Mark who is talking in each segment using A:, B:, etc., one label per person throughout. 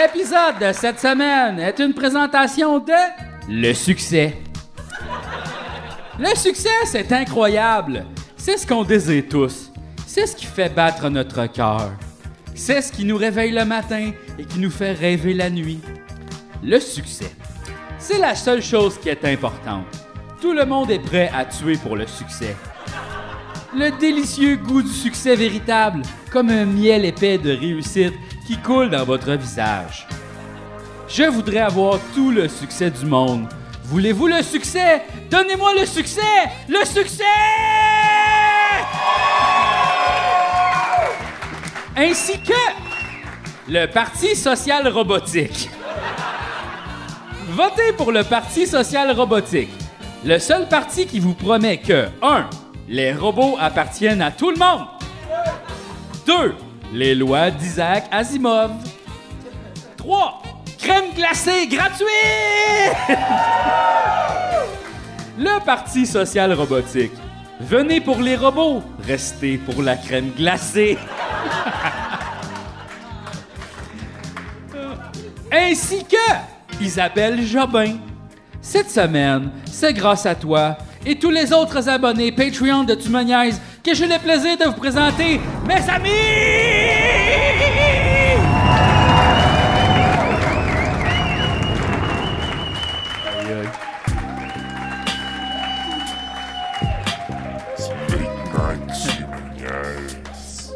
A: L'épisode de cette semaine est une présentation de Le succès. Le succès, c'est incroyable. C'est ce qu'on désire tous. C'est ce qui fait battre notre cœur. C'est ce qui nous réveille le matin et qui nous fait rêver la nuit. Le succès. C'est la seule chose qui est importante. Tout le monde est prêt à tuer pour le succès. Le délicieux goût du succès véritable, comme un miel épais de réussite qui coule dans votre visage. Je voudrais avoir tout le succès du monde. Voulez-vous le succès? Donnez-moi le succès! Le succès! Ainsi que le Parti social robotique. Votez pour le Parti social robotique. Le seul parti qui vous promet que 1. Les robots appartiennent à tout le monde. 2. Les lois d'Isaac Asimov. 3. Crème glacée gratuite! le Parti social robotique. Venez pour les robots, restez pour la crème glacée. ainsi que Isabelle Jobin. Cette semaine, c'est grâce à toi et tous les autres abonnés Patreon de Tu me niaises que j'ai le plaisir de vous présenter mes amis!
B: Late night genius.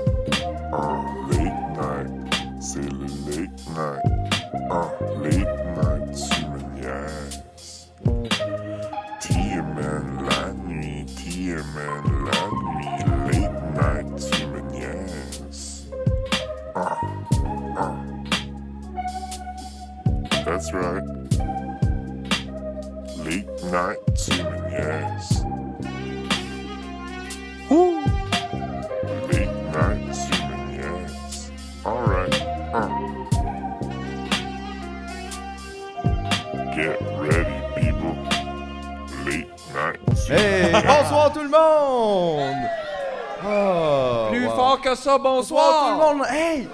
B: Uh, late night. C'est le late night. Uh, late night genius. TMN la nuit. TMN la nuit. Late night genius. Uh, uh. That's right. Late night genius. Late night human, yes. Alright. Uh. Get ready, people. Late night human.
C: Hey, bonsoir tout le monde! Oh,
D: Plus
C: wow.
D: fort que ça,
C: Bonsoir
D: bonsoir!
C: tout le monde! Hey!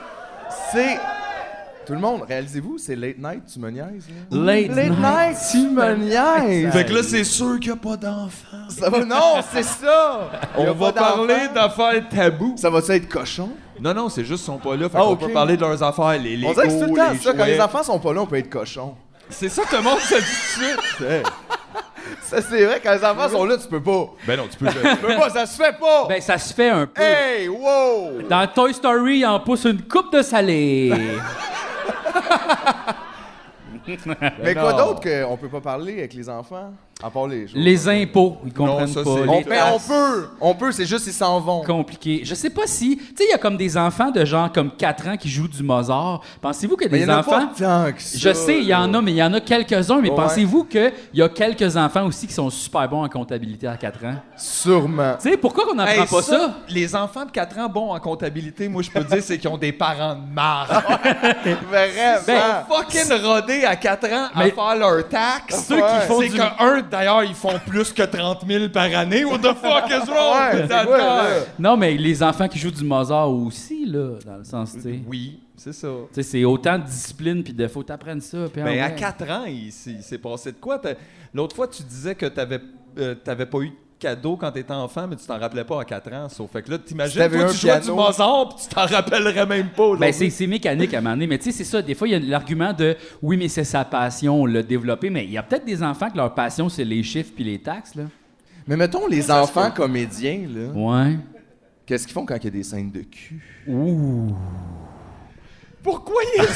C: C'est... Tout le monde, réalisez-vous, c'est Late Night, tu me niaises? là?
A: Late night,
C: tu me niaises!
D: Fait que là, c'est sûr qu'il n'y a pas d'enfant.
C: Ça va- Non, c'est ça! Il y a
D: On va
C: pas d'enfant.
D: parler d'affaires taboues.
C: Ça va-tu être cochon?
D: Non, non, c'est juste qu'ils sont pas là. Fait
C: Ah,
D: qu'on
C: ok.
D: peut parler de leurs affaires, les
C: On
D: Legos,
C: dirait que c'est tout le temps
D: les
C: ça, quand les
D: jouets.
C: enfants sont pas là, on peut être cochon.
D: C'est ça que le monde se dit tout de suite.
C: Hey. Ça, c'est vrai, quand les enfants sont là, tu peux pas.
D: Ben non, tu peux...
C: Tu peux pas, ça se fait pas!
A: Ben, ça se fait un peu.
C: hey, wow!
D: Ben
A: Dans Toy Story, il en pousse une coupe de salé.
C: Mais
D: Ben
C: quoi
D: non.
C: d'autre qu'on peut pas parler avec les enfants? À part les choses.
A: les impôts, ils comprennent
D: ça,
A: pas.
D: c'est-
C: On,
A: Les
C: mais on
D: places.
C: peut! On peut, c'est juste ils s'en vont.
A: compliqué. Je sais pas si, tu sais, il y a comme des enfants de genre comme 4 ans qui jouent du Mozart. Pensez-vous que
C: Mais
A: des
C: y en a
A: enfants
C: pas tant que ça,
A: Je sais, il y en
C: là.
A: a, mais il y en a quelques-uns. Mais
C: Ouais.
A: pensez-vous qu'il y a quelques enfants aussi qui sont super bons en comptabilité à 4 ans?
C: Sûrement.
A: Tu sais, pourquoi qu'on n'apprend pas ça?
D: Les enfants de 4 ans bons en comptabilité, moi, je peux dire, c'est qu'ils ont des parents de marre.
C: Vraiment.
A: Ben,
D: Ah, Fucking rodés à 4 ans
A: Mais-
D: à faire leurs taxes.
A: Ceux qui font
D: C'est
A: du...
D: que un, d'ailleurs, ils font plus que 30 000 par année. What the fuck is wrong
C: ouais,
D: with
C: c'est
D: that
C: quoi,
D: guy?
C: là?
A: Non, mais les enfants qui jouent du Mozart aussi, là, dans le sens, tu sais.
C: Mm-hmm.
D: Oui, c'est ça.
A: Tu sais, c'est autant de discipline puis de faut t'apprendre ça. puis
D: Ben,
A: ah
D: à
A: ouais.
D: 4 ans, il, s'est- il s'est passé de quoi? T'as- L'autre fois, tu disais que t'avais euh, t'avais pas eu de cadeau quand t'étais enfant, mais tu t'en rappelais pas à 4 ans. Sauf fait que là, t'imagines,
C: T'avais
D: toi,
C: un
D: tu jouais
C: piano.
D: du Mozart, puis tu t'en rappellerais même pas.
A: Ben,
D: aujourd'hui.
A: c'est, c'est mécanique à un moment donné, mais tu sais, c'est ça. Des fois, il y a l'argument de oui, mais c'est sa passion, on l'a développé, mais il y a peut-être des enfants que leur passion, c'est les chiffres puis les taxes, là.
C: Mais mettons les enfants comédiens, là.
A: Ouais.
C: Qu'est-ce qu'ils font quand il y a des scènes de cul?
A: Ouh.
D: Pourquoi il est...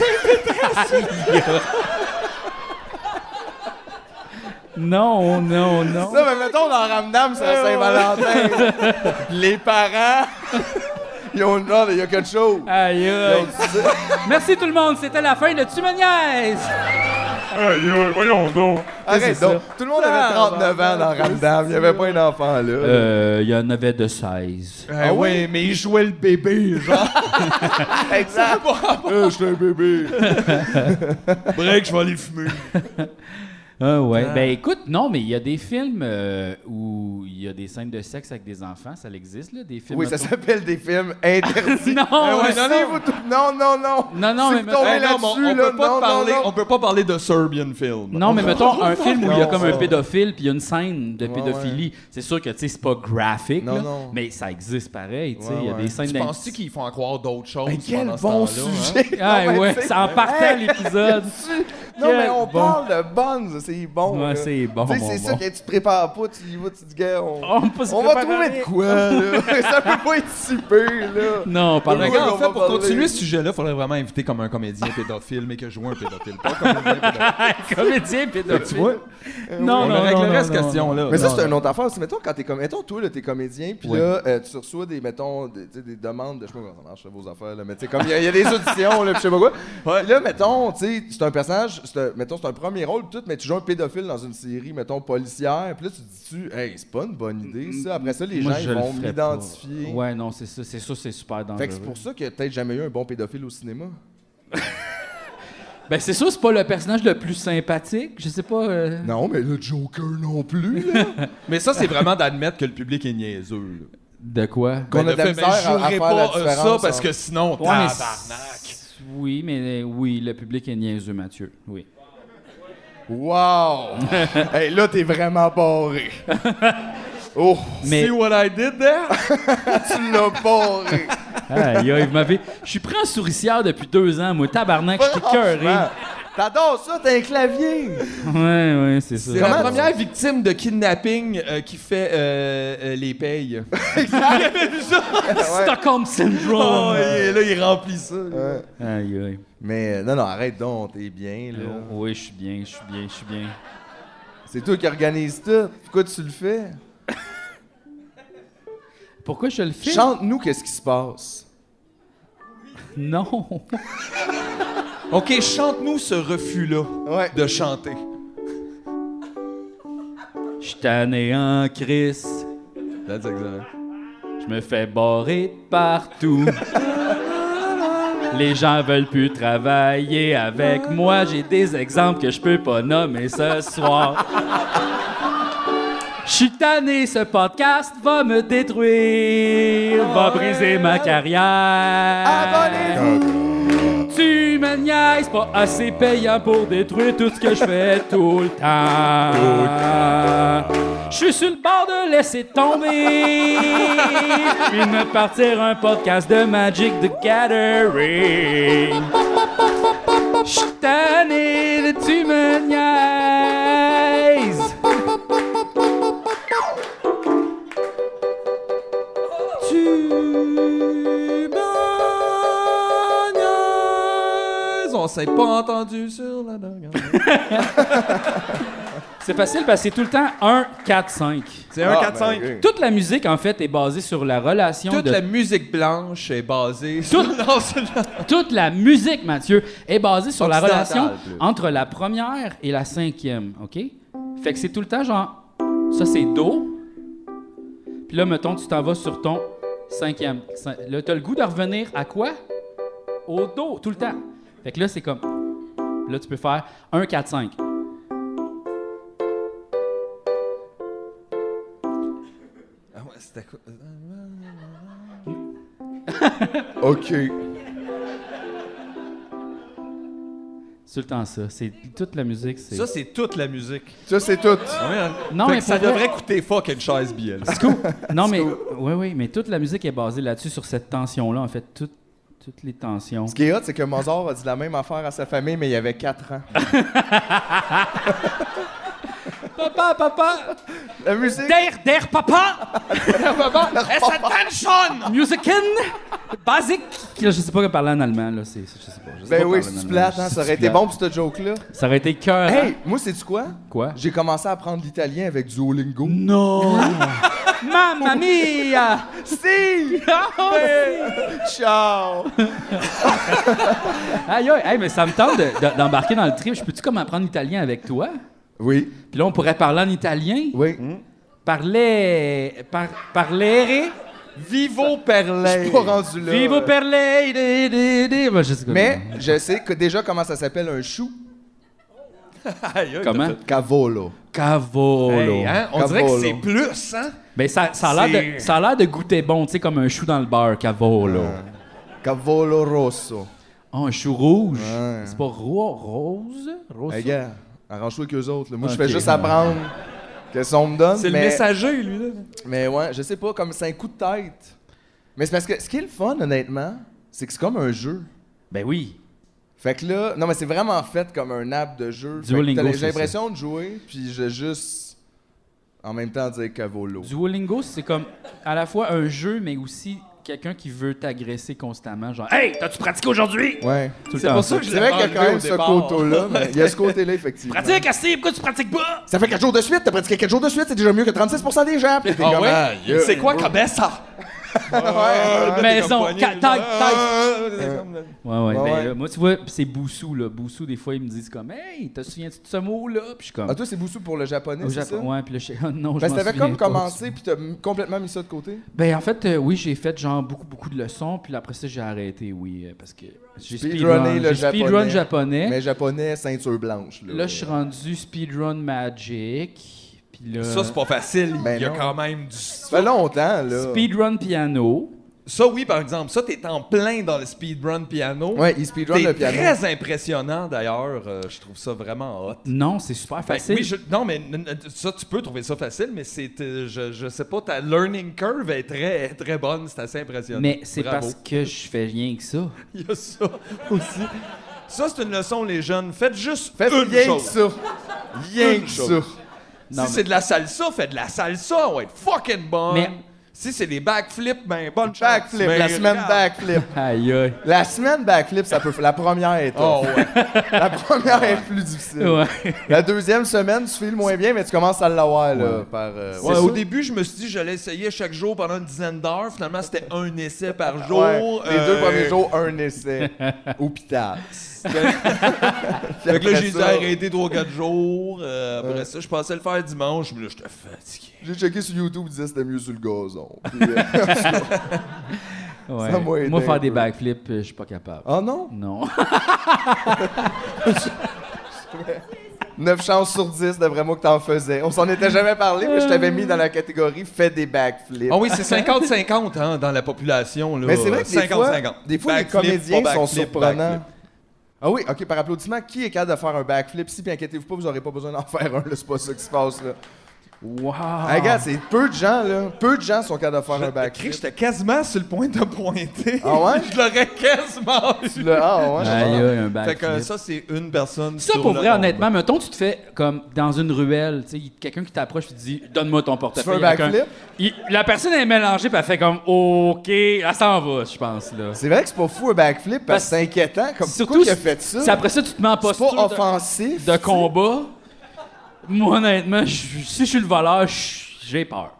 A: Non, non, non.
C: Ça, mais mettons dans Ramdam, c'est la Saint-Valentin. les parents, ils ont non, il y a quelque chose.
A: Aïe,
C: Ils
A: aïe.
C: ont dit ça.
A: Merci tout le monde, c'était la fin de Tu me niaises!
B: Aïe, aïe, voyons donc.
C: Arrête
A: Ah, ça.
C: donc. Tout le monde avait 39 ans dans Ramdam. Il n'y avait pas un enfant là.
A: Euh, il y en avait de 16.
C: Ben
D: Ah oui, mais il jouait le bébé, genre.
C: Exact. Je j'étais un Euh, bébé.
D: Ah, Break, je vais aller fumer.
A: Ah ouais.
C: Ah.
A: Ben écoute, non, mais il y a des films euh, où il y a des scènes de sexe avec des enfants, ça existe là, des films.
C: Oui, ça
A: auto-
C: s'appelle des films interdits.
A: Non,
C: Ah ouais,
A: non,
C: si vous tou- non, non, non.
A: Non, non,
C: Si
A: mais
C: vous
A: mettons-
C: tombez
D: Hey, Eh, non, mais
C: là-dessus,
D: on, on
C: là,
D: peut pas
C: non,
D: parler,
C: non, non.
D: on peut pas parler de Serbian film.
A: Non, mais mettons un film où il y a comme un
D: Non, ça-
A: pédophile puis il y a une scène de
C: Ouais,
A: pédophilie. C'est sûr que tu sais c'est pas graphique
C: Non,
A: là,
C: non.
A: mais ça existe pareil, tu sais,
C: Ouais,
A: il y a
C: ouais.
A: des scènes
D: Tu
A: d'in-
D: penses-tu qu'ils font encore d'autres choses
C: Mais quel
D: pendant ce
C: bon
D: temps-là, hein?
C: sujet!
A: Ah
C: Non, mais
A: ouais,
C: tu sais-
A: ça en partait l'épisode.
C: Non, mais on
A: Quel bon.
C: parle de buns, c'est bon.
A: Ouais,
C: là.
A: c'est bon,
C: Tu sais,
A: bon,
C: c'est
A: bon.
C: ça que tu te prépares pas, tu y vas, tu te dis, gars, on,
A: On peut se
C: on va
A: préparer.
C: trouver de quoi, là. ça peut pas être si pire, là.
A: Non, on parle
D: Ah, Mais
C: Ouais,
D: regarde,
C: on
D: en fait,
C: va
D: pour
C: parler.
D: continuer ce sujet-là, il faudrait vraiment inviter comme un comédien pédophile, mais que joue un pédophile. Pas comme un comédien pédophile.
A: de comédien pédophile.
D: Tu vois?
A: Non,
D: on
A: non, non,
D: réglerait
A: non,
D: cette
A: non,
D: question-là.
C: Mais ça,
D: Non,
C: c'est
D: non.
C: une autre affaire aussi. Mettons, quand t'es comme, mettons, toi, là, t'es comédien, puis
D: Oui.
C: là, euh, tu reçois des, mettons, des, tu sais, des demandes de, je sais pas comment ça marche, vos affaires, là, mais tu sais, comme, il y, a- il y a des auditions, là, puis je sais pas quoi. Puis là, mettons, tu sais, c'est un personnage, c'est un- mettons, c'est un premier rôle, puis tout, mais tu joues un pédophile dans une série, mettons, policière, puis là, tu dis-tu, hey, c'est pas une bonne idée, ça. Après ça, les
A: Moi,
C: gens,
A: je
C: ils
A: le
C: vont
A: ferais
C: m'identifier.
A: pas. Ouais, non, c'est ça, c'est ça, c'est super dangereux.
C: Fait que c'est pour ça que t'as jamais eu un bon pédophile au cinéma.
A: Ben c'est sûr, c'est pas le personnage le plus sympathique. Je sais pas. euh,
C: Non, mais le Joker non plus, là.
D: Mais ça, c'est vraiment d'admettre que le public est niaiseux. là. Ben,
A: De quoi
C: Qu'on a de la
D: fait,
C: misère à- à
D: jouerai
C: faire la
D: euh,
C: différence,
D: ça parce
C: hein.
D: que sinon,
A: Ouais, mais
D: Ah, tabarnak.
A: c'est- Oui, mais euh, oui, le public est niaiseux, Mathieu. Oui.
C: Wow! hey, là, t'es vraiment barré. Oh,
A: Mais
D: See what I did there?
C: tu l'as barré.
A: aïe, aïe, vous m'avez. Je suis pris en souricière depuis deux ans, moi. Tabarnak, je suis écœuré.
C: Franchement, T'adores ça, t'as un clavier.
A: Ouais, ouais, c'est ça.
D: C'est la
C: Comment-
D: première victime de kidnapping euh, qui fait euh, euh, les payes.
C: Ouais.
A: Stockholm
D: Oh,
A: syndrome.
D: et là, il remplit ça. là.
C: Ouais.
A: Aïe, aïe. Oh,
C: Mais euh, non, non, arrête donc, t'es bien, là.
A: Oui, je suis bien, je suis bien, je suis bien.
C: C'est toi qui organise tout. Pourquoi tu le fais?
A: Pourquoi je le fais
C: Chante-nous qu'est-ce qui se passe.
A: Non.
D: OK, chante-nous ce refus-là
C: Ouais.
D: de chanter.
A: Je suis tanné en crise.
D: That's exact.
A: Je me fais barrer de partout. Les gens veulent plus travailler avec moi. J'ai des exemples que je peux pas nommer ce soir. Je suis tanné, ce podcast va me détruire, va briser ma carrière. Tu me niaises, pas assez payant pour détruire tout ce que je fais tout le temps. Je suis sur le bord de laisser tomber. Puis de me partir un podcast de Magic the Gathering. Je suis tanné de tu me niaises.
D: Tu m'en niaises. On s'est pas entendu sur la dernière.
A: C'est facile parce que c'est tout le temps 1, 4, 5.
D: C'est
C: Ah,
D: 1, 4,
C: ben,
D: 5.
C: ok.
A: Toute la musique, en fait, est basée sur la relation
D: Toute
A: de
D: la musique blanche est basée sur...
A: Toute-
D: Non, c'est-
A: Toute la musique, Mathieu, est basée sur la
D: Occidentale,
A: relation
D: plus.
A: entre la première et la cinquième, OK? Fait que c'est tout le temps genre, ça c'est Do. Puis là, mettons, tu t'en vas sur ton cinquième. Cin- Là, t'as le goût de revenir à quoi? Au Do, tout le temps. Fait que là, c'est comme, là, tu peux faire 1, 4, 5.
D: Ah ouais, c'était quoi?
C: OK.
A: C'est tout le temps ça. C'est toute la musique, c'est...
D: Ça, c'est toute la musique.
C: Ça, c'est tout.
A: Non,
D: hein. Fait
A: mais
D: que ça
A: pour vrai-
D: devrait coûter fuck une chaise bielle.
A: Scoop. Non, mais oui, oui, mais toute la musique est basée là-dessus, sur cette tension-là, en fait, toutes, toutes les tensions.
C: Ce qui est hot, c'est que Mozart a dit la même affaire à sa famille, mais il avait 4 ans.
A: Papa, papa,
C: La musique,
A: der, der, papa, musikin, basique. Là, je sais pas parler en allemand, là, c'est, je sais pas. je sais
C: ben
A: pas parler
C: oui,
A: en
C: c'est
A: allemand,
C: plate,
A: je
C: hein,
A: sais
C: ça aurait
A: plate.
C: été bon pour ce joke-là.
A: Ça aurait été cœur. hein?
C: Hey, moi, c'est-tu quoi?
A: Quoi?
C: J'ai commencé à apprendre l'italien avec Duolingo.
A: Non! Mamma mia! Oh,
C: Si! Ciao!
A: Aïe, aïe, hey, mais ça me tente de- de- d'embarquer dans le trip. Je peux-tu comme apprendre l'italien avec toi?
C: Oui,
A: Puis là, on pourrait parler en italien.
C: oui.
A: Parler... Par, parlere.
D: Vivo Perlet.
C: Je suis pas rendu là.
A: Vivo per lei, di, di, di. Ben, je sais pas.
C: Mais je sais que déjà comment ça s'appelle un chou.
D: Aïe, aïe,
A: Comment?
D: t'as
C: Cavolo.
A: Cavolo.
D: fait- Hey, hein? On dirait que
C: Cavolo.
D: c'est plus, hein?
A: Ben, ça, ça a l'air de,
D: C'est-
A: ça a l'air de goûter bon, tu sais, comme un chou dans le beurre, Cavolo.
C: Cavolo rosso.
A: Oh, un chou rouge.
C: Ouais.
A: C'est pas roi, rose? Rose?
C: Hey, gars, arrange-toi avec eux autres. là. Moi, je
A: Ok.
C: fais juste apprendre que si on me donne.
D: C'est le
C: mais-
D: messager, lui, là.
C: Mais ouais, je sais pas, comme c'est un coup de tête. Mais c'est parce que ce qui est le fun, honnêtement, c'est que c'est comme un jeu.
A: Ben oui.
C: Fait que là, non, mais c'est vraiment fait comme un app de jeu. Fait que
A: Duolingo,
C: t'as-
A: c'est ça.
C: J'ai l'impression de jouer, puis je juste en même temps dire Cavolo.
A: Duolingo, c'est comme à la fois un jeu, mais aussi quelqu'un qui veut t'agresser constamment. Genre, hey, t'as-tu pratiqué aujourd'hui?
C: Ouais.
A: Tout le
D: C'est
A: temps
D: pour
A: ça.
D: ça que je
C: C'est vrai qu'il y a
D: l'ai
C: quand même ce coteau-là, mais il y a ce côté-là, effectivement.
A: Pratique, assez, pourquoi tu pratiques pas?
C: Ça fait 4 jours de suite, t'as pratiqué 4 jours de suite, c'est déjà mieux que 36% des gens. Puis t'es
D: Ah
C: comme,
D: ouais?
C: yeah.
D: C'est quoi comme ça?
C: Ouais.
A: Maison, ca- tag, tag.
C: Ah,
D: tag.
A: Ouais, ouais,
C: Ouais,
A: ben
C: ouais.
A: là, moi, tu vois, pis c'est Boussou, là. Boussou, des fois, ils me disent comme, hey, te souviens-tu de ce mot-là? Puis je suis comme,
C: Ah, toi, c'est Boussou pour le japonais,
A: Au
C: c'est ça?
A: Japon, ouais, puis là, je sais- Ah non, je
C: Parce que
A: m'en
C: t'avais
A: souviens
C: comme
A: pas.
C: commencé, puis t'as m- complètement mis ça de côté.
A: Ben, en fait, euh, oui, j'ai fait genre beaucoup, beaucoup de leçons, puis après ça, j'ai arrêté, oui, euh, parce que j'ai
C: Speedrunné
A: speedrun,
C: le
A: j'ai speedrun
C: japonais.
A: japonais.
C: Mais japonais, ceinture blanche. Là,
A: Là, je suis rendu speedrun magic, puis là,
D: Ça, c'est pas facile.
C: Ben
D: Il y a
C: non.
D: quand même du.
C: Ça fait longtemps, là.
A: speedrun piano.
D: Ça, oui, par exemple. Ça, t'es en plein dans le speedrun piano.
C: Ouais, il speedrun
D: T'es
C: le piano.
D: très impressionnant, d'ailleurs. Euh, je trouve ça vraiment hot.
A: Non, c'est super
D: Fait que
A: facile.
D: Ben, oui, je- non, mais n- n- ça, tu peux trouver ça facile, mais c'est, euh, je, je sais pas, ta learning curve est très, très bonne, c'est assez impressionnant.
A: Mais c'est
D: Bravo.
A: parce que je fais rien que ça.
D: Il y a ça aussi. Ça, c'est une leçon, les jeunes. Faites juste
C: Faites
D: une
C: rien
D: chose.
C: que ça. Rien
D: Une
C: que ça.
D: chose. Si
A: Non, mais-
D: c'est de la salsa, faites de la salsa, on va être fucking bon.
A: Mais-
D: Si c'est des backflips, ben bonne chance.
C: Backflip,
D: Mais
C: la semaine
D: regarde.
C: backflip.
A: Aïe, aïe.
C: La semaine backflip, ça peut. La première est tough.
D: Oh, ouais.
C: La première est plus difficile.
A: Ouais.
C: La deuxième semaine, tu files moins bien, mais tu commences à l'avoir, là. Par, euh,
D: Ouais,
C: c'est
D: au
C: ça.
D: début, je me suis dit, j'allais essayer chaque jour pendant une dizaine d'heures. Finalement, c'était un essai par jour.
C: Ouais, les deux
D: Euh,
C: premiers jours, un essai. Hôpital.
D: Fait que là, j'ai dû
C: ça-
D: arrêter 3-4 jours. euh, après ça, je pensais le faire dimanche, mais là, j'étais fatigué.
C: J'ai checké sur YouTube, ils disaient que c'était mieux sur le gazon. Puis, euh,
A: Ouais.
C: Ça m'a aidé
A: Moi,
C: un
A: faire des
C: peu.
A: backflips, euh, je suis pas capable.
C: oh non?
A: Non.
C: 9 chances sur 10 de vraiment que t'en faisais. On s'en était jamais parlé, mais je t'avais mis dans la catégorie fais des backflips.
D: Ah oui, c'est 50-50 hein, dans la population. Là.
C: mais c'est vrai que des fois,
D: 50-50.
C: des fois, les
D: Backflip,
C: comédiens
D: pas
C: sont
D: backflip,
C: surprenants.
D: backflip.
C: Ah oui, ok, par applaudissement, qui est capable de faire un backflip? Si, puis inquiétez-vous pas, vous aurez pas besoin d'en faire un, là, c'est pas ça qui se passe, là.
A: Wow.
D: Ah.
C: Hey, Ah, gars, c'est peu de gens, là. Peu de gens sont capables de faire un
D: Chris,
C: backflip.
D: j'étais quasiment sur le point de pointer.
C: Ah ouais?
D: je l'aurais quasiment eu.
C: Le- Ah ouais,
A: Aïe, aïe,
C: ouais.
A: un
D: Fait que euh,
A: backflip.
D: ça, c'est une personne.
A: Ça,
D: sur
A: pour
D: le
A: vrai,
D: monde.
A: honnêtement, mettons, tu te fais comme dans une ruelle, tu sais, il- quelqu'un qui t'approche et te dit Donne-moi ton portefeuille.
C: Tu fais un
A: Avec
C: backflip?
A: Il- La personne est mélangée puis elle fait comme OK, elle s'en va, je pense. là.
C: C'est vrai que c'est pas fou un backflip parce que c'est inquiétant. Comme pourquoi il a fait ça?
A: si après ça, tu te mets en
C: C'est pas
A: posture de-
C: offensif.
A: de, combat. Moi, honnêtement, je- si je suis le voleur, je- j'ai peur.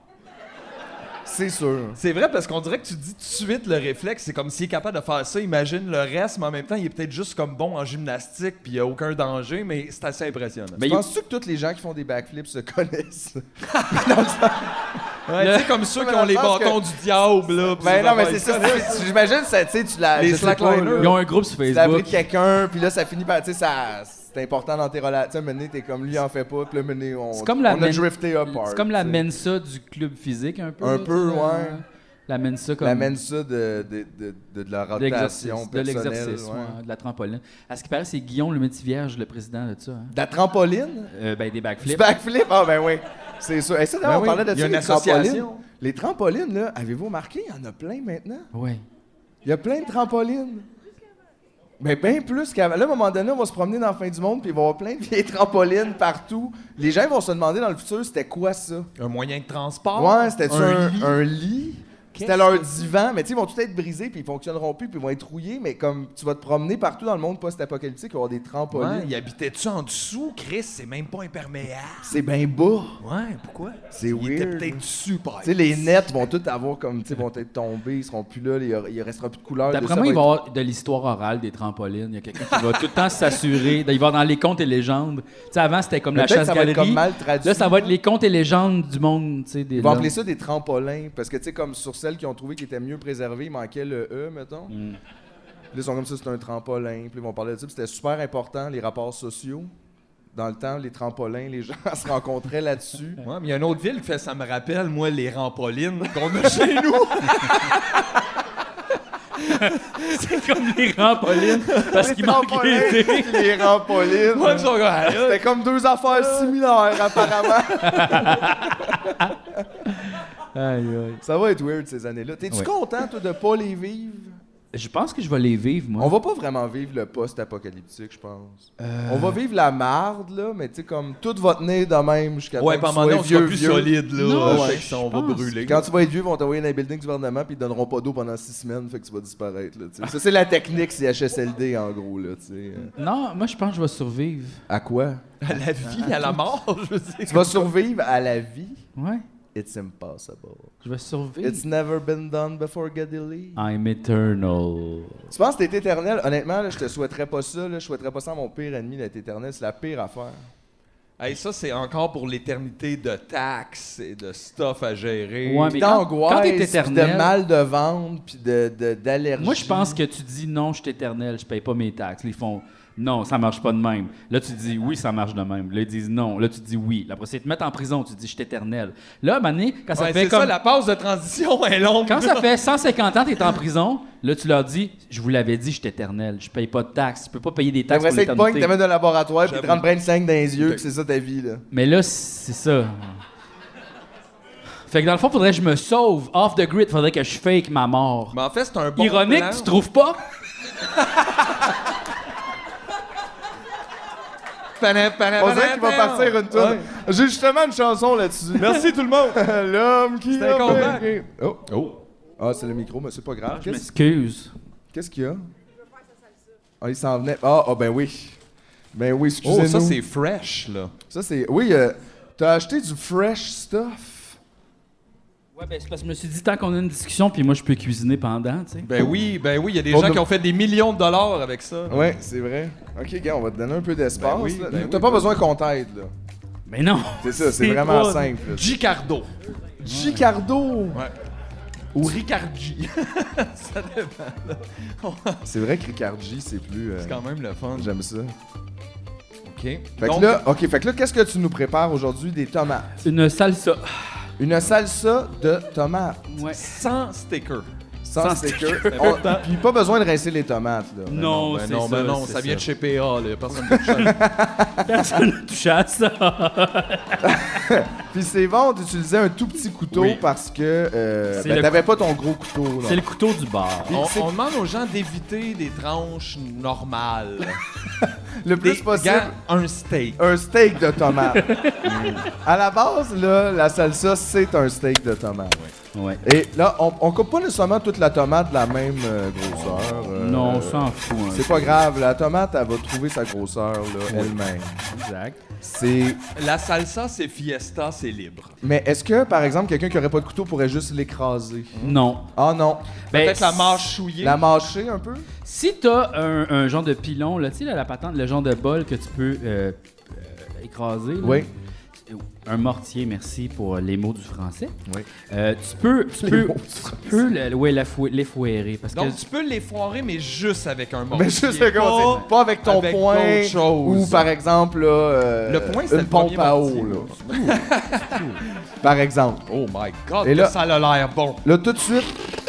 C: C'est sûr.
D: C'est vrai parce qu'on dirait que tu dis tout de suite le réflexe. C'est comme s'il est capable de faire ça, imagine le reste, mais en même temps, il est peut-être juste comme bon en gymnastique, puis il n'y a aucun danger, mais c'est assez impressionnant.
A: Ben, il-
C: Penses-tu que tous les gens qui font des backflips se connaissent?
D: Ouais,
A: Le-
D: tu sais, comme ceux
C: Mais
D: qui
C: dans
D: ont
C: le
D: les
C: sens
D: bâtons du diable, là. pis
C: Ben non,
D: ces
C: mais c'est
D: affaires-
C: ça. c'est- J'imagine, ça, tu sais, tu l'as.
D: Les
C: je sais pas,
D: slackliners.
C: là.
A: ils ont un groupe sur
C: Tu l'as appris de
A: Facebook.
C: quelqu'un, puis là, ça finit par. Tu sais, ça. C'est important dans tes relations. Tu sais, mené, t'es comme lui, il en fait pas, puis là, mené, on.
A: C'est comme la
C: On a
A: men-
C: drifté apart.
A: C'est comme la
C: tu sais.
A: Mensa du club physique, un peu.
C: Un
A: là, tu
C: peu,
A: sais,
C: ouais.
A: euh, La Mensa comme.
C: La Mensa de, de, de, de, de la
A: de l'exercice,
C: rotation
A: de
C: personnelle.
A: l'exercice,
C: ouais.
A: ouais, de la trampoline. À ce qui paraît, c'est Guillaume le Métivierge, le président de ça. hein.
C: De la trampoline?
A: Euh, ben, des
C: Du
A: backflips.
C: backflip? Ah, ben oui. C'est sûr. Et ça, d'ailleurs,
D: Ben
C: on
D: oui,
C: parlait de
D: il y
C: ça,
D: a une
C: les
D: association.
C: trampolines. Les trampolines, là, avez-vous remarqué? Il y en a plein maintenant.
A: Ouais.
C: Il y a plein de trampolines. Mais bien plus qu'avant. Là, à un moment donné, on va se promener dans la fin du monde, puis il va y avoir plein de vieilles trampolines partout. Les gens vont se demander dans le futur, c'était quoi ça?
D: Un moyen de transport.
C: Ouais, c'était un,
D: lit.
C: un lit. C'était leur divan, mais tu sais, ils vont tout être brisés, puis ils fonctionneront plus, puis ils vont être rouillés, mais comme tu vas te promener partout dans le monde post-apocalyptique, il va y avoir des trampolines.
D: Ouais, il habitait-tu en dessous, Chris? C'est même pas imperméable.
C: C'est bien bas.
D: Ouais, pourquoi?
C: C'est
D: Il était
C: weird.
D: peut-être super.
C: Tu sais, les nets vont tout avoir comme, tu sais, vont être tombés, ils seront plus là, il il restera plus de couleur.
A: D'après moi, il va y avoir de l'histoire orale des trampolines. Il y a quelqu'un qui va tout le temps s'assurer. Il va y avoir dans les contes et légendes. Tu sais, avant, c'était comme
C: Mais
A: la
C: peut-être que ça va être
A: chasse-galerie.
C: comme mal traduit,
A: Là, ça va
C: là.
A: être les contes et légendes du monde. tu sais, des
C: Ils vont
A: gens.
C: appeler ça des trampolins, parce que, tu sais, comme sur celles qui ont trouvé qui étaient mieux préservées, il manquait le E, mettons. Là, ils sont comme ça, c'est un trampolin, puis ils vont parler de ça, puis c'était super important, les rapports sociaux. dans le temps, les trampolins, les gens se rencontraient là-dessus.
D: Ouais, mais il y a une autre ville qui fait ça me rappelle, moi, les rampolines qu'on a chez nous.
A: C'est comme les rampolines, parce qu'il manque
C: Trampolin,
A: les dés.
C: les rampolines.
D: Moi, je suis comme, ah, là,
C: C'était comme deux affaires similaires, apparemment.
A: Aïe, aïe.
C: Ça va être weird ces années-là. T'es-tu
A: Ouais.
C: content, toi, de pas les vivre?
A: Je pense que je vais les vivre, moi.
C: On va pas vraiment vivre le post-apocalyptique, je pense. On va vivre la marde, là, mais tu sais, comme tout va tenir de même jusqu'à
D: Ouais,
C: temps que tu
D: pendant
C: sois
D: on sera
C: vieux,
D: plus
C: vieux.
D: solide, là.
A: Non,
D: euh,
C: ouais,
D: fait que ça, on
A: je
D: va
A: pense.
C: Puis
D: brûler.
C: Quand tu vas être vieux, ils vont t'envoyer dans les buildings du gouvernement puis ils te donneront pas d'eau pendant six semaines, fait que tu vas disparaître. Là, tu sais. ça, c'est la technique CHSLD, en gros. Là, tu sais. Euh,
A: Non, moi, je pense que je vais survivre.
C: À quoi?
D: À la vie, à la mort, je veux dire.
C: Tu vas survivre à la vie?
A: Ouais,
C: It's impossible.
A: je vais survivre.
C: It's never been done before, Gadilly.
A: I'm eternal.
C: Tu penses que t'es éternel? Honnêtement, là, je te souhaiterais pas ça. Là, je souhaiterais pas ça à mon pire ennemi d'être éternel. C'est la pire affaire.
D: Hey, ça, c'est encore pour l'éternité de taxes et de stuff à gérer.
A: Ouais, mais-
C: Puis
A: quand-
C: d'angoisse,
A: quand t'es
C: puis
A: éternel-
C: de mal de ventre, puis de- de- d'allergie.
A: Moi, je pense que tu dis non, je suis éternel, je paye pas mes taxes. Là, Ils font non, ça marche pas de même. Là, tu dis oui, ça marche de même. Là, ils disent non. Là, tu dis oui. Là, après, c'est te mettre en prison, tu dis je suis éternel. Là, à un moment donné, quand ça
D: Ouais,
A: fait
D: c'est
A: comme.
D: ça, la pause de transition est longue.
A: Quand ça fait 150 ans que t'es en prison, là, tu leur dis je vous l'avais dit, je suis éternel, je paye pas de taxes, tu peux pas payer des taxes
C: T'aimerais
A: pour
C: ça être punk,
A: l'éternité.
C: t'amènes un laboratoire, puis
D: J'avoue.
C: te rends 25 dans les yeux, puis c'est ça ta vie, là.
A: Mais là, c'est ça. Fait que dans le fond, faudrait que je me sauve off the grid, faudrait que je fake ma mort.
D: Mais en fait, c'est un bon
A: Ironique,
D: plan.
A: tu trouves pas?
C: On dirait qu'il va partir une toune.
D: Ouais.
C: J'ai justement une chanson là-dessus.
D: Merci tout le monde.
C: L'homme qui
D: C'est un
C: a
D: comeback.
C: vaincu. Oh. Ah, c'est le micro, mais c'est pas grave.
A: Je
C: Qu'est-ce
A: m'excuse.
C: qu'est-ce qu'il y a? Ah, il s'en venait. Ah, ah, ben oui. Ben oui,
D: Oh,
C: excusez-nous.
D: ça, c'est fresh, là.
C: Ça, c'est... Oui, euh, t'as acheté du fresh stuff.
A: Ouais, ben c'est parce que je me suis dit, tant qu'on a une discussion, puis moi je peux cuisiner pendant, tu sais.
D: Ben oui, ben oui, il y a des
C: On
D: gens
C: a-
D: qui ont fait des millions de dollars avec ça.
C: Ouais, c'est vrai. OK, gars, on va te donner un peu d'espace.
D: Ben oui,
C: là.
D: ben
C: t'as pas
D: oui, ben
C: besoin qu'on t'aide, là.
A: Mais non!
C: C'est ça, c'est vraiment
A: pas-
C: simple. là.
D: Gicardo.
C: Gicardo!
D: Ouais. Ou Ricardi. ça dépend.
C: C'est vrai que Ricardi, c'est plus... euh,
D: C'est quand même le fun.
C: J'aime ça.
D: OK.
C: Fait que là, OK, fait que là, qu'est-ce que tu nous prépares aujourd'hui? Des tomates.
A: Une salsa.
C: Une salsa de tomates.
A: Ouais.
D: sans sticker.
C: Sans,
A: Sans
C: sticker.
A: sticker.
C: On- Puis pas besoin de rincer les tomates, là.
A: Non,
D: ben
A: c'est
D: non,
A: ça.
D: ben non,
A: c'est
D: ça vient de chez PA, là. Personne ne touche ça.
A: Personne ne touche à ça.
C: Puis c'est bon d'utiliser un tout petit couteau
A: Oui.
C: parce que euh,
A: C'est
C: ben,
A: le
C: t'avais pas ton gros couteau. là.
A: C'est le couteau du bar.
D: on, on demande aux gens d'éviter des tranches normales.
C: Le plus
D: Des-
C: possible.
D: gars, un steak.
C: Un steak de tomate. Mm. À la base, là, la salsa, c'est un steak de tomate.
A: Ouais.
C: Et là, on, on coupe pas nécessairement toute la tomate de la même euh, grosseur. euh,
A: non, on s'en fout. hein.
C: C'est pas grave, la tomate, elle va trouver sa grosseur là, elle-même.
A: exact.
C: C'est.
D: La salsa, c'est fiesta, c'est libre.
C: Mais est-ce que, par exemple, quelqu'un qui aurait pas de couteau pourrait juste l'écraser?
A: Non.
C: Ah non.
A: Ben,
D: Peut-être la marche chouillée.
C: La mâcher un peu?
D: Mm-hmm.
A: Si t'as un, un genre de pilon, là, tu sais, là, la patente, le genre de bol que tu peux euh, euh, écraser. là.
C: Oui.
A: Un mortier, merci pour les mots du français.
C: Oui.
A: Euh, tu peux, tu peux,
C: mots du
A: tu peux le- ouais, la fouer- les fouetter parce
D: Donc,
A: que
D: tu peux les foirer, mais juste avec un morceau.
C: Mais juste le gros,
D: Oh.
C: c'est pas avec ton
D: avec
C: poing
D: d'autres choses.
C: ou par exemple là, euh,
D: Le poing, c'est
C: une
D: le
C: pompe
D: premier
C: à
D: mortier,
C: eau là. par exemple.
D: Oh my god,
C: Et
D: que
C: là-
D: ça a l'air bon.
C: Là tout de suite,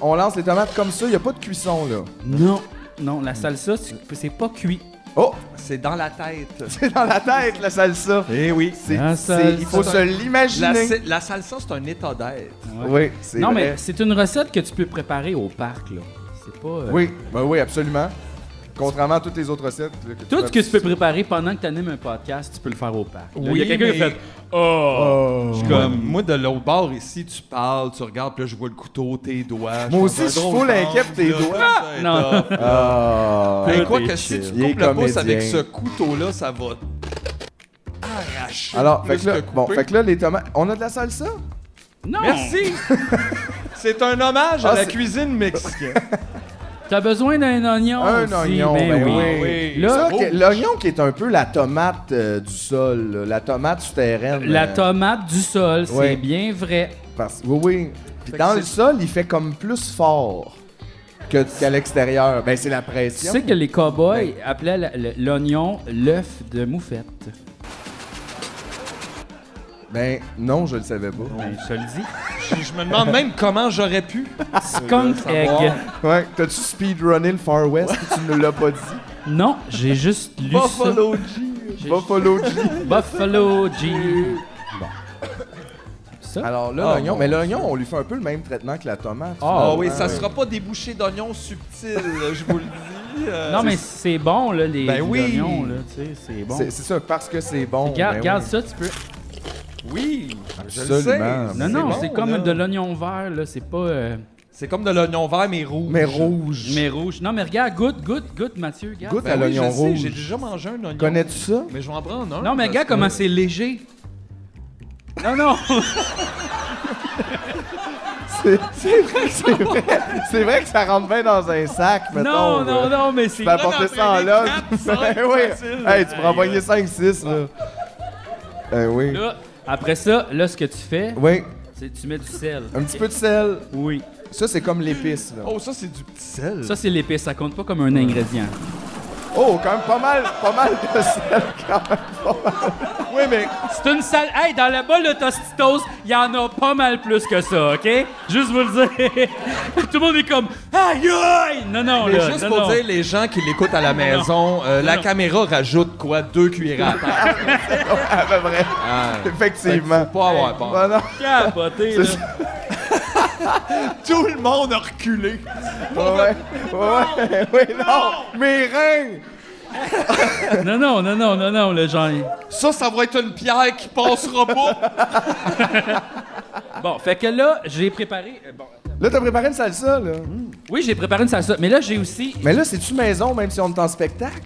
C: on lance les tomates comme ça, il y a pas de cuisson là.
A: non, non, la salsa, tu- c'est pas cuit.
C: Oh,
D: C'est dans la tête.
C: c'est dans la tête la salsa.
D: Eh oui.
C: C'est,
A: La
C: c'est-
A: salsa.
C: il faut se
D: La,
C: l'imaginer.
D: sa- la salsa, c'est un état d'être.
C: Oui, c'est
A: Non,
C: vrai.
A: mais c'est une recette que tu peux préparer au parc, là. C'est pas. euh,
C: Oui, ben oui, absolument. Contrairement à toutes les autres recettes. là, que
A: Tout ce que tu peux
C: fais-
A: préparer pendant que tu animes un podcast, tu peux le faire au parc. Là,
D: Oui,
A: il y a quelqu'un qui a
D: mais-
A: fait Oh!
D: Je suis comme, moi, de l'autre bord ici, tu parles, tu regardes, puis là, je vois le couteau, tes doigts.
C: Moi aussi, je suis full inquiet pour tes doigts.
A: Non.
D: Non.
C: Ah.
D: Mais quoi
A: t'es
D: Ben, que si tu
C: Il est
D: coupes le pouce
C: comédien.
D: avec ce couteau-là, ça va arracher.
C: Alors,
D: plus
C: fait que, là,
D: couper.
C: bon, fait que là, les tomates. On a de la salsa?
A: Non!
D: Merci! c'est un hommage
C: Ah,
D: à la
C: c'est-
D: cuisine mexicaine.
A: T'as besoin d'un oignon.
C: Un
A: aussi,
C: oignon, ben oui.
D: oui.
A: Là, oh.
C: Ça, que- L'oignon qui est un peu la tomate euh, du sol, là, la tomate souterraine.
A: la
C: euh,
A: tomate du sol, c'est
C: Ouais.
A: bien vrai.
C: parce- Oui, oui. Puis
D: Fait que
C: dans le
D: c'est-
C: sol, il fait comme plus fort. que- qu'à l'extérieur. Ben, c'est la
A: Tu
C: pression.
A: sais que les cowboys appelaient la- le- l'oignon l'œuf de moufette.
C: Ben, non, je le savais pas.
A: Ben, je te le dis.
D: Je, je me demande même comment j'aurais pu.
A: Skunk
D: savoir.
A: egg.
C: Ouais, t'as-tu speedrunné le Far West et tu ne l'as pas dit?
A: Non, j'ai juste lu
C: Buffalo G. Buffalo G.
A: ça. Buffalo G.
C: Alors
D: Ah,
C: là, l'oignon,
D: mon
C: mais l'oignon, on lui fait un peu le même traitement que la tomate.
A: Ah,
D: Ah oui,
C: ouais,
D: ça
C: ouais.
D: sera pas débouché d'oignons subtils, je vous le dis. euh,
A: Non, mais c'est bon, là, les
D: Ben
A: les
D: oui.
A: oignons, là, tu sais, c'est bon.
C: C'est c'est ça, parce que c'est bon.
A: Regarde,
C: ben
A: regarde
C: oui.
A: ça, tu peux.
D: Oui, je le sais.
C: Absolument.
A: Non,
C: C'est
A: non,
D: bon,
A: c'est comme
D: là.
A: de l'oignon vert, là, c'est pas. euh,
D: C'est comme de l'oignon vert, mais rouge.
C: Mais rouge.
A: mais rouge. Non, mais regarde, goûte, goûte, goûte, Mathieu, regarde.
C: Goûte
D: Ben
C: à
D: oui, je
C: l'oignon
D: sais,
C: rouge.
D: J'ai déjà mangé un oignon.
C: Connais-tu ça?
D: Mais je vais en prendre un.
A: Non, mais
D: parce
A: regarde
D: que-
A: comment c'est léger. Non, non.
C: C'est c'est vrai, que c'est vrai. C'est vrai que ça rentre bien dans un sac, mettons.
A: non,
C: euh,
A: non,
C: là.
A: non, mais c'est.
C: Tu peux apporter ça en
D: Vraiment,
C: log.
D: les quatre,
C: Ben oui.
D: cinq, facile.
C: Hey, tu pourras envoyer 5-6, là. Ben oui.
A: Là, après ça, là, ce que tu fais,
C: Oui,
A: c'est tu mets du sel.
C: un petit peu de sel.
A: Oui.
C: Ça, c'est comme l'épice, là.
D: Oh, ça, c'est du petit sel.
A: Ça, c'est l'épice, ça compte pas comme un ingrédient.
C: Oh, quand même pas mal, pas mal de sel, quand même. Pas mal. Oui, mais
A: C'est une salle. Hey, dans la bolle de Tostitos, il y en a pas mal plus que ça, OK? Juste vous le dire. Tout le monde est comme Aïe aïe! Non, non,
D: Mais
A: là,
D: juste
A: non,
D: pour
A: non.
D: dire, les gens qui l'écoutent à la maison, euh, la
A: non.
D: caméra rajoute quoi? Deux cuillères à terre.
C: à peu près,
D: Ah. Fait que
C: effectivement.
D: faut pas avoir peur.
C: Ben non.
A: Capoté, là.
D: Tout le monde a reculé.
C: Ouais, ouais, ouais, ouais, non! Mes reins!
A: Non, non, non, non, non, non, le genre.
D: Ça, ça va être une pierre qui passera pas.
A: Bon, fait que là, j'ai préparé. euh, bon.
C: Là, t'as préparé une salsa, là.
A: Oui, j'ai préparé une salsa. Mais là, j'ai aussi.
C: Mais là, c'est-tu maison, même si on est en spectacle?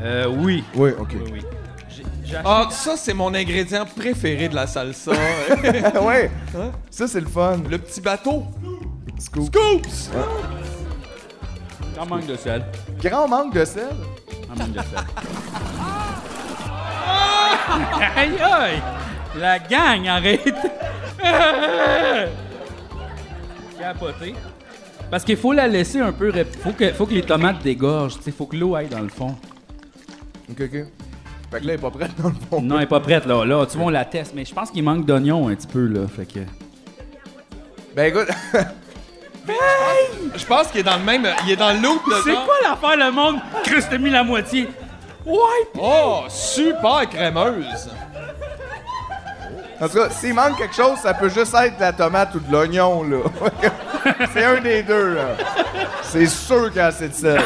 A: Euh, oui.
C: Oui, OK.
A: Oui, oui. J'ai- j'ai acheté-
D: Ah, ça, c'est mon ingrédient préféré de la salsa. Euh,
C: ouais! Ça, c'est le fun.
D: le petit bateau.
C: Scoop.
D: Scoops! Ah,
A: J'en manque de sel.
C: Grand manque de sel.
A: J'en manque de sel. aïe, aïe! La gang, arrête! Capoté. Parce qu'il faut la laisser un peu. rép- Faut que, faut que les tomates dégorgent. Il faut que l'eau aille dans le fond.
C: OK, OK. Fait que là, il est pas prêt dans le fond.
A: Non, elle est pas prête, là. Là, tu vois, on la teste. Mais je pense qu'il manque d'oignons un petit peu, là. Fait que.
C: Ben écoute,
D: Je pense qu'il est dans le même. Il est dans l'autre de
A: C'est
D: genre-
A: quoi l'affaire, le monde? Chris, t'as mis la moitié. Ouais,
D: Oh, super crémeuse.
C: en tout cas, s'il manque quelque chose, ça peut juste être de la tomate ou de l'oignon, là. c'est un des deux, là. C'est sûr qu'il y a assez de sel.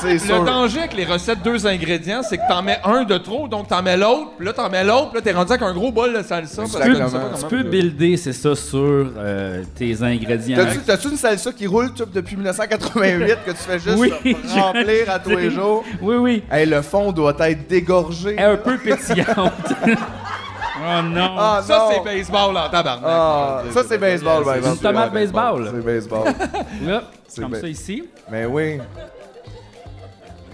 C: c'est sûr.
D: Le danger avec les recettes deux ingrédients, c'est que t'en mets un de trop, donc t'en mets l'autre, puis là t'en mets l'autre, puis là t'es rendu avec un gros bol de salsa. parce que
A: Tu peux-
D: comme ça,
A: Tu
C: Exactement.
D: comment-
A: peux builder, c'est ça, sur euh, tes ingrédients.
C: T'as-tu, t'as-tu une salsa qui roule tu- depuis 1988 que tu fais juste
A: Oui,
C: euh, remplir à tous les jours?
A: Oui, oui.
C: Hey, le fond doit être dégorgé.
A: Elle est un peu pétillante. oh non.
C: Ah,
D: Ça,
C: non.
D: c'est baseball en tabarnak.
C: Ah, ça, c'est baseball, par
A: C'est
C: exemple.
A: une tomate baseball.
C: C'est baseball.
A: là,
C: c'est
A: comme
C: bien.
A: ça ici.
C: Mais oui.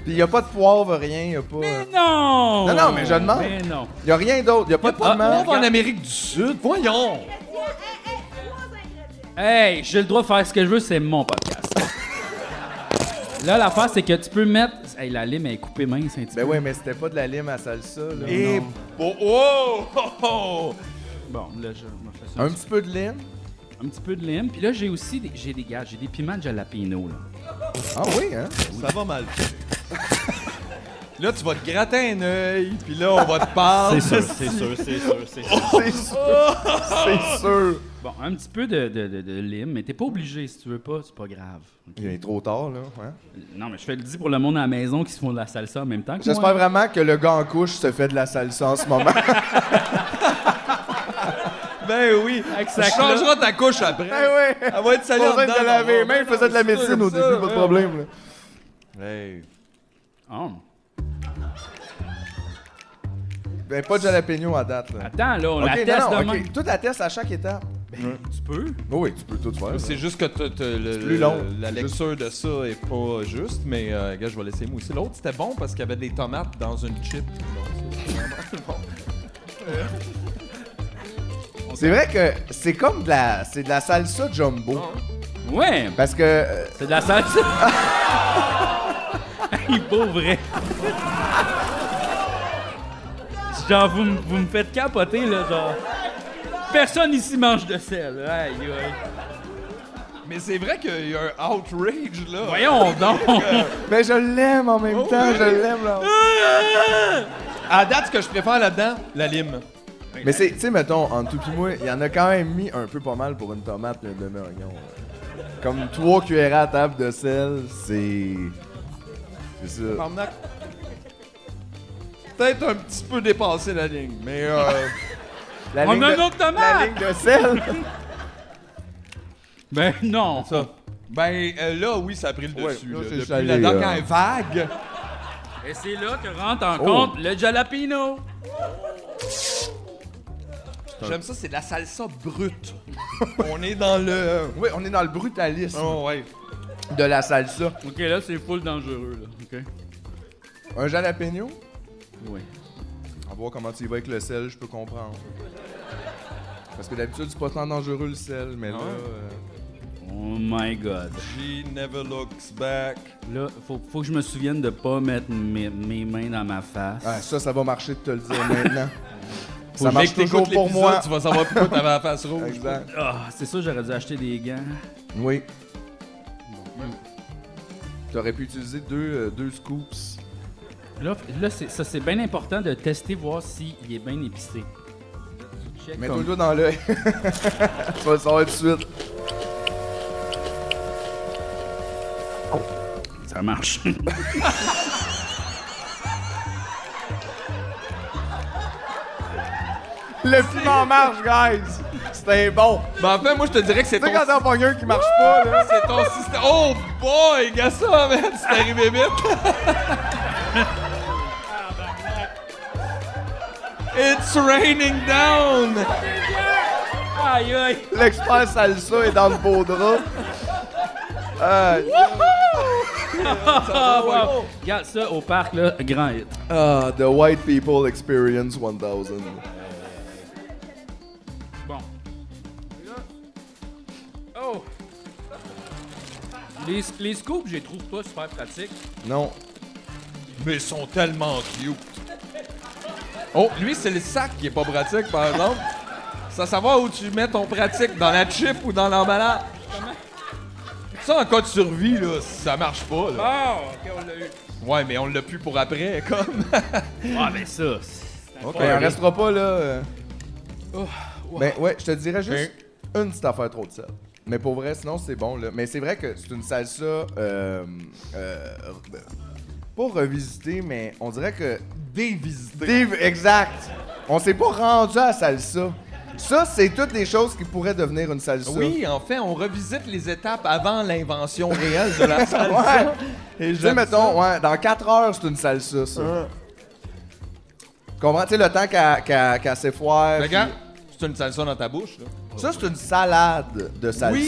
C: Puis y a pas de poivre, rien, y a pas.
A: Mais non!
C: Non, non, mais je demande.
A: Mais non.
C: Y a rien d'autre, y a pas
D: Y'a
C: de
D: pas de
C: piment.
D: monde en Amérique du Sud, voyons.
A: Hey, j'ai le droit de faire ce que je veux, c'est mon podcast. là, l'affaire, c'est que tu peux mettre. Hey, la lime, elle est coupée mince un petit
C: Ben
A: peu.
C: ouais, mais c'était pas de la lime à salsa, là.
D: Et
C: non.
D: oh, oh, oh, oh.
A: Bon, là, je je fais ça.
C: Un petit peu de lime.
A: Un petit peu de lime. Puis là, j'ai aussi des, j'ai des gars, j'ai des piments de jalapeno. Là.
C: Ah oui, hein?
D: ça va mal. Là, tu vas te gratter un œil, puis là, on va te parler.
A: c'est sûr, c'est sûr, c'est sûr.
C: C'est sûr. C'est sûr.
A: Bon, un petit peu de, de- de- de lime, mais t'es pas obligé si tu veux pas, c'est pas grave.
C: Il est trop tard, là. hein?
A: Non, mais je fais le dis pour le monde à la maison qui se font de la salsa en même temps que
C: J'espère
A: moi.
C: vraiment que le gars en couche se fait de la salsa en ce moment.
D: Ben oui.
A: Avec
D: Tu
A: sa cloche.
D: changeras ta couche après.
A: Ben
C: ouais.
D: Elle va être salée en
C: Pas besoin de
D: dedans,
C: te laver.
D: on va-
C: Même, il faisait de la
D: C'est
C: médecine au
D: ça,
C: début, pas de
D: ouais.
C: problème, là.
D: Hey.
A: Oh.
C: Ben, pas de jalapeno à date, là.
A: Attends, là, on
C: Ok,
A: la teste
C: non, non,
A: demain.
C: ok. Tout la teste à chaque étape.
A: Tu peux?
C: oui, tu peux tout faire.
D: C'est juste que t'as- t'as le-
C: plus long.
D: le- la
C: C'est
D: lecture de ça est pas juste, mais euh, gars, je vais laisser mousser. L'autre, c'était bon parce qu'il y avait des tomates dans une chip. Ah.
C: C'est vrai que c'est comme de la, c'est de la salsa jumbo.
A: Ouais,
C: Parce que. euh,
A: c'est de la salsa. hey, pauvre vrai. genre, vous, me- vous me faites capoter, là, genre. Personne ici mange de sel. Aïe, aïe.
D: Mais c'est vrai qu'il y a un outrage, là.
A: Voyons donc.
C: Mais ben, je l'aime en
D: Ah
C: même temps, je l'aime là.
D: À date, ce que je préfère là-dedans, la lime.
C: Mais c'est, tu sais, mettons, en tout pis moi, il y en a quand même mis un peu pas mal pour une tomate et un demi-oignon. là. Comme trois cuillères à table de sel, c'est. C'est ça.
D: Parmenac. Peut-être un petit peu dépassé la ligne, mais euh,
C: La
A: On
C: ligne
A: a
C: de-
A: une autre
C: La
A: tomate.
C: ligne de sel!
A: Ben non.
D: ça. Ben euh, là, oui, ça a pris le
C: Ouais,
D: dessus.
C: là,
D: là.
C: c'est
D: Depuis
C: salé, euh,
D: la dernière
C: là.
D: vague.
A: Et c'est là que rentre en
C: Oh.
A: compte le jalapeno.
D: J'aime ça, c'est de la salsa brute. On est dans le.
C: oui, on est dans le brutalisme
D: Oh, ouais.
C: de la salsa.
A: Ok, là, c'est full dangereux, là. Ok.
C: Un jalapeno?
A: Oui.
C: On va voir comment tu y vas avec le sel, je peux comprendre. Parce que d'habitude, c'est pas tant dangereux le sel, mais là.
A: ouais?
C: euh,
A: Oh my god.
D: She never looks back.
A: Là, faut, faut que je me souvienne de pas mettre mes, mes mains dans ma face.
C: ah, ça, ça va marcher de te le dire maintenant.
D: Faut
C: ça
D: que
C: marche
D: t'écoutes
C: toujours pour
D: l'épisode,
C: moi.
D: Tu vas savoir pourquoi t'avais la face rouge.
C: Exact.
A: Ah, c'est ça, j'aurais dû acheter des gants.
C: Oui. Tu aurais pu utiliser deux, euh, deux scoops.
A: Là, f- là c'est- ça, c'est bien important de tester, voir s'il est bien épicé. Check
C: Mets-toi
A: comme-
C: le doigt dans l'œil. tu vas le savoir tout de suite.
A: Ça marche.
C: Le piment marche, guys! C'était bon!
D: Ben, en fait, moi, je te dirais que c'est
C: Tu
D: ton.
C: sais, quand t'en pognes un qui marche pas, là.
D: C'est ton système. Oh boy, gars, ça, man, c'est arrivé vite. It's raining down.
A: aïe, aïe.
C: L'expert salsa est dans le beau drap. Euh,
A: Ah, wow. Regarde ça au parc, là, grand hit.
C: ah, the White People Experience 1000.
A: Bon. Oh! Les, les scoops, je les trouve pas super pratiques.
C: Non.
D: Mais ils sont tellement cute. Oh, lui, c'est le sac qui est pas pratique, par exemple. Ça savoir où tu mets ton pratique, dans la chip ou dans l'emballage. Ça, en cas de survie, là, ça marche pas, là.
A: Ah! ok, on l'a eu.
D: Ouais, mais on l'a plus pour après, comme.
A: Ah, ben ça! c'est
C: Ok,
A: incroyable.
C: on restera pas, là. euh. Ben, ouais, je te dirais juste une petite affaire trop de sel. Mais pour vrai, sinon, c'est bon, là. Mais c'est vrai que c'est une salsa. Euh, euh, re- pas revisitée, mais on dirait que. Dévisitée. exact. On s'est pas rendu à la salsa. Ça, c'est toutes les choses qui pourraient devenir une salsa.
D: Oui, en fait, on revisite les étapes avant l'invention réelle de la
C: Ouais.
D: salsa.
C: Tu sais,
D: j'aime
C: mettons, ouais, dans 4 heures, c'est une salsa, ça. Comprends, tu sais, le temps qu'elle qu'elle- qu'elle s'effoire.
D: Regarde, c'est une salsa dans ta bouche, là.
C: puis- Ça, c'est une salade de salsa.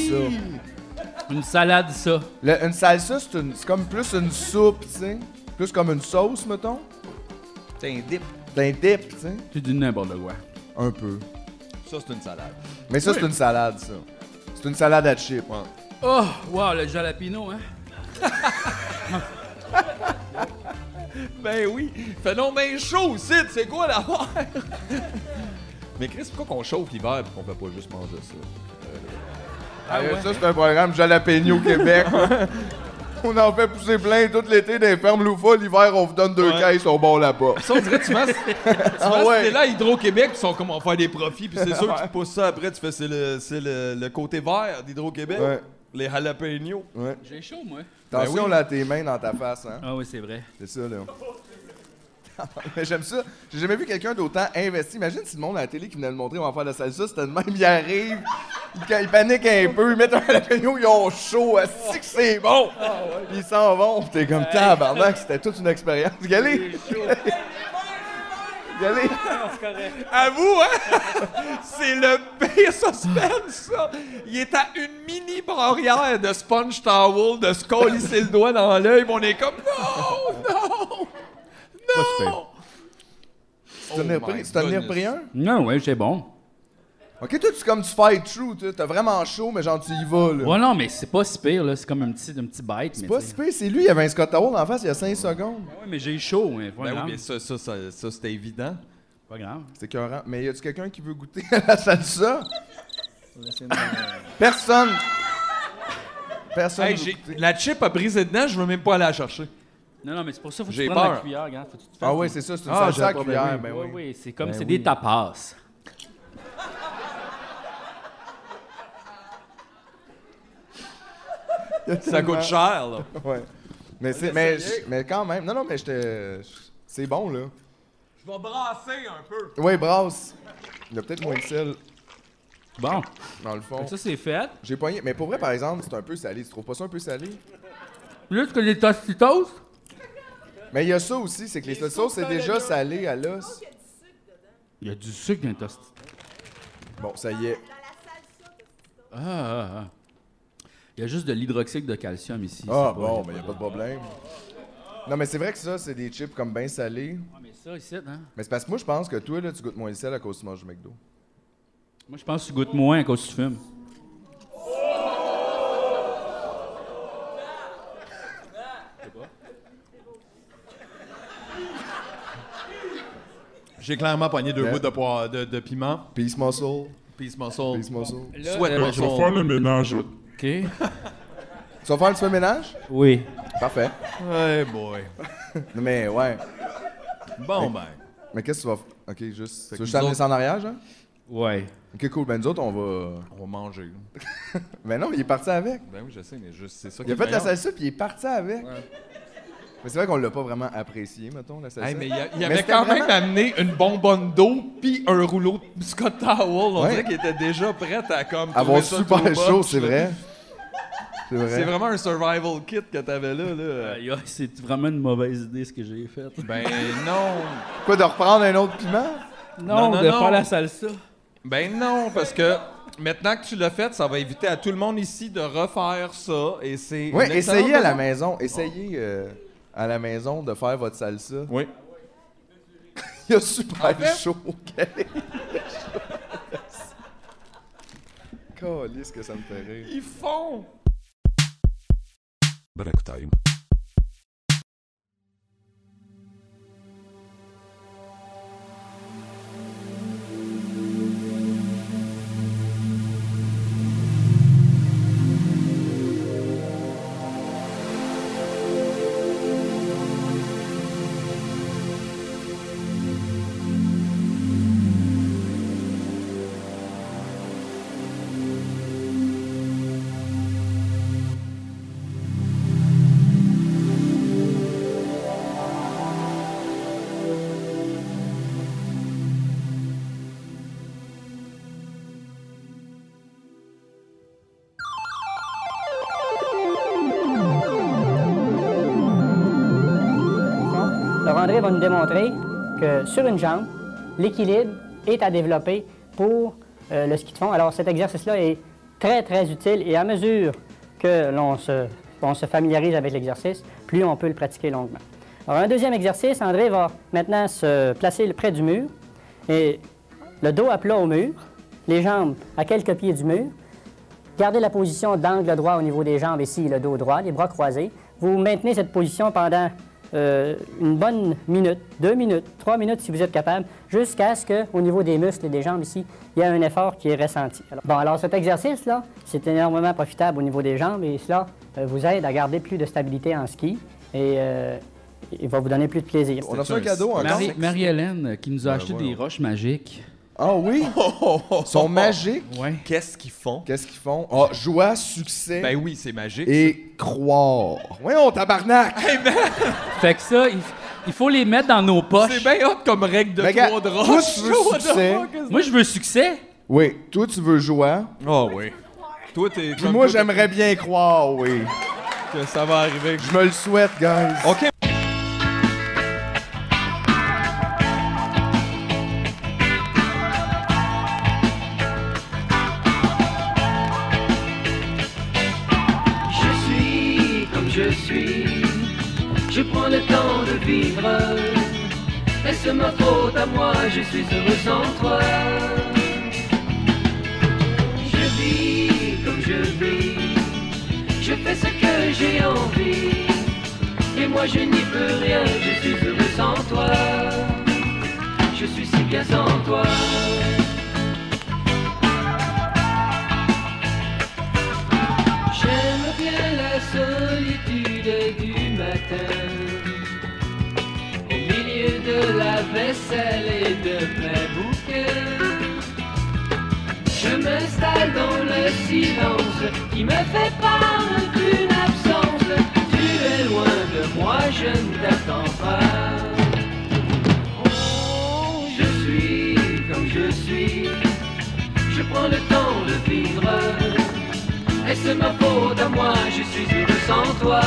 A: Une salade, ça.
C: Le- une salsa, c'est une- c'est comme plus une soupe, tu sais. Plus comme une sauce, mettons.
D: C'est un dip.
C: D'un dip, tu sais.
A: Tu dis n'importe quoi.
C: Un peu.
D: Ça, c'est une salade.
C: Mais ça, c'est une salade, ça. C'est une salade à chips.
A: Oh! Wow, le jalapino, hein?
D: Ben oui, fait non ben chaud aussi, c'est quoi l'affaire? Mais Chris, pourquoi qu'on chauffe l'hiver et qu'on peut pas juste manger ça?
A: Ah
C: Euh,
A: ouais.
C: Ça, c'est un programme jalapeno Québec. on en fait pousser plein tout l'été des fermes loufa. L'hiver, on vous donne deux
D: Ouais.
C: caisses, on bon là-bas.
D: Ça, on dirait que tu vas
C: Ah ouais.
D: là à Hydro-Québec, ils sont comme on va faire des profits, puis c'est sûr que tu pousses ça après, tu fais c'est le, c'est le, le côté vert d'Hydro-Québec.
C: Ouais.
D: Les jalapenos.
C: Ouais.
A: J'ai chaud, moi.
C: Attention,
D: Ben oui.
C: là, tes mains dans ta face, hein.
A: Ah oui, c'est vrai.
C: C'est ça, là. Mais j'aime ça. J'ai jamais vu quelqu'un d'autant investi. Imagine si le monde à la télé qui venait le montrer, on va faire de la salsa, c'était le même, il arrive, il, quand il panique un peu, ils mettent un jalapeno, ils ont chaud, asti que c'est bon! Puis Ils s'en vont, Puis t'es comme tabarnak, c'était toute une expérience. Galé! Galé!
D: Avoue, hein? C'est le pire suspense, ça! Il est à une mini barrière de sponge towel, de se colisser le doigt dans l'œil, pis on est comme non! Non! Non!
C: Tu t'en es repris- tu t'en es repris un?
A: Non, ouais, c'est Ah bon.
C: Ok, toi, tu comme tu fight true, tu t'as vraiment chaud, mais genre, tu y vas, là.
A: Ouais, non, mais c'est pas si pire, là. C'est comme un petit, un petit bite.
C: C'est pas si pire, c'est lui, il avait un Scott Hall en face il y a 5 secondes.
A: Ouais, mais j'ai chaud. hein, pas
D: Ben oui,
A: grave.
D: mais ça, ça, ça, ça, c'était évident.
A: Pas grave.
C: C'est écœurant. Mais y a-tu quelqu'un qui veut goûter à la salsa? Personne! Personne.
D: Hey,
C: veut
D: j'ai-
C: goûter.
D: la chip a brisé dedans, je veux même pas aller la chercher.
A: Non, non, mais c'est pour ça faut que
D: J'ai
A: tu prennes la
D: peur.
A: cuillère, regarde. Faut que tu te fasses
C: Ah oui,
A: une-
C: c'est ça, c'est une
D: Ah,
C: salsa à
D: j'avais pas- ben
C: cuillère,
D: oui,
C: ben
A: Oui,
C: oui.
A: oui, c'est comme
D: Ben
A: c'est
D: oui.
A: des tapas.
D: Ça coûte cher, là.
C: Ouais. Mais, c'est, mais, j- mais quand même, non, non, mais j'étais. C'est bon, là.
D: Je vais brasser un peu.
C: Ouais, brasse. Il y a peut-être moins de sel,
A: Bon,
C: dans le fond.
A: ça c'est fait.
C: J'ai pogné. Mais pour vrai, par exemple, c'est un peu salé. Tu trouves pas ça un peu salé?
A: Là, tu connais les tostitos?
C: Mais il y a ça aussi, c'est que les sauces, c'est déjà salé à l'os.
A: Il y a du sucre dans les tostitos.
C: Bon, ça y est.
A: Ah, ah, ah. Il y a juste de l'hydroxyde de calcium ici.
C: Ah
A: c'est pas-
C: bon, mais y a pas de problème. Non, mais c'est vrai que ça, c'est des chips comme bien salés.
A: Ah, mais ça, ici, hein?
C: Mais c'est parce que moi, je pense que toi, là, tu goûtes moins le sel à cause que tu manges du McDo.
A: Moi, je pense que tu goûtes moins à cause que tu fumes.
D: J'ai clairement pogné deux
C: Ouais.
D: bouts de, poire- de, de piment.
C: Peace muscle,
D: Peace muscle.
C: peace muscle.
A: Là,
D: Sweat
A: euh,
B: Je vais faire le ménage.
A: OK.
C: Tu vas faire un petit peu de ménage?
A: Oui.
C: Parfait.
D: Hey boy.
C: Non, Mais ouais.
D: Bon ben.
C: Mais qu'est-ce que tu vas... f- Ok, juste... Tu veux
D: que
C: juste
D: nous
C: amener
D: autres-
C: ça en arrière, genre?
A: Ouais.
C: Ok, cool. Ben nous autres, on va...
D: On va manger.
C: Ben non, il est parti avec.
D: Ben oui, je sais, mais juste, c'est ça
C: Il a fait de la salsa, puis il est parti avec. Mais c'est vrai qu'on l'a pas vraiment apprécié, mettons, la salsa.
D: Hey, mais il y a- il y
C: Mais
D: avait
C: c'était
D: quand même
C: vraiment-
D: amené une bonbonne d'eau puis un rouleau de Scott Towel. On
C: Ouais.
D: dirait qu'il était déjà prêt à comme. trouver
C: Avoir
D: ça
C: super
D: too much,
C: chaud, c'est
D: là.
C: vrai. C'est vrai.
D: C'est vraiment un survival kit que t'avais là, là.
A: Aïe, aïe, c'est vraiment une mauvaise idée ce que j'ai fait.
D: Euh, Ben non.
C: Quoi, de reprendre un autre piment?
A: Non,
D: non,
A: de
D: non.
A: faire la salsa.
D: Ben non, parce que maintenant que tu l'as fait, ça va éviter à tout le monde ici de refaire ça. Et c'est.
C: Oui,
D: une excellente
C: essayez à la
D: raison.
C: maison. Essayez euh, à la maison de faire votre salsa.
D: Oui.
C: Il y a super
D: En fait-
C: chaud. Calisse que ça me fait rire.
D: Ils font.
E: Break time.
F: Laurent André va nous démontrer que sur une jambe, l'équilibre est à développer pour euh, le ski de fond. Alors cet exercice-là est très, très utile et à mesure que l'on se, on se familiarise avec l'exercice, plus on peut le pratiquer longuement. Alors un deuxième exercice, André va maintenant se placer près du mur et le dos à plat au mur, les jambes à quelques pieds du mur. Gardez la position d'angle droit au niveau des jambes ici, le dos droit, les bras croisés. Vous maintenez cette position pendant euh, une bonne minute, deux minutes, trois minutes si vous êtes capable, jusqu'à ce qu'au niveau des muscles et des jambes ici, il y a un effort qui est ressenti. Alors- bon, alors cet exercice-là, c'est énormément profitable au niveau des jambes et cela euh, vous aide à garder plus de stabilité en ski et euh, il va vous donner plus de plaisir.
C: On a reçu un cadeau encore.
A: Marie- Marie-Hélène euh, qui nous a acheté des
C: voyons.
A: roches magiques.
C: Ah oui? Ils sont magiques.
A: Ouais.
D: Qu'est-ce qu'ils font?
C: Qu'est-ce qu'ils font? Ah, joie, succès
D: Ben oui, c'est magique.
C: et croire. Voyons, tabarnak!
A: Fait que ça, il, il faut les mettre dans nos poches.
D: C'est bien hot comme règle de
C: Regarde,
D: trois
C: toi,
D: draps.
C: tu veux succès.
A: Moi, je veux succès.
C: Oui, toi, tu veux joie.
D: Oh oui. Toi, t'es.
C: Puis
D: comme
C: moi,
D: toi,
C: j'aimerais bien croire, oui.
D: que ça va arriver.
C: Je me le souhaite, guys.
D: Ok.
G: Je suis comme je suis, je prends le temps de vivre. Est-ce ma faute à moi Je suis heureux sans toi. fais ce que j'ai envie. Et moi je n'y peux rien, je suis heureux sans toi. Je suis si bien sans toi. J'aime bien la solitude du matin au milieu de la vaisselle et de mes bouquins. Je m'installe dans le silence qui me fait part d'une absence. Tu es loin de moi, je ne t'attends pas. Oh, je suis comme je suis, je prends le temps de vivre. Est-ce ma faute à moi Je suis heureux sans toi.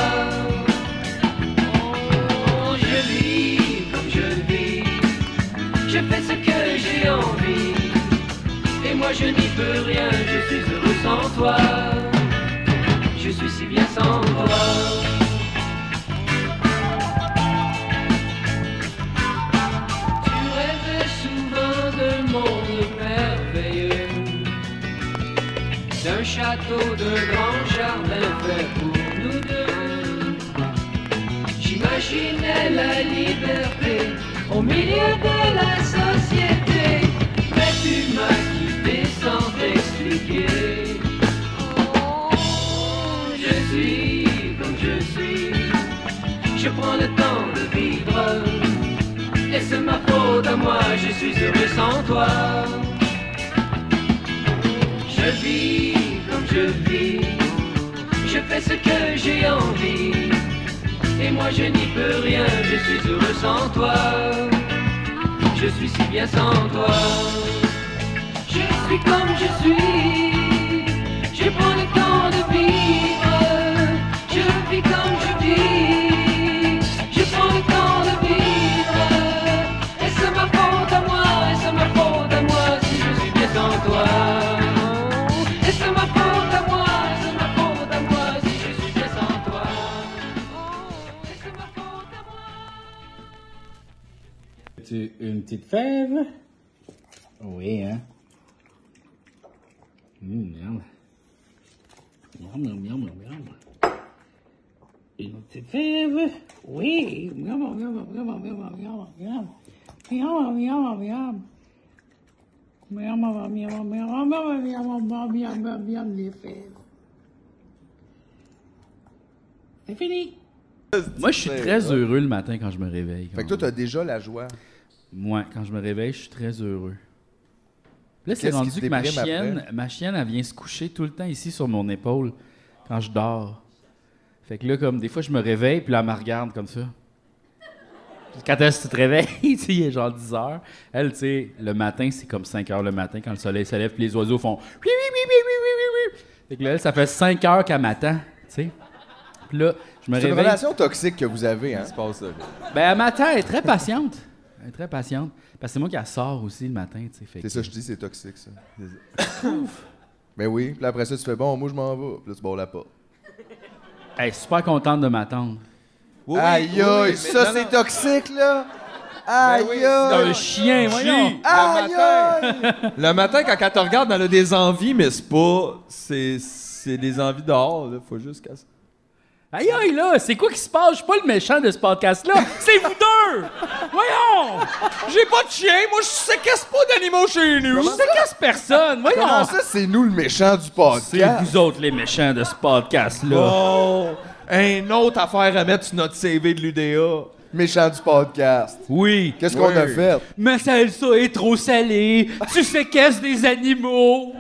G: Oh, je vis comme je vis, je fais ce que j'ai envie, et moi je n'y peux rien, je suis heureux sans toi, je suis si bien sans toi. Tu rêves souvent d'un monde merveilleux, d'un château, d'un grand jardin fait pour nous deux. J'imaginais la liberté au milieu de la société. Mais tu m'as quitté sans t'expliquer. Oh, je suis comme je suis. Je prends le temps de vivre. Et c'est ma faute à moi, je suis heureux sans toi. Je vis comme je vis. Je fais ce que j'ai envie. Et moi je n'y peux rien, je suis heureux sans toi. Je suis si bien sans toi. Je suis comme je suis. Je prends le temps de vivre. Je vis comme je vis. Je prends le temps de vivre. Et c'est ma faute à moi, et c'est ma faute à moi si je suis bien sans toi. Et c'est ma faute à moi, et c'est ma faute à moi si je suis bien sans toi.
E: Tu une petite fève? Oui, hein? Hum, merde. Miam, miam, miam, miam, miam. Une petite fève? Oui! Miam, miam, miam, miam, miam, miam, miam. Miam, miam, miam. Miam, miam, miam, miam, miam, miam, miam, miam, miam, miam, les fèves. C'est fini!
A: Moi, je suis très heureux le matin quand je me réveille.
C: Fait que toi, t'as déjà la joie.
A: Moi, quand je me réveille, je suis très heureux. Là, c'est
C: Qu'est-ce qui
A: rendu
C: te
A: que ma
C: déprime après?
A: chienne, ma chienne, elle vient se coucher tout le temps ici sur mon épaule quand je dors. Fait que là, comme des fois, je me réveille, puis là, elle me regarde comme ça. Puis Quand est-ce que tu te réveilles? tu sais, il est genre 10 heures. Elle, tu sais, le matin, c'est comme 5 heures le matin quand le soleil se lève, puis les oiseaux font oui, oui, oui, oui, oui, oui, oui, oui. Fait que là, elle, ça fait 5 heures qu'elle m'attend, tu sais. Puis là, je me
C: C'est une
A: réveille.
C: relation toxique que vous avez, hein?
D: passe ça.
A: Ben, elle m'attend, elle est très patiente. Elle est très patiente. Parce que c'est moi qui la sors aussi le matin, tu sais. Fait
C: C'est
A: que-
C: ça, je dis, c'est toxique, ça. Mais oui, puis là, après ça, tu fais bon, moi je m'en vais. Puis là, tu bois la porte.
A: Elle est super contente de m'attendre.
D: Oui, oui, oui,
C: Aïe, aïe,
D: mais
C: ça
D: non,
C: c'est
D: non. Ben
C: toxique, là! Aïe,
A: Un
C: aïe!
A: chien, voyons!
C: Aïe, aïe!
D: Le matin, quand elle te regarde, elle a des envies, mais c'est pas. C'est, c'est des envies dehors, là. Faut juste qu'elle. se-
A: Aïe, aïe, là, c'est quoi qui se passe? Je suis pas le méchant de ce podcast-là! C'est vous deux! Voyons!
D: J'ai pas de chien, moi je séquestre pas d'animaux chez nous.
A: Je casse personne,
C: Comment
A: voyons!
C: ça, c'est nous le méchant du
A: C'est
C: podcast?
A: vous autres les méchants de ce podcast-là.
D: Oh! Un autre affaire à mettre sur notre CV de l'UDA.
C: Méchant du podcast.
A: Oui.
C: Qu'est-ce qu'on a fait?
A: Mais ça, ça est trop salé. Tu séquestres des animaux.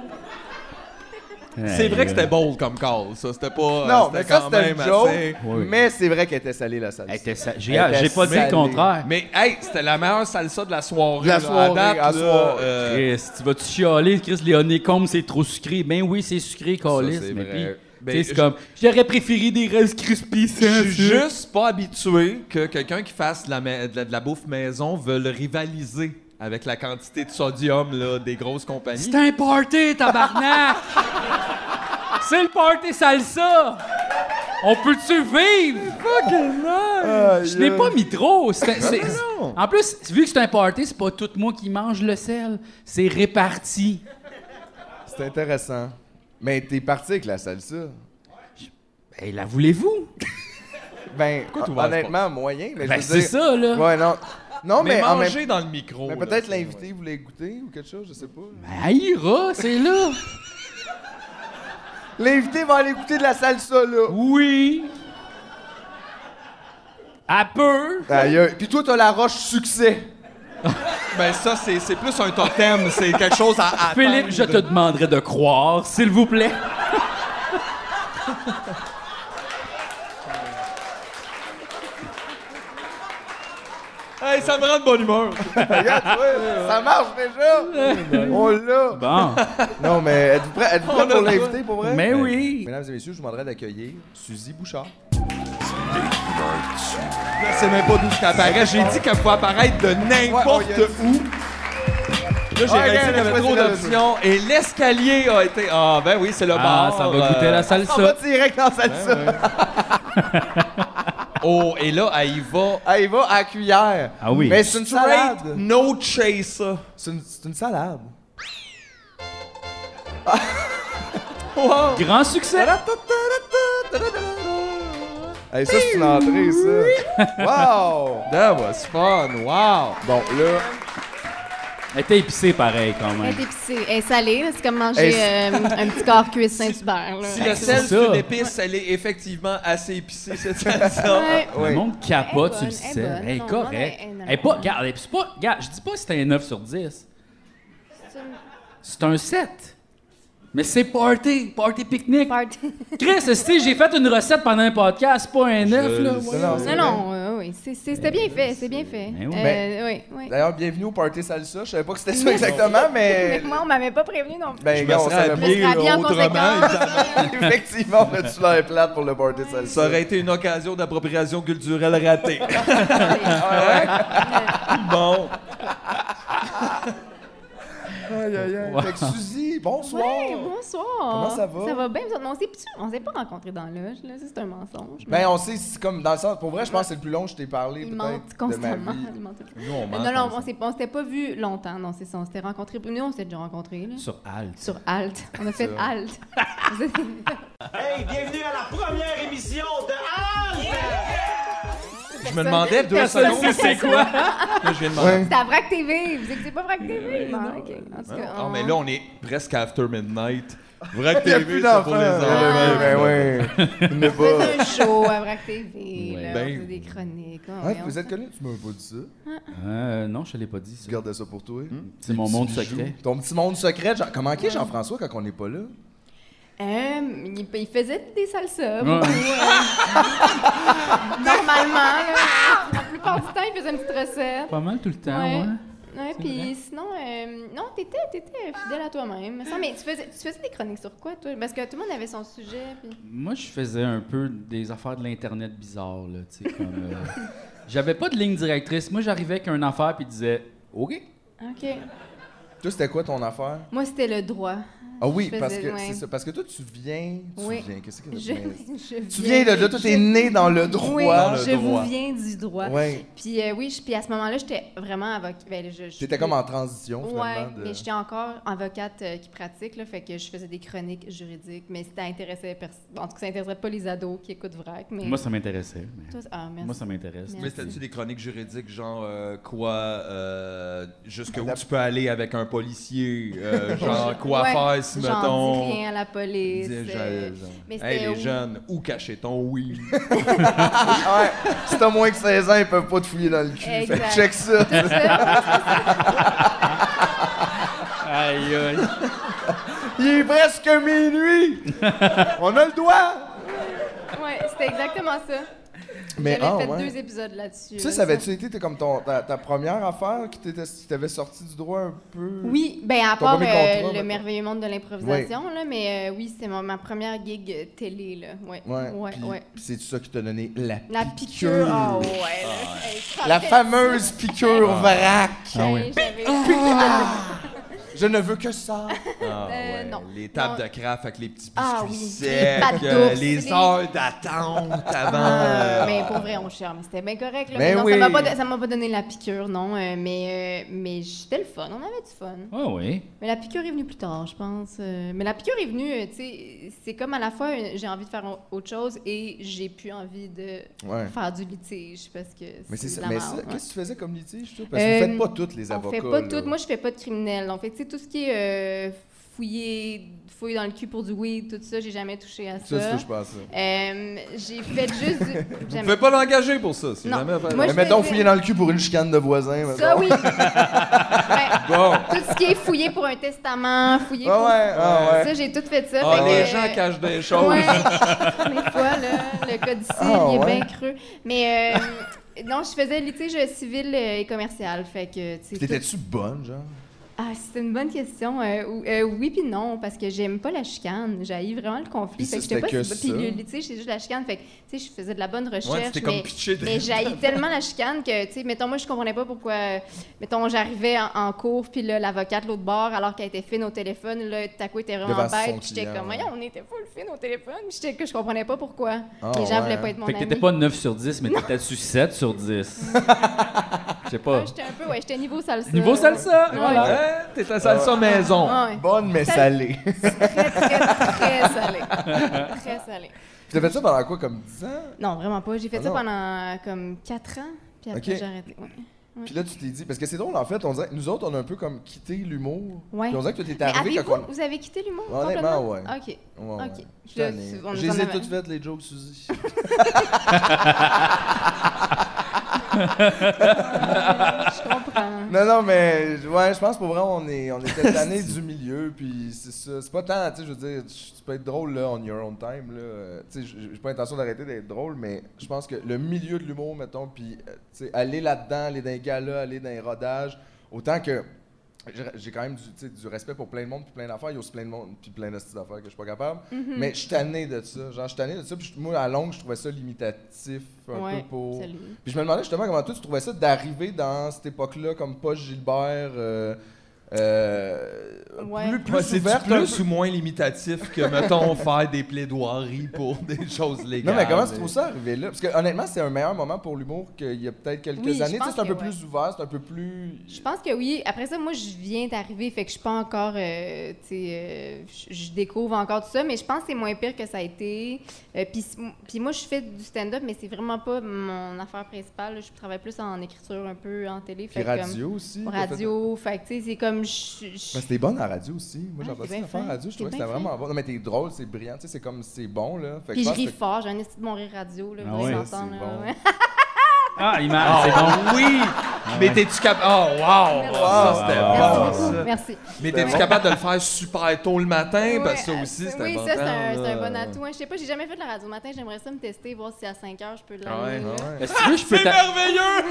D: C'est vrai que c'était bold comme call, ça. C'était pas.
C: Non,
D: Ah, c'était
C: mais ça
D: quand
C: c'était
D: même
C: une joke.
D: assez-
A: Oui.
C: Mais c'est vrai qu'elle était salée, la salsa.
A: Elle était sa- J'ai
C: Elle était
A: j'ai pas dit le
C: salée.
A: contraire.
D: Mais hey, c'était la meilleure salsa de la soirée.
C: De la
D: là,
C: soirée,
D: à date,
C: à
D: là,
C: soir.
D: euh,
A: Chris, tu vas-tu chialer? Chris, les honeycombs, c'est trop sucré. Ben oui, c'est sucré, Calis.
D: c'est
A: Mais
D: vrai.
A: puis,
D: Ben,
A: tu sais, c'est
D: je-
A: comme, j'aurais préféré des Rice Krispies. sans
D: Je suis
A: sucre.
D: juste pas habitué que quelqu'un qui fasse de la, ma- de la- de la bouffe maison veuille rivaliser avec la quantité de sodium là, des grosses compagnies.
A: C'est un party, tabarnak! c'est le party salsa! On peut-tu vivre? Ah, Je n'ai pas mis trop.
D: Ah,
A: C'est- c'est- En plus, vu que c'est un party, c'est pas tout moi qui mange le sel. C'est réparti.
C: C'est intéressant. Mais t'es parti avec la salsa.
A: Ben, la voulez-vous?
C: Ben,
D: Pourquoi t'ouvres
C: honnêtement, moyen. Mais
A: Ben,
C: je veux
A: c'est
C: dire-
A: ça, là.
C: Ouais, non. Non, mais,
D: Mais,
C: en même
D: manger dans le micro.
C: Mais
D: Oh, là,
C: peut-être
D: c'est-
C: l'invité voulait goûter ou quelque chose, je sais pas.
A: Ben, elle ira, c'est là.
C: L'invité va aller goûter de la salsa, là.
A: Oui. À peu.
C: Aïe, aïe. Puis toi, t'as la roche succès.
D: Ben ça, c'est c'est plus un totem, c'est quelque chose à attendre.
A: Philippe, je te demanderai de croire, s'il vous plaît.
D: Hey, ça me rend de bonne humeur.
C: Regarde, tu vois, ça marche déjà. On l'a.
A: Bon.
C: Non, mais êtes-vous prêts êtes-vous prêts
D: On a
C: pour
D: le droit.
C: l'invité, pour vrai?
A: Mais oui.
C: Mesdames et messieurs, je vous demanderai d'accueillir Suzy Bouchard.
D: Là, c'est même pas d'où ça apparaît. J'ai dit qu'elle pouvait apparaître de n'importe
C: Ouais, oh, on
D: où. Là, j'ai
C: Ouais,
D: réalisé
C: Oh, regarde,
D: qu'il y avait
C: laisse-moi
D: trop
C: tirer le
D: d'options. Et l'escalier a été... Ah, ben oui, c'est le
A: Ah,
D: bar.
A: ça va goûter
D: euh,
A: la
C: On va
A: salsa.
C: direct dans la salsa.
D: Oh, et là, elle y va.
C: Ah, il va à la cuillère.
A: Ah oui.
C: Mais c'est une
D: Straight, Mm.
C: salade.
D: no chaser.
C: C'est une, c'est une salade.
D: Wow.
A: Grand succès.
C: Hey, ça, c'est une entrée, ça. Wow!
D: That was fun, wow!
C: Bon, là,
A: Elle était épicée pareil quand
H: Elle
A: même.
H: est épicée. Elle est salée, euh, là, c'est comme manger
C: Elle-
H: euh, un petit corps cuit Saint-Hubert. là.
D: Si
A: c'est
D: le sel, c'est
A: ça.
D: une épice, elle est effectivement assez épicée, cette salsa.
H: Ouais.
A: Le
C: oui.
A: monde capote sur le
H: Elle est bonne, elle est
A: sel.
H: bonne.
A: Elle est
H: Non,
A: correcte.
H: non, elle- non,
A: Elle est pas. Regarde, elle est pas. Regarde, je dis pas que c'était un 9 sur 10. C'est un 7. Mais c'est party, party pique-nique.
H: Party.
A: Chris, esti, j'ai fait une recette pendant un podcast, c'est pas un 9, là. voyons.
H: Non, non, euh, oui, c'est- c'est- c'était bien fait, c'est bien fait.
A: Ben oui.
H: Euh,
C: Ben-
H: oui, oui.
C: D'ailleurs, bienvenue au Party Salsa. Je savais pas que c'était ça exactement, mais.
H: Mais moi, on m'avait pas prévenu non plus.
C: Ben, gars, on savait
H: habillé, serais habillée en conséquence.
C: pas. Effectivement, on a-tu l'air plate pour le Party Salsa?
D: Ça aurait été une occasion d'appropriation culturelle ratée. bon,
C: Aïe, aïe, aïe.
A: Ouais.
C: Fait que Suzy, bonsoir.
H: Ouais, bonsoir.
C: Comment ça va?
H: Ça va bien, vous autres? Mais on s'est plus- on s'est pas rencontrés dans la loge, là, ça, c'est un mensonge.
C: Ben, on sait, c'est comme dans le sens. Pour vrai, je pense que c'est le plus long que je t'ai parlé.
H: Il
C: peut-être, de
H: mente
C: ma
H: constamment.
C: vie.
H: il mente tout le temps.
D: nous on ment.
H: non, non, on s'est pas- on s'était pas vu longtemps, non, c'est ça. On s'était rencontrés. Nous, on s'était déjà rencontrés, là.
A: Sur Alt.
H: Sur Alt. On a fait Alt. Vous êtes-
D: Je me demandais deux
H: Personne
D: secondes. C'est quoi? Là, je viens de demander.
C: Ouais.
H: C'est à Vrac TV. Vous écoutez pas Vrac TV? Bon, ok. En tout cas,
D: Non, Ah,
H: on-
D: mais là, on est presque after midnight. Vrai que
C: Il y a
D: t'es
C: plus
D: vu, c'est
C: d'enfants.
D: pour les enfants.
C: Ben, ben, ben, ouais. Il n'y en a
H: On
C: pas.
H: fait un show à Vrac TV. là,
D: Ben-
H: on fait des chroniques. on-
C: Ouais,
H: on-
C: vous êtes connu? hein? Tu m'as pas dit ça.
A: Euh, non, je te l'ai pas dit,
C: Tu
A: ça.
C: gardais ça pour toi.
A: Hmm? C'est mon monde secret.
C: Ton petit monde secret. Jean- Comment est Jean-François quand on n'est pas là?
H: Euh, il, il faisait des salsas.
A: Ouais.
H: beaucoup, hein. euh, normalement, là, la plupart du temps, il faisait une petite recette.
A: Pas mal tout le temps,
H: Ouais.
A: ouais.
H: Ouais, puis sinon, euh, non, t'étais, t'étais fidèle à toi-même. Ça, mais tu faisais, tu faisais des chroniques sur quoi, toi? Parce que tout le monde avait son sujet. puis-
A: Moi, je faisais un peu des affaires de l'Internet bizarre, là, tu sais, comme... euh, J'avais pas de ligne directrice. Moi, j'arrivais avec une affaire puis disais « OK
H: OK.
C: Toi, c'était quoi ton affaire?
H: Moi, c'était le droit.
C: Ah oui,
H: Je
C: parce
H: faisais-
C: que
H: ouais.
C: c'est ça. Parce que toi, tu viens. Tu
H: Oui.
C: viens. Qu'est-ce que
H: Je,
C: tu viens?
H: je
C: Tu viens de là, toi, t'es né dans le droit.
H: Oui,
C: Dans le
H: je
C: droit.
H: vous viens du droit.
C: Ouais.
H: Puis euh, oui, je- puis à ce moment-là, j'étais vraiment avocate. Ben, je- je-
C: T'étais comme en transition,
H: Ouais,
C: finalement. de-
H: mais j'étais encore avocate euh, qui pratique, là, fait que je faisais des chroniques juridiques, mais ça intéressait personne. En tout cas, ça intéressait pas les ados qui écoutent VRAC, mais...
A: Moi, ça m'intéressait. mais-
H: Toi, c- ah, merci.
A: Moi, ça m'intéresse.
H: Mais
D: Mais
A: tu
D: t'as-tu
A: sais.
D: des chroniques juridiques, genre euh, quoi, euh, jusque où tu peux aller avec un policier, euh, genre quoi
H: Ouais,
D: faire si,
H: j'en
D: mettons...
H: dis rien à la police.
D: disais,
H: euh,
D: genre,
H: mais
D: hey, les
H: c'était où-
D: jeunes, où cacher ton oui?
C: Ah ouais, si t'as moins que 16 ans, ils peuvent pas te fouiller dans le cul. Fait que
H: Exact.
C: check ça.
H: Tout ça.
A: Aïe, aïe.
C: Il est presque minuit. On a le doigt.
H: ouais, c'était exactement ça.
C: Mais
H: J'avais
C: ah,
H: fait
C: ouais.
H: deux épisodes là-dessus.
C: Ça,
H: là,
C: ça avait-tu été t'es comme ton, ta, ta première affaire qui t'était- qui t'avait sorti du droit un peu?
H: Oui, ben à
C: Ton
H: part
C: premier
H: euh,
C: contrat,
H: le
C: mettons.
H: merveilleux monde de l'improvisation, là, mais euh, oui, c'était mon- ma première gig euh, télé, là. Ouais,
C: Ouais.
H: ouais, ouais.
C: Puis- puis c'est ça qui t'a donné la,
H: La piqûre, oh ouais. là. Hey, ça
C: Ah. La
H: fait
C: fameuse
H: Ah.
C: piqûre vrac.
H: Hey, j'avais-
C: Je ne veux que ça.
D: Ah,
H: Ah. Euh,
D: ouais.
H: non.
D: Les tables
H: Non.
D: de craft avec les petits biscuits
H: Ah oui, les
D: secs,
H: pâtes
D: euh,
H: d'ours,
D: les
H: les-
D: heures d'attente avant. euh,
H: Ah, Mais pour vrai, on cherche. Mais c'était bien correct. Là.
C: Ah. Ben
H: Mais non,
C: oui.
H: ça m'a pas, don- ça m'a pas donné la piqûre, non. euh, mais euh, mais c'était le fun. On avait du fun.
A: Ah oui.
H: Mais la piqûre est venue plus tard, je pense. Euh, mais la piqûre est venue, euh, tu sais, c'est comme à la fois euh, j'ai envie de faire au- autre chose et j'ai plus envie de
C: Ouais.
H: faire du litige parce que
C: Mais c'est
H: de
C: ça.
H: la
C: Mais
H: merde,
C: ça,
H: ouais.
C: qu'est-ce que tu faisais comme litige, toi? Parce que vous
H: Euh,
C: faites pas toutes les avocats.
H: On fait pas
C: là.
H: tout. Moi, je fais pas de criminel. On fait, tu sais, tout ce qui est euh, fouiller, fouiller dans le cul pour du weed, tout ça, j'ai jamais touché à
C: Ça, tu
H: ça.
C: touches pas à ça.
H: Euh, j'ai fait juste du...
D: Vous
H: jamais.
D: pouvez pas l'engager pour ça. C'est
H: Non.
D: jamais fait.
H: Moi,
C: Mais
H: je
C: mettons,
H: faisais-
C: fouiller dans le cul pour une chicane de voisin.
H: Ça,
C: mettons.
H: oui. Ben,
D: Bon.
H: tout ce qui est fouillé pour un testament, fouillé
C: Ah
H: pour...
C: ouais, ah ouais.
H: Euh, Ça, j'ai tout fait ça.
D: Ah,
H: fait
D: les
H: que- euh,
D: gens cachent des choses.
H: Ouais. des fois, là, le code civil,
C: Ah,
H: il est
C: ouais.
H: bien creux. Mais euh, non, je faisais litige civil euh, et commercial. Fait que, tu sais, tout-
C: T'étais-tu bonne, genre?
H: Ah, c'est une bonne question. Euh, ou- euh, oui puis non, parce que j'aime pas la chicane. J'haïs vraiment le conflit.
C: Puis ça,
H: fait que j'étais
C: c'était que
H: pas si-
C: ça.
H: Puis le litige, c'est juste la chicane. Fait que, tu sais, je faisais de la bonne recherche.
D: Ouais, tu t'es comme
H: mais...
D: pitché. de-
H: Mais j'haïs tellement la chicane que, tu sais, mettons, moi, je comprenais pas pourquoi. euh, mettons, j'arrivais en, en cours, puis là, l'avocate, l'autre bord, alors qu'elle était fine au téléphone, là, tout à coup, elle était vraiment
C: Devant son
H: bête. Puis j'étais
C: client,
H: comme,
C: ouais.
H: voyons, on était full fine au téléphone. Puis j'étais que je comprenais pas pourquoi.
C: Ah,
H: Les gens
C: ouais,
H: voulaient
C: hein.
H: pas être mon
A: Fait que
H: ami.
A: t'étais pas 9 sur 10, mais t'étais sur 7 sur 10. Je sais
H: Ah,
A: pas.
H: J'étais un peu, ouais, j'étais niveau salsa.
A: Niveau salsa, voilà.
D: Hein? T'es à salsa maison.
H: Ah, ouais.
C: Bonne, mais salée.
H: Très, très, très salé. très salé.
C: T'as fait ça pendant quoi, comme 10 ans?
H: Non, vraiment pas. J'ai fait
C: Ah
H: ça
C: non.
H: pendant euh, comme 4 ans, puis après,
C: Ok.
H: j'ai arrêté. Ouais.
C: Puis là, tu t'es dit, parce que c'est drôle, en fait, on dirait, nous autres, on a un peu comme quitté l'humour.
H: Ouais.
C: Puis on dirait que toi, t'es
H: Mais
C: arrivé
H: avez-vous,
C: quand on.
H: vous avez quitté l'humour
C: Honnêtement,
H: complètement?
C: ouais.
H: OK.
C: Ouais, ouais.
H: Ok.
C: Je suis
H: Là,
C: tanné.
H: tu- on nous
C: Je
H: en
C: les ai
H: avait-
C: toutes faites, les jokes, Suzy.
H: Je comprends.
C: non, non, mais ouais, je pense pour vrai, on, est, on était tanné du milieu, puis c'est ça. C'est pas tant, tu sais, je veux dire, tu tu peux être drôle, là, on your own time, là. Euh, Tu sais, j'ai j'ai pas l'intention d'arrêter d'être drôle, mais je pense que le milieu de l'humour, mettons, puis, euh, tu sais, aller là-dedans, aller dans les galas, aller dans les rodages, autant que. j'ai- J'ai quand même du, tu sais, du respect pour plein de monde, puis plein d'affaires. Il y a aussi plein de monde, puis plein de styles d'affaires que je suis pas capable.
H: Mhm.
C: Mais je suis tanné de ça. Genre, je suis tanné de ça. Puis je- moi, à la longue, je trouvais ça limitatif un
H: Ouais,
C: peu pour. euh,
H: salut.
C: Puis je me demandais justement comment toi tu trouvais ça d'arriver dans cette époque-là comme pas Gilbert. euh, euh,
H: Ouais.
C: Plus, plus
D: Ouais, c'est-tu
C: ouverte, un
D: plus
C: peu-
D: ou moins limitatif que, mettons, faire des plaidoiries pour des choses légales.
C: Non, mais comment tu trouves ça arrivé là? Parce que honnêtement, c'est un meilleur moment pour l'humour qu'il y a peut-être quelques
H: Oui, je
C: années. Tu sais,
H: pense
C: c'est un peu
H: que
C: plus ouvert, c'est un peu plus.
H: Je pense que oui. Après ça, moi, je viens d'arriver, fait que je suis pas encore, euh, tu sais, euh, je- je découvre encore tout ça, mais je pense que c'est moins pire que ça a été. Euh, Puis s- puis moi, je fais du stand-up, mais c'est vraiment pas mon affaire principale. là. Je travaille plus en écriture un peu, en télé.
C: Puis
H: Fait que,
C: radio aussi.
H: comme,
C: t'as fait- Ben,
H: radio. Fait que, tu sais, c'est comme... je- je-
C: Parce que t'es bonne à la radio aussi. Moi, j'ai
H: Ouais, t'es
C: entendu
H: bien
C: ça faire
H: fin.
C: radio. Je
H: T'es
C: trouvais que
H: bien
C: c'était
H: fin.
C: vraiment bon. Non, mais t'es drôle, c'est brillant. Tu sais, c'est comme c'est bon là. Fait que
H: Puis je
C: pense
H: ris
C: que-
H: fort, j'ai un esti de mon rire radio, là,
A: Ah
H: vous
A: ouais,
H: l'entendez,
C: c'est
H: là,
C: bon.
H: ouais.
A: Ah, il m'a. C'est bon.
D: Oui! Mais t'es-tu capable. Oh, wow! wow,
H: Merci.
D: c'était
C: Ah,
A: Merci
D: bon, ah,
H: beaucoup.
D: ça.
H: Merci.
D: Mais t'es-tu
C: bon.
D: capable de le faire super tôt le matin? parce que ça
H: Ouais,
D: aussi,
H: euh,
D: c'était
H: Oui,
D: important,
H: ça, c'est un,
D: là.
H: c'est un bon atout. hein. Je sais pas, j'ai jamais fait de la radio le matin. J'aimerais ça me tester, voir si à 5 heures, je peux
C: Ah
H: l'amener.
D: Ouais.
H: là.
A: Est-ce que tu veux, je peux
D: C'est
A: t'a-
D: merveilleux!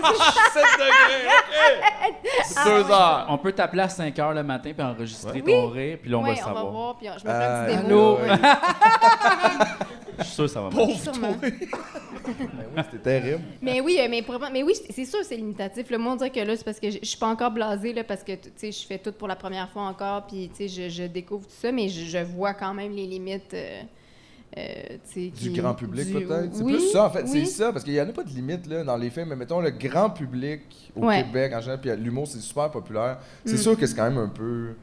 D: 7 degrés! OK! Deux heures!
A: on peut t'appeler à 5 h le matin puis enregistrer
H: Ouais.
A: ton rire, puis là, on
H: Ouais,
A: va le
H: on va
A: savoir.
H: voir, puis on- je me ferai un petit
C: Ah,
H: démo.
C: ouais.
A: Je suis sûr que ça va marcher.
D: Pauvre
H: Sûrement.
D: toi.
C: Ben oui, C'était terrible.
H: Mais oui, euh, mais, probablement- mais oui, c'est- c'est sûr, c'est limitatif. Le monde dirait que là, c'est parce que je je suis pas encore blasée, là, parce que tu sais, je fais tout pour la première fois encore, puis tu sais, je, je découvre tout ça, mais je, je vois quand même les limites. euh, euh, tu sais,
C: Du
H: qui-
C: grand public,
H: du-
C: peut-être. C'est
H: oui,
C: plus ça, en fait. C'est
H: oui.
C: ça, parce qu'il n'y en a pas de limite là, dans les films. Mais mettons, le grand public au
H: Ouais. Mm.
C: Québec, en général, puis euh, l'humour, c'est super populaire. C'est sûr que c'est quand même un peu.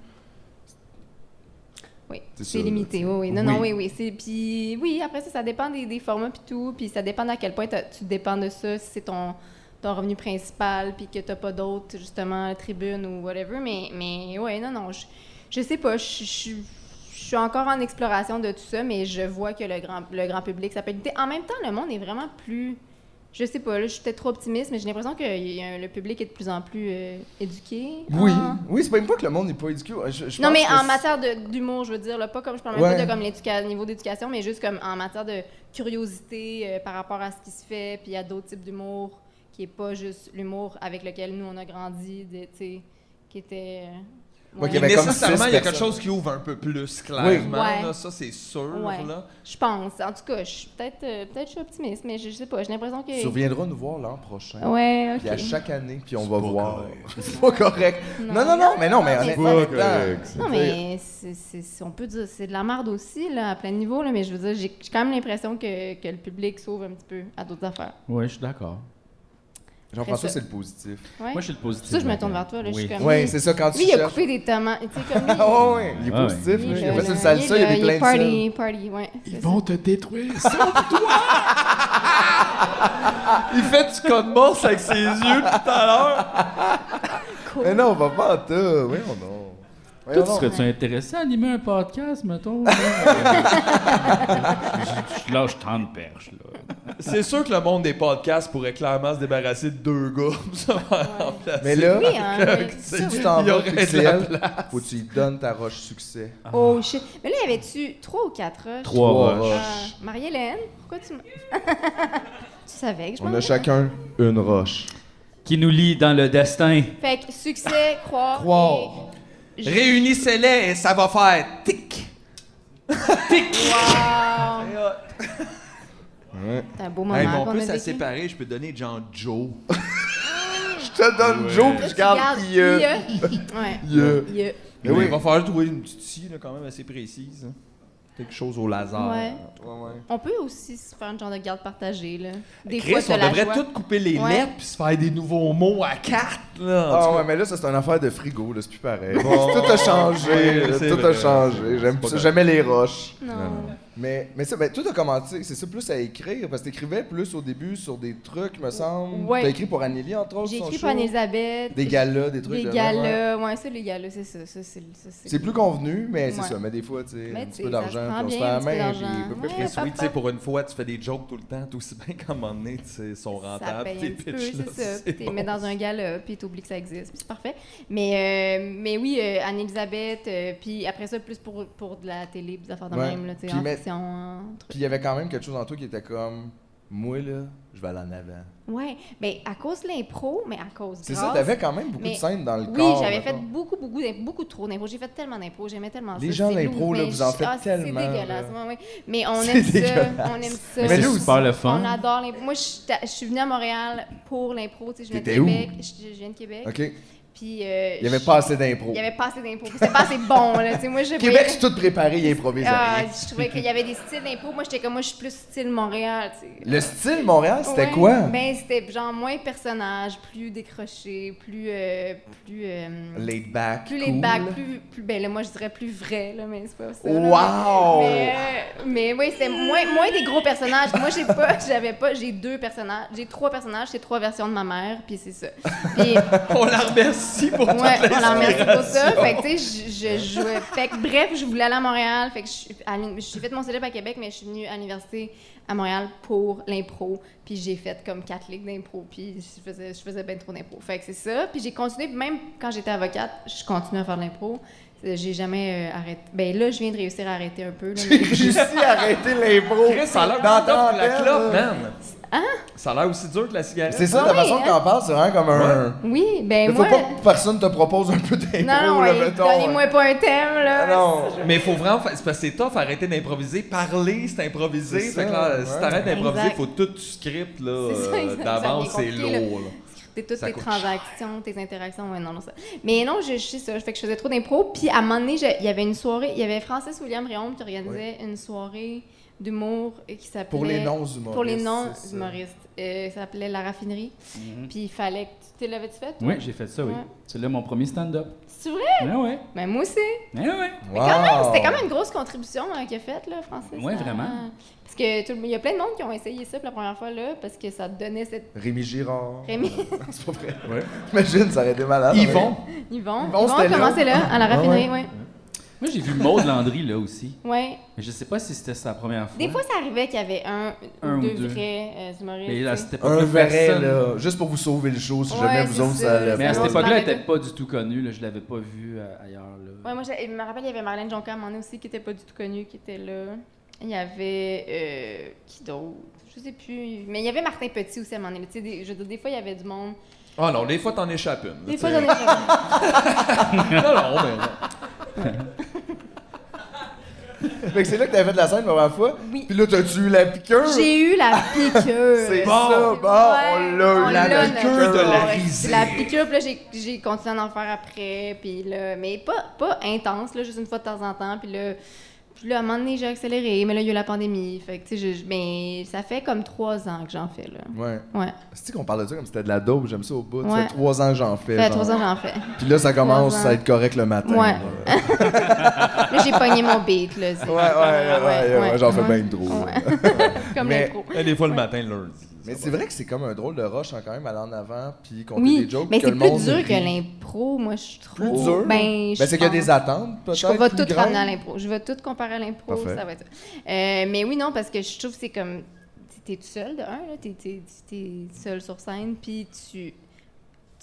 H: Oui,
C: C'est
H: c'est
C: ça,
H: limité. Oui, oui. Non, non,
C: Oui.
H: oui, oui. c'est- Puis oui, après ça, ça dépend des, des formats puis tout. Puis ça dépend à quel point t'as- tu dépends de ça, si c'est ton, ton revenu principal, puis que t'as pas d'autres, justement, tribune ou whatever. Mais, mais ouais, non, non, je, je sais pas. Je, je- je suis encore en exploration de tout ça, mais je vois que le grand, le grand public, ça peut être... En même temps, le monde est vraiment plus... Je sais pas, là, je suis peut-être trop optimiste, mais j'ai l'impression que y- y a- le public est de plus en plus euh, éduqué. Ah.
C: Oui.
H: en-
C: Oui, c'est pas même pas que le monde n'est pas éduqué. Je- je
H: non,
C: pense
H: mais
C: que
H: en
C: c'est-
H: matière de- d'humour, je veux dire, là, pas comme je parle même
C: Ouais.
H: pas de comme l'éduca- niveau d'éducation, mais juste comme en matière de curiosité euh, par rapport à ce qui se fait, puis à d'autres types d'humour qui est pas juste l'humour avec lequel nous on a grandi, de- tu sais, qui était euh,
C: Moi,
H: Ouais.
C: qui avait comme
D: Nécessairement,
C: six
D: il y a quelque
C: personnes.
D: chose qui ouvre un peu plus, clairement.
H: Ouais.
D: là, ça, c'est sûr.
H: Ouais.
D: Là.
H: Je pense. En tout cas, je suis peut-être euh, peut-être je suis optimiste, mais je, je sais pas. J'ai l'impression que.
C: Tu reviendras nous voir l'an prochain.
H: Ouais,
C: Puis à
H: ok.
C: chaque année, puis on va voir. C'est pas correct. Non, non, non, mais non, mais
H: Non, mais
C: honnêtement,
H: c'est
C: en même temps,
H: Non, mais c'est- c'est- c'est- on peut dire c'est de la merde aussi, là, à plein niveau, là, mais je veux dire, j'ai j'ai quand même l'impression que, que le public s'ouvre un petit peu à d'autres affaires.
A: Oui, je suis d'accord.
C: Jean-François,
H: Très
C: c'est le positif.
H: Ouais.
A: Moi, je suis le positif.
H: ça, je me
A: là-dedans.
H: tourne vers toi, là, je
A: Oui.
H: suis comme.
C: Oui, c'est ça, quand tu
H: Lui, il a
C: cherches.
H: coupé des tomates, tu sais, comme lui.
C: Ah ouais, il est
A: Ah ouais.
C: positif.
H: lui,
C: là. Il a
H: le-
C: fait sur le salsa, il y
H: le-
C: avait
H: est
C: plein de sel.
H: party, party, ouais. c'est ça.
A: te détruire.
D: Il fait du code morse avec ses yeux tout à l'heure.
C: Mais non, on va pas en tout. Oui, on non.
A: Toi,
C: Voyons
A: tu
C: donc.
A: serais-tu intéressé à animer un podcast, mettons? là? je, je lâche tant de perches, là.
D: C'est sûr que le monde des podcasts pourrait clairement se débarrasser de deux gars comme ça en place.
C: Mais là,
H: Oui, hein, mais-
C: si
H: ça,
C: tu
H: oui.
C: t'en
D: Il y
C: vas au
D: aurait de la
C: PXL, faut que tu lui donnes ta roche succès.
D: Ah,
H: Oh shit. Mais là, y avait-tu trois ou quatre roches?
A: Trois
C: roches.
H: Ah, Marie-Hélène, pourquoi tu me. tu savais que je m'en
C: On a
H: allais?
C: chacun une roche.
A: Qui nous lie dans le destin.
H: Fait que succès, croire.
C: Croire.
H: et-
D: Réunissez-les et ça va faire tic.
H: Wow!
C: Ouais.
H: C'est un beau
D: Hey, mais
H: moment
D: on
H: qu'on
D: peut
H: a
D: s'en
H: vécu.
D: séparer, je peux donner genre Joe.
C: Je te donne Joe, puis je garde qui, euh,
H: Ouais.
C: Yeah.
H: Yeah.
C: Mais
D: Mais
C: oui.
D: il va falloir trouver une petite scie là, quand même assez précise. hein. Quelque chose au laser.
H: Ah, Ouais.
C: Ouais, ouais.
H: On peut aussi se faire une genre de garde partagée, là. Des
D: Chris,
H: fois,
D: on
H: de la
D: devrait
H: joie.
D: tout couper les
H: Ouais.
D: lettres puis se faire des nouveaux mots à carte. Là, en
C: Ah
D: tout
C: ouais,
D: cas.
C: mais là, ça, c'est une affaire de frigo, là, c'est plus pareil.
D: Bon.
C: Tout a changé,
D: Ouais,
C: là,
D: c'est
C: tout a
D: vrai.
C: changé. J'aime
D: pas
C: ça,
D: grave.
C: jamais les roches.
H: Non.
C: Mais, mais ça, ben, tout a commencé, c'est ça, plus à écrire, parce que t'écrivais plus au début sur des trucs, me semble.
H: Ouais.
C: T'as écrit pour Anneli, entre autres,
H: J'ai
C: son
H: écrit
C: show.
H: pour Anne-Elisabeth.
C: Des galas, des trucs
H: Des
C: de même, ouais.
H: galas. Ouais, ça, les galas, c'est ça. ça, c'est ça,
C: C'est plus convenu, mais c'est
H: Ouais.
C: ça. Mais des fois, tu sais,
H: Mais
C: un
H: tu
C: petit
H: sais,
C: peu
H: ça se
C: d'argent,
H: prend
C: puis on se fait
H: bien,
C: la
H: un petit peu
C: main, puis
H: d'argent.
C: peu, peu,
H: Ouais.
C: peu.
D: Chris, oui,
H: papa.
D: tu sais, pour une fois, tu fais des jokes tout le temps, tout aussi bien qu'à un moment donné, tu sais, sont
H: Ça
D: rentables.
H: paye
D: tes
H: un petit peu,
D: pitchs, là,
H: c'est ça.
D: c'est
H: Puis t'es
D: bon.
H: mets dans un gala, puis t'oublies que ça existe, puis c'est parfait. Mais, euh, mais oui, euh, Anne-Elisabeth, euh, puis après ça, plus pour, pour de la télé, puis des affaires de
C: Ouais.
H: même, là, tu sais,
C: Puis
H: en
C: mais-
H: fiction, en truc.
C: Puis il y avait quand même quelque chose en toi qui était comme, moi là, je vais aller en avant.
H: Ouais, ben à cause de l'impro, mais à cause
C: C'est ça,
H: grâce-
C: t'avais quand même beaucoup
H: Mais-
C: de scènes dans le
H: Oui,
C: corps.
H: j'avais fait
C: mettons.
H: beaucoup, beaucoup, d'im- beaucoup trop d'impro. J'ai fait tellement d'impro, j'aimais tellement ça.
C: Les gens
H: C'est
C: d'impro,
H: lourd,
C: là,
H: mais
C: vous en
H: je-
C: faites
H: ah,
C: tellement,
H: C'est dégueulasse,
C: là.
H: ouais, ouais. Mais on
C: C'est
H: aime ça,
C: dégueulasse.
H: on aime ça.
A: Mais c'est
C: nous
A: super le
H: On
A: fun.
H: adore l'impro. Moi, je suis ta- je suis venue à Montréal pour l'impro. tu sais, Je viens de
C: T'étais où?
H: Québec. Je je viens de Québec.
C: OK. Il
H: Puis, euh,
C: y avait
H: je-
C: pas assez d'impro.
H: Il y avait pas assez d'impro. Puis C'était pas assez bon, là. Tu sais, moi, je
C: Québec,
H: voyais-
C: c'est tout préparé et improvisé.
H: Ah, je trouvais qu'il y avait des styles d'impro. Moi, j'étais comme, moi, je suis plus style Montréal, tu sais.
C: Le style Montréal, c'était
H: Ouais,
C: quoi?
H: Ben, c'était genre moins personnage, plus décroché, plus. euh, plus. euh,
C: Laid back.
H: plus les
C: cool.
H: bacs, plus, plus. Ben là, moi, je dirais plus vrai, là, mais c'est pas ça. là,
C: Wow!
H: Mais, mais, euh, mais oui, c'était moins, moins des gros personnages. Moi, j'ai pas. J'avais pas. J'ai deux personnages. J'ai trois personnages, c'est trois versions de ma mère, puis c'est ça. Puis.
D: On la remercie pour toute
H: Ouais, on la remercie pour ça.
D: l'inspiration.
H: Fait que, tu sais, je, je jouais. Fait que, bref, je voulais aller à Montréal. Fait que, je suis- à l'uni- j'ai fait mon cégep à Québec, mais je suis venue à l'université à Montréal pour l'impro. Puis j'ai fait comme quatre ligues d'impro. Puis je faisais, je faisais ben trop d'impro. Fait que c'est ça. Puis j'ai continué, puis même quand j'étais avocate, je continuais à faire de l'impro. Euh, J'ai jamais euh, arrêté. Ben là, je viens de réussir à arrêter un peu. là, mais-
C: J'ai réussi à arrêter l'impro.
D: Chris, ça a l'air
C: Dans
D: aussi dur que la
C: trentaine,
D: clope,
C: là.
D: man.
H: Hein?
D: Ça a l'air aussi dur que la cigarette.
C: C'est ça, la
H: Ouais,
C: façon que
H: hein.
C: t'en parles, c'est vraiment comme un.
H: Oui, ben
C: Il faut
H: moi.
C: pas que personne te propose un peu d'impro,
H: Non, non,
C: là,
H: ouais,
C: mettons.
H: donnez-moi pas un thème, là.
C: Ah Non.
D: Mais il faut vraiment. fa- C'est parce que c'est tough, arrêter d'improviser. Parler, c'est improviser.
C: C'est
D: Fait que
C: ça,
D: là, si
C: ouais.
D: t'arrêtes d'improviser,
H: Exact.
D: faut tout tu script, là.
H: C'est ça,
D: euh,
H: exact.
D: D'avance,
H: Ça
D: c'est
H: devient compliqué, là.
D: lourd, là.
H: T'es toutes
D: Ça
H: tes
D: coûte
H: transactions, tes interactions, ouais, non, non, ça. Mais non, je, je sais ça, fait que je faisais trop d'impro. Puis à un moment donné, je- il y avait une soirée, il y avait Francis William Riom qui organisait une soirée d'humour euh, qui s'appelait...
C: Pour les non-humoristes,
H: Pour les
C: c'est ça.
H: non-humoristes. Euh, ça s'appelait La Raffinerie. Puis il fallait que... Tu te l'avais-tu fait? toi?
A: Oui, Mhm. j'ai fait ça, oui.
H: Ouais.
A: C'est là mon premier stand-up.
H: C'est vrai?
A: Ben ouais.
H: Mais moi aussi.
A: Ben ouais.
H: Mais quand même,
C: Wow.
H: c'était quand même une grosse contribution hein, qu'il a faite, là, Francis.
A: Ouais,
H: à-
A: vraiment.
H: Parce que tout le- il y a plein de monde qui ont essayé ça pour la première fois, là, parce que ça donnait cette...
C: Rémi Girard.
H: Rémi,
C: C'est pas vrai. Imagine, ça aurait été malade.
D: Yvon.
C: Yvon,
H: Yvon, Yvon,
C: c'était là. Ah
H: commençait là, à la
C: Ouais,
H: raffinerie, ouais.
A: Moi, j'ai vu Maud Landry, là aussi.
H: Ouais.
A: Mais je sais pas si c'était sa première fois.
H: Des fois, ça arrivait qu'il y avait un,
A: Un
H: ou
A: ou
H: deux,
A: deux.
H: vrais euh, humoristes.
A: Mais à
H: tu sais.
A: cette époque-là,
C: Un vrai,
A: personne-
C: là. Juste pour vous sauver le show, si
H: Ouais,
C: jamais
H: c'est
C: vous autres,
H: ça,
C: ça allait
H: c'est
A: Mais à
H: Non,
A: cette
H: je
A: époque-là, elle
H: m'en
A: était pas du tout connue. Là. Je l'avais pas vue euh, ailleurs. Là.
H: Ouais, moi, j'ai- je me rappelle, il y avait Marlène Jonca à un moment donné aussi qui était pas du tout connue, qui était là. Il y avait. euh, qui d'autre Je sais plus. Mais il y avait Martin Petit aussi à un moment donné. Mais tu sais, des- je veux dire, des fois, il y avait du monde
D: Ah non, des fois, t'en échappes une.
H: Des fois, j'en ai fait.
D: Non, non, mais non.
C: Fait que c'est là que t'avais fait de la scène la première fois.
H: Oui.
C: Puis là, t'as-tu eu la piqûre?
H: J'ai eu la piqûre.
C: C'est ça, bon, on oh, l'a eu.
D: La
H: l'a,
D: piqûre
H: notre-
D: de la
H: ouais,
D: risée.
H: La piqûre, puis là, j'ai- j'ai continué à en faire après, puis là, mais pas, pas intense, là, juste une fois de temps en temps, puis là, puis là, à un moment donné, j'ai accéléré, mais là, il y a eu la pandémie, fait que, tu sais, je- je- mais ça fait comme trois ans que j'en fais, là.
C: Ouais.
H: Ouais,
C: C'est-tu qu'on parle de ça comme si c'était de la dope? J'aime ça au bout. Ça
H: Ouais.
C: fait trois ans que j'en fais.
H: ça fait
C: genre.
H: trois ans que j'en fais.
C: Puis là, ça commence
H: Trois ans.
C: à être correct le matin.
H: Ouais.
C: Ouais,
H: Là, j'ai pogné mon beat, là. c'est-
C: ouais, ouais, ouais, ouais,
H: ouais,
C: j'en fais
H: ouais.
C: bien trop.
H: Ouais. comme
C: Mais-
H: l'intro.
D: Eh, Des fois, le matin, le lundi.
C: Mais c'est vrai que c'est comme un drôle de rush hein, quand même aller en avant puis compter
H: Oui,
C: des jokes
H: mais
C: que
H: c'est
C: le
H: plus
C: monde
H: dur
C: rit.
H: que l'impro, moi, je trouve.
C: Plus dur?
H: Ben,
C: Ben,
H: je
C: c'est qu'il y a
H: pense.
C: des attentes peut-être
H: Je
C: plus
H: vais tout
C: grandes.
H: ramener à l'impro. Je vais tout comparer à l'impro,
C: Parfait.
H: ça va être ça. Euh, mais oui, non, parce que je trouve que c'est comme. T'es tout seul de un, là. T'es, t'es, t'es seul sur scène, puis tu.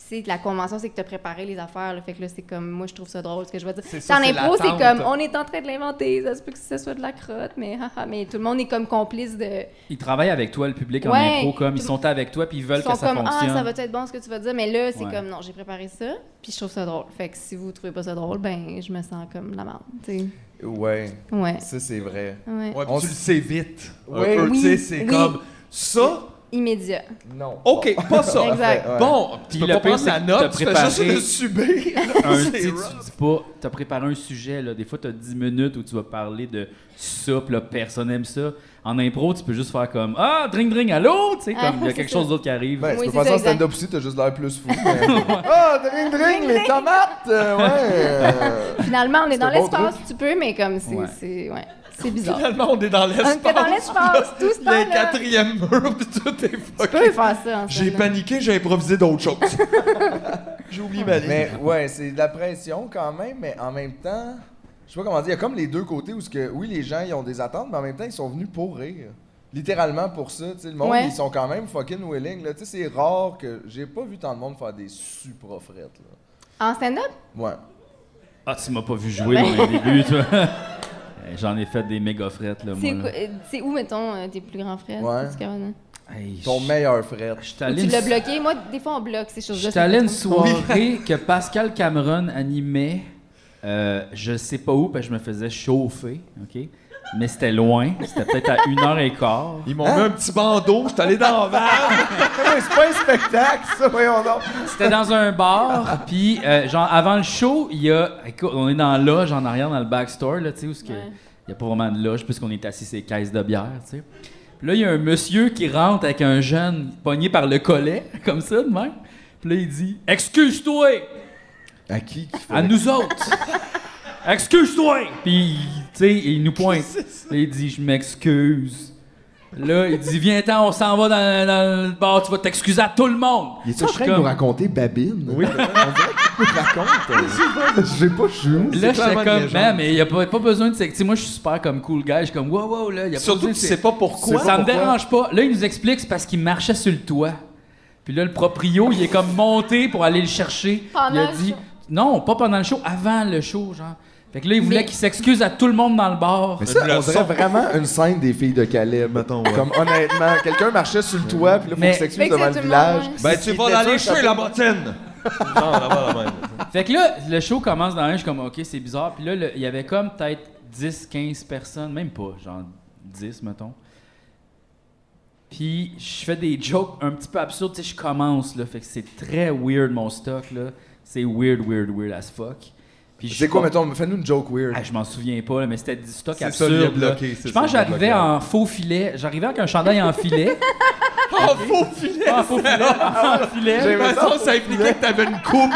H: Tu sais, la convention, c'est que t'as préparé les affaires, là. Fait que là, c'est comme. Moi, je trouve ça drôle, ce que je vais dire.
D: C'est
H: C'est
D: ça,
H: en
D: c'est
H: impro, c'est
D: l'attente.
A: hein.
H: comme. On est en train de l'inventer, ça se peut que ce soit de la crotte, mais haha, mais tout le monde est comme complice de.
A: Ils travaillent avec toi, le public en
H: Ouais.
A: impro, comme ils sont avec toi, puis ils veulent
H: Ils sont
A: que ça
H: comme
A: fonctionne.
H: ah ça va être bon ce que tu vas dire mais là c'est
A: Ouais.
H: comme non j'ai préparé ça puis je trouve ça drôle fait que si vous trouvez pas ça drôle ben je me sens comme de la merde tu sais
C: Ouais,
H: ouais
C: ça c'est vrai.
H: ouais
D: Ouais, puis
C: On
D: tu le
C: s-
D: sais vite. Un
C: Oui.
D: peu, tu sais, c'est
H: Oui.
D: comme ça.
H: immédiat
C: Non.
D: OK, pas ça.
H: Exact.
C: Ouais.
D: Bon,
A: Puis
D: tu peux
A: le
D: pas
A: pire,
D: prendre
A: c'est
D: sa
A: que
D: note,
A: t'as
D: tu fais juste
A: préparé-
D: le subir.
A: un
D: C'est
A: petit, tu
D: rough.
A: dis pas, t'as préparé un sujet, là. Des fois, t'as 10 minutes où tu vas parler de ça, pis là, personne aime ça. En impro, tu peux juste faire comme Ah, dring dring, allô, tu sais,
H: Ah,
A: comme il y a
H: c'est
A: quelque
H: ça.
A: chose d'autre qui arrive.
C: Ben,
H: Oui,
C: tu
H: c'est
C: peux faire
H: ça,
C: ça en
H: exact.
C: stand-up aussi, t'as juste l'air plus fou. mais- Ah, dring, dring, les tomates! euh, ouais! euh,
H: finalement on est dans
C: un bon
H: l'espace tu peux mais comme c'est
A: Ouais.
H: c'est ouais c'est bizarre
D: Finalement, on est dans
H: on
D: l'espace.
H: était dans l'espace tout ce
D: Il y a un
H: temps là tu
D: quatrième mur, puis tout est
H: peux
D: fucké.
H: faire ça en
D: J'ai
H: scène, là.
D: paniqué, j'ai improvisé d'autres choses. j'ai oublié ma ligne.
C: mais ouais, c'est de la pression quand même, mais en même temps, je sais pas comment dire, il y a comme les deux côtés où, ce que, oui, les gens ils ont des attentes, mais en même temps, ils sont venus pour rire. Littéralement pour ça, tu sais, le monde,
H: Ouais.
C: ils sont quand même fucking willing. là. Tu sais, c'est rare que j'ai pas vu tant de monde faire des super frettes. Là.
H: en stand up
C: Ouais.
A: Ah, tu m'as pas vu jouer
H: Ben
A: dans les débuts, toi. Eh, J'en ai fait des méga frettes, là, moi.
H: c'est
A: là.
H: quoi- euh, c'est où mettons euh, tes plus grands frères
C: Ouais.
H: tu sais, Caroline?
A: Hey,
C: Ton
A: je-
C: meilleur frette.
A: je suis
H: Ou
A: allé
H: tu
A: une-
H: l'as bloqué moi des fois on bloque ces choses là
A: Je suis allé une soirée que Pascal Cameron animait. euh, je sais pas où, parce que je me faisais chauffer, OK? Mais c'était loin. C'était peut-être à une heure et quart.
D: Ils m'ont mis un petit bandeau, je suis allé dans la vanne.
C: c'est pas un spectacle, ça, voyons donc.
A: C'était dans un bar, puis euh, genre avant le show, il y a écoute, on est dans la loge en arrière dans le backstore là, tu sais où ce que
H: Ouais.
A: il y a pas vraiment de loge puisqu'on est assis ces caisses de bière, tu sais. Puis là, il y a un monsieur qui rentre avec un jeune pogné par le collet comme ça de même. Puis là, il dit "Excuse-toi
C: À qui qui fait
A: à nous autres." Excuse-toi! Puis, tu sais, il nous pointe. Là, il dit, je m'excuse. Là, il dit, viens-t'en, on s'en va dans, dans le bar, tu vas t'excuser à tout le monde.
C: Il est
A: Là,
C: en
A: je suis
C: train de nous
A: comme-
C: raconter Babine. Oui. On dirait qu'il nous raconte. Je sais pas, je suis où.
A: Là, j'étais
D: clairement une
A: comme,
D: légende.
A: man, mais y a pas, pas besoin de. Tu sais, moi, je suis super comme cool guy. Je suis comme, wow, wow, là. Y a
D: Surtout
A: pas
D: que
A: besoin de-
D: tu sais pas pourquoi.
A: Ça me
D: Pourquoi?
A: dérange pas. Là, il nous explique, c'est parce qu'il marchait sur le toit. Puis là, le proprio, il est comme monté pour aller le chercher. il
H: Pendant
A: a
H: le
A: dit,
H: show.
A: non, pas pendant le show, avant le show, genre. Fait que là, il voulait
H: Mais-
A: qu'il s'excuse à tout le monde dans le bar.
C: Mais ça,
D: Le
C: on dirait
D: son.
C: vraiment une scène des filles de Caleb.
D: Mettons, ouais.
C: Comme honnêtement, quelqu'un marchait sur le toit, puis là, faut
A: Mais-
C: qu'il s'excuse
H: Fait que
C: devant le
H: c'est tout le
C: village.
H: monde, ouais.
D: Ben, tu
C: Il
D: vas
C: était
D: aller
C: sûr que
D: chez la bottine. Non, là-bas, la même.
A: Fait que là, le show commence dans un, je suis comme, OK, c'est bizarre. Puis là, le- il y avait comme peut-être 10, 15 personnes, même pas, genre 10, mettons. Puis je fais des jokes un petit peu absurdes, tu sais, je commence, là. Fait que c'est très weird, mon stock, là. C'est weird, weird, weird as fuck. Puis je-
C: C'est quoi, mettons, fais-nous une joke weird.
A: Ah, je m'en souviens pas, là, mais c'était du stock
D: C'est
A: absurde.
D: ça, il a
A: là.
D: bloqué, c'est
A: je pense que
D: ça, il a
A: j'arrivais
D: bloqué.
A: en faux filet. J'arrivais avec un chandail en filet.
D: Oh, faux filet!
A: en faux filet.
D: Ah,
A: En filet.
C: J'ai
D: De toute façon,
C: l'impression-
D: ça impliquait que t'avais une coupe.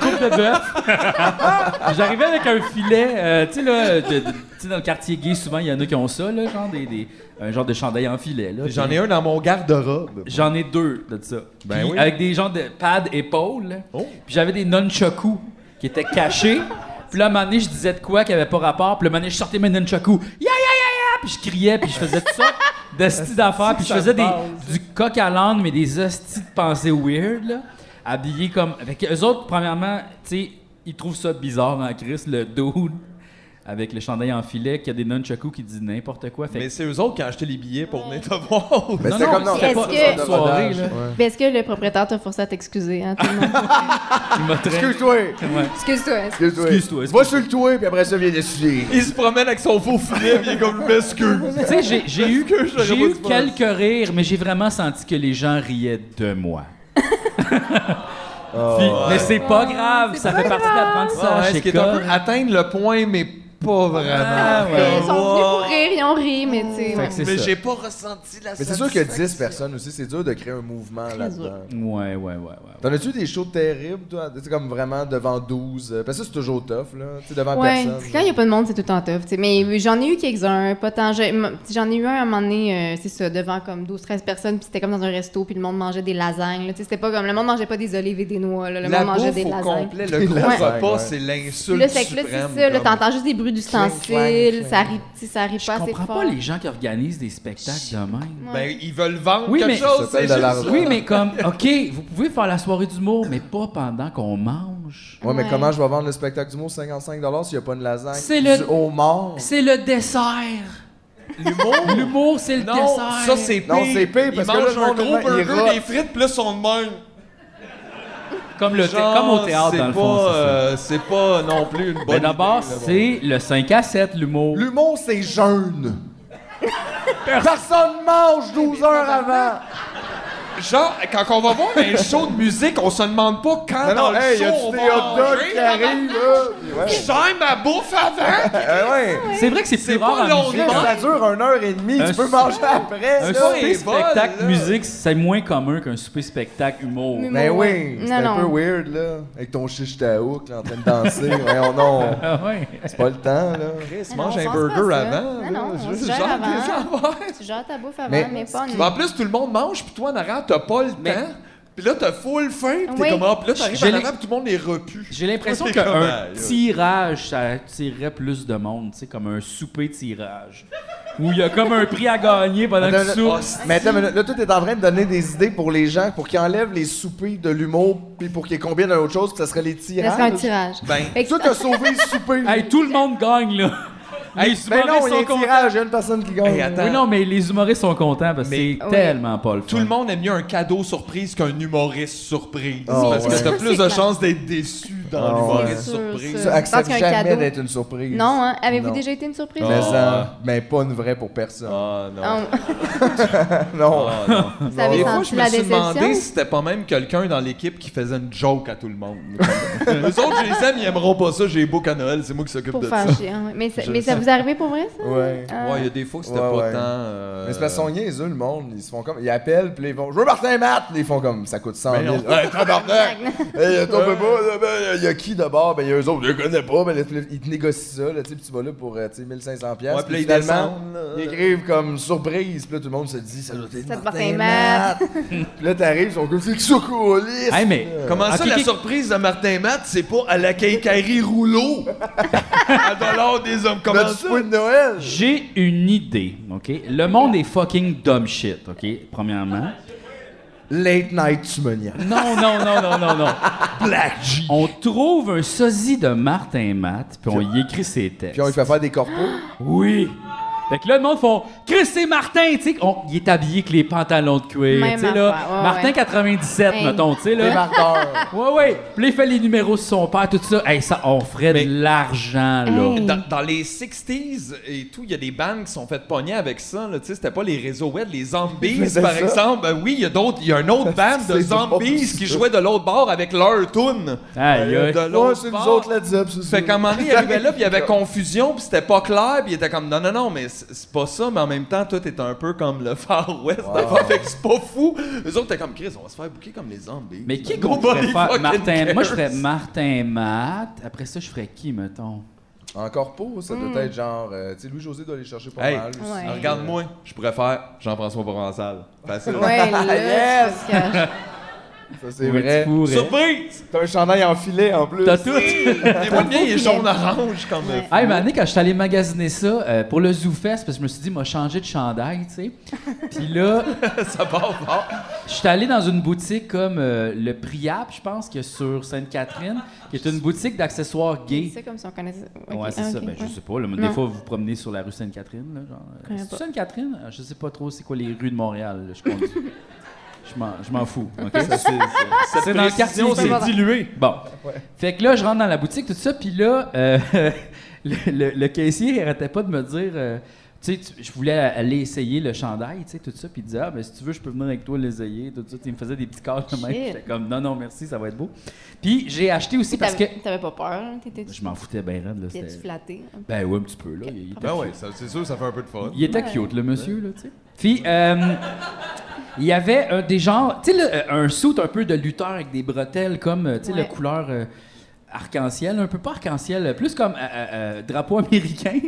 A: coupe de bœuf. J'arrivais avec un filet, euh, tu sais là, de- de- tu sais, dans le quartier gay souvent il y en a qui ont ça là, genre des, des- un genre de chandail en filet là.
D: J'en ai un dans mon garde-robe.
A: J'en ai deux de ça.
D: Ben
A: Puis
D: oui.
A: Avec des genres de pads épaules.
D: Oh.
A: Puis j'avais des nunchaku qui étaient cachés. Puis là, à un moment donné, je disais de quoi qui avait pas rapport. Puis le moment donné, je sortais mes nunchaku. Ya, ya, ya, ya! Puis je criais, puis je faisais tout ça de style d'affaires. Puis je faisais des, du coq à l'âne, mais des hosties de pensée weird, là. Habillés comme. Avec eux autres, premièrement, tu sais, ils trouvent ça bizarre en Chris, le dude avec le chandail en filet, qui a des nunchakus qui disent n'importe quoi. Fait
D: Mais
A: que-
D: c'est eux autres qui ont acheté les billets pour venir te voir.
C: Mais c'était comme non,
H: Est-ce
C: c'était pas
H: que-
C: c'était pas
A: Est-ce que-
C: soirée, là.
H: Ben, est-ce que le propriétaire t'a forcé à t'excuser? Hein, tout le monde?
A: il m'a traîné.
C: Excuse-toi,
A: Ouais.
H: Excuse-toi.
C: excuse-toi.
A: Excuse-toi,
C: Va sur le toit, puis après ça, viens d'essuyer.
D: Il se promène avec son faux filet, puis il est comme je m'excuse.
A: Tu sais, j'ai- j'ai eu,
D: que j'aurais
A: j'ai
D: pas
A: eu
D: dû faire
A: quelques rires, mais j'ai vraiment senti que les gens riaient de moi.
C: Oh,
A: Puis- Mais c'est pas grave, ça fait partie de
D: Ah Ouais,
A: l'apprentissage.
D: ce qui
A: c'est
D: est un
A: comme...
D: peu atteindre le point, mais pas
A: Ah,
D: vraiment. oh,
A: ouais.
H: Ils sont venus pour rire, ils ont ri, mais tu sais.
A: Fait
H: ouais.
A: que c'est
D: Mais
A: ça.
D: j'ai pas ressenti la
C: Mais c'est sûr que 10 personnes aussi, c'est dur de créer un mouvement là-dedans.
A: Ouais, ouais, ouais, ouais.
C: T'en as-tu des shows terribles, toi? Tu sais, comme vraiment devant 12? euh, Parce que ça, c'est toujours tough, là. Tu sais, devant
H: Ouais,
C: personne.
H: quand il n'y a pas de monde, c'est tout le temps tough. tu sais. Mais j'en ai eu quelques-uns, pas tant. j'ai- m- J'en ai eu un à un moment donné, euh, c'est ça, devant comme 12-13 personnes, puis c'était comme dans un resto, puis le monde mangeait des lasagnes. là. Tu sais, C'était pas comme. Le monde mangeait pas des olives et des noix, là, le
D: La
H: monde mangeait
D: bouffe
H: des
D: au
H: lasagnes.
D: complet, le gros
H: Ouais.
D: repas,
C: Ouais.
D: c'est
H: Puis
D: l'insulte
H: là, c'est que là,
D: suprême.
H: c'est ça, là,
D: comme-
H: t'entends juste des bruits
C: Cling, clang,
H: d'ustensiles, ça rit, tu sais, ça rit
A: Je
H: pas assez
A: comprends
H: fort.
A: pas les gens qui organisent des spectacles de même.
H: Ouais.
D: Ben, ils veulent vendre
A: Oui,
D: quelque
A: mais-
D: chose,
C: Ça s'appelle
D: c'est
C: de
D: juste ça.
C: l'argent.
A: Oui, mais comme, OK, vous pouvez faire la soirée d'humour, mais pas pendant qu'on mange.
C: Ouais, mais
H: Ouais.
C: comment je vais vendre le spectacle du mot 55 s'il n'y a pas de lasagne?
A: C'est le-
C: Du homard.
A: C'est le dessert. L'humour? L'humour, c'est le
D: Non,
A: dessert.
D: ça c'est pire.
C: Non, c'est pire, parce que
D: ils
C: là,
D: mangent
C: le monde,
D: un gros
C: il
D: burger,
C: rate.
D: des frites, plus on de même.
A: Comme, le thé-
D: Genre,
A: comme au théâtre,
D: c'est
A: dans le
D: pas,
A: fond, c'est ça.
D: euh, C'est pas non plus une bonne
A: Mais d'abord,
D: idée, là, bon.
A: c'est le 5 à 7, l'humour.
C: L'humour, c'est jeûne. Personne mange 12 heures avant.
D: Genre, quand on va voir un show de musique, on se demande pas quand
C: Non,
D: dans
C: non,
D: le
C: hey, y
D: show on
C: a-tu des
D: va
C: hot dogs
D: manger.
C: qui arrivent, là? Ouais.
D: J'aime ma bouffe avant!
C: Eh ouais.
A: C'est vrai que c'est plus
D: C'est
A: rare
D: pas
A: en
D: long,
A: musique.
D: non.
C: Quand ça dure une heure et demie,
A: Un
C: tu peux
A: sou-
C: manger après,
A: Un
C: là.
A: souper
D: les
A: spectacle
D: vols, là.
A: musique, c'est moins commun qu'un souper spectacle humour.
H: Mais-
C: Ben
H: Ouais.
C: oui, c'est un
H: Non, non.
C: peu weird, là. Avec ton chiche taouk, là, en train de danser. Voyons non,
A: Ah ouais.
C: c'est pas le temps, là.
D: Chris,
H: Non,
D: mange un
H: Ah non, on pense pas
D: burger
H: à ça.
D: avant.
H: Non, non,
D: là.
H: on se
D: Juste
H: gère
D: genre,
H: avant.
D: qu'est-ce qu'on va faire?
H: Tu gères ta bouffe avant, mais,
C: Mais-
H: pas
D: Puis En plus, tout le monde mange, puis toi en arrière, t'as pas le
A: Mais-
D: temps. Puis là, t'as full faim, puis t'es
H: Oui.
D: comme, ah, puis là, t'arrives
A: J'ai
D: en
A: l'im-
D: arrière, puis tout le monde est repu.
A: J'ai l'impression
D: C'est comme, ah,
A: qu'un
D: là.
A: tirage, ça attirerait plus de monde, tu sais, comme un souper tirage. Où il y a comme un prix à gagner pendant que tu
D: oh,
C: Attends,
A: soupes.
C: là, mais attends, mais là, là, tout est en train de donner des idées pour les gens, pour qu'ils enlèvent les soupers de l'humour, puis pour qu'ils combinent à autre chose, puis ça serait les
H: Ça serait un
C: tirages.
H: tirage.
D: Ben,
H: Fait que-
C: Toi, t'as sauvé le
D: oh,
C: souper.
A: Hey, tout le monde gagne, là. Les
C: ben
A: humoristes
C: non, il y a
A: sont
C: un
A: contents.
C: tirage, il y a une personne qui gagne.
D: Hey, attends.
A: Oui, non, mais les humoristes sont contents parce que
D: Mais-
A: c'est
H: Oui.
A: tellement pas le fun.
D: tout le monde aime mieux un cadeau surprise qu'un humoriste surprise.
C: Ah,
D: parce
C: ouais.
D: que t'as plus
H: C'est
D: de
H: clair.
D: chances d'être déçu dans
C: Ah,
D: l'humoriste
H: ouais.
D: surprise.
H: C'est sûr,
C: Ça
H: Je pense
C: accepte
H: qu'un
C: jamais
H: cadeau-
C: d'être une surprise.
H: Non, hein? Avez-vous
C: Non.
H: déjà été une surprise?
C: Mais,
D: Oh.
C: ça, mais pas une vraie pour personne.
D: Ah, non.
H: Ah,
A: Um,
C: Non.
D: Ah, non.
H: Vous avez
D: Des fois,
H: senti
D: je me
H: la
D: suis demandé
H: déception?
D: si c'était pas même quelqu'un dans l'équipe qui faisait une joke à tout le monde. Eux autres, je les aime, ils aimeront pas ça, j'ai beau à Noël, c'est moi qui s'occupe
H: Pour
D: de
H: faire
D: ça.
H: chier. hein. Mais, ça,
D: Je
H: mais ça
D: sais.
H: vous est arrivé pour vrai, ça?
C: Ouais.
H: Ah.
D: Ouais, il y a des fois que c'était
C: Ouais,
D: pas
C: ouais.
D: tant. euh,
C: Mais c'est parce qu'ils sont niaiseux, le monde. Ils se font comme. Ils appellent, puis ils vont. Je veux Martin et Matt! Ils font comme. Ça coûte 100
D: Mais
C: 000.
D: non.
C: Hey, tabarnak! hey, t'en peux pas, là, ben, il y a qui d'abord? Ben, il y a eux autres, je les connais pas. Ben, là, ils te négocient ça, là, tu sais, puis tu vas là pour, euh, tu sais, 1500 pièces
D: Ouais, puis là, ils descendent, là.
C: ils écrivent comme surprise, puis là, tout le monde se dit, ça doit être
H: Ça doit
C: Martin
H: être
C: et Matt.
H: Matt.
C: puis là, t'arrives, ils sont comme, c'est qui ça, coulisse?
A: Hey, mais
D: Comment
A: Ah,
D: ça,
A: qui-
D: la
A: qui-
D: surprise de Martin Matt, c'est pas à la quincaillerie rouleau? à dollar des hommes, comment
C: Notre
D: ça?
C: souper de Noël!
A: J'ai une idée, OK? Le monde est fucking dumb shit, OK? Premièrement.
C: Late night, tu me niaises.
A: Non, non, non, non, non, non.
D: Black G.
A: On trouve un sosie de Martin Matt, puis on y écrit ses textes.
C: Puis on lui fait faire des corpos.
A: Oui! Fait que là, le monde font Chris et Martin, tu sais, on- il est habillé que les pantalons de cuir, tu
H: Même
A: sais, là.
H: affaire, ouais,
A: Martin
H: ouais.
A: 97,
H: Hey.
A: mettons, tu sais,
C: Des
A: là.
C: marqueurs.
A: Ouais, ouais. Puis là, il fait les numéros sur son père, tout ça. Hey, ça, on ferait
D: Mais-
A: de l'argent, là.
H: Hey.
D: Dans, dans les 60s et tout, il y a des bandes qui sont faites pogner avec ça. là, tu sais, C'était pas les réseaux web, les
C: Ils
D: Zombies,
C: faisaient
D: par
C: ça.
D: exemple. Ben oui, il y a d'autres. Il y a un autre band de
C: C'est drôle,
D: Zombies
C: ça.
D: qui jouait de l'autre bord avec leur tune.
A: Aïe, aïe.
D: De
C: Ouais,
D: l'autre
C: c'est nous
D: bord.
C: autres, la Zep, c'est ça.
D: Fait qu'à un moment donné, il arrivait là, puis il y avait confusion, puis c'était pas clair, puis il était comme non, non, non, mais c'est c'est pas ça, mais en même temps, toi, t'es un peu comme le Far West. d'avant, Fait que c'est pas fou. Les autres, t'es comme Chris, on va se faire bouquer comme les zombies.
A: Mais qui qu'on
D: gros
A: pourrait faire? Martin, moi, je ferais Martin Matt. Après ça, je ferais qui, mettons?
C: En corpo, ça
H: Hmm.
C: doit être genre. euh, tu sais, Louis-José doit aller chercher pas
D: Hey,
C: mal. aussi.
H: Ouais.
D: Ah, Regarde-moi, je pourrais faire Jean-François Provençal. Facile.
H: Ouais, là, je me cache.
C: Ça, c'est
A: Pourrais-tu
C: vrai.
A: pourrais.
D: Surprise!
C: T'as un chandail en filet en plus.
A: T'as tout.
D: Et moi, le mien, il est jaune-orange comme
H: Ouais.
A: Hey, mais année, quand je suis allé magasiner ça euh, pour le ZooFest, parce que je me suis dit, m'a changé de chandail, tu sais. Puis là,
D: ça part fort.
A: je suis allé dans une boutique comme euh, le Priap, je pense, qui est sur Sainte-Catherine, qui est une boutique d'accessoires gays.
H: C'est ça comme si on connaissait. Ok,
A: Ouais, c'est
H: ah,
A: ça.
H: ok,
A: ben, je
H: ouais.
A: sais pas. là, mais
H: Non.
A: des fois, vous vous promenez sur la rue Sainte-Catherine. là, genre, euh,
H: connais
A: c'est
H: pas.
A: Sainte-Catherine? Euh, Je sais pas trop c'est quoi les rues de Montréal. là, je conduis. Je m'en- je m'en fous. ok? C'est dans le quartier.
D: Précision,
A: c'est-
D: c'est dilué.
A: Bon. Fait que là, je rentre dans la boutique, tout ça, puis là, euh, le, le- le caissier, il arrêtait pas de me dire. euh, tu sais, tu- je voulais aller essayer le chandail, tu sais, tout ça, puis il disait, ah, ben, si tu veux, je peux venir avec toi l'essayer, tout ça. Il me faisait des petits cartes de même.
H: Shit.
A: J'étais comme, non, non, merci, ça va être beau. Puis j'ai acheté aussi
H: Puis
A: parce que.
H: t'avais- T'avais pas peur, hein? t'étais
A: Je m'en foutais bien raide, là.
H: t'étais-tu
A: c'était-
H: flatté. un peu?
A: Ben ouais, un petit peu, là. Il, il était
D: Ben ouais, ça- c'est sûr, ça fait un peu de fun.
A: il était cute, le monsieur, là, tu sais. Puis, euh, il y avait euh, des genres, tu sais, là, euh, un suit un peu de lutteur avec des bretelles comme, euh, tu sais, la
H: Ouais.
A: couleur euh, arc-en-ciel, un peu pas arc-en-ciel, euh, plus comme euh, euh, euh, drapeau américain.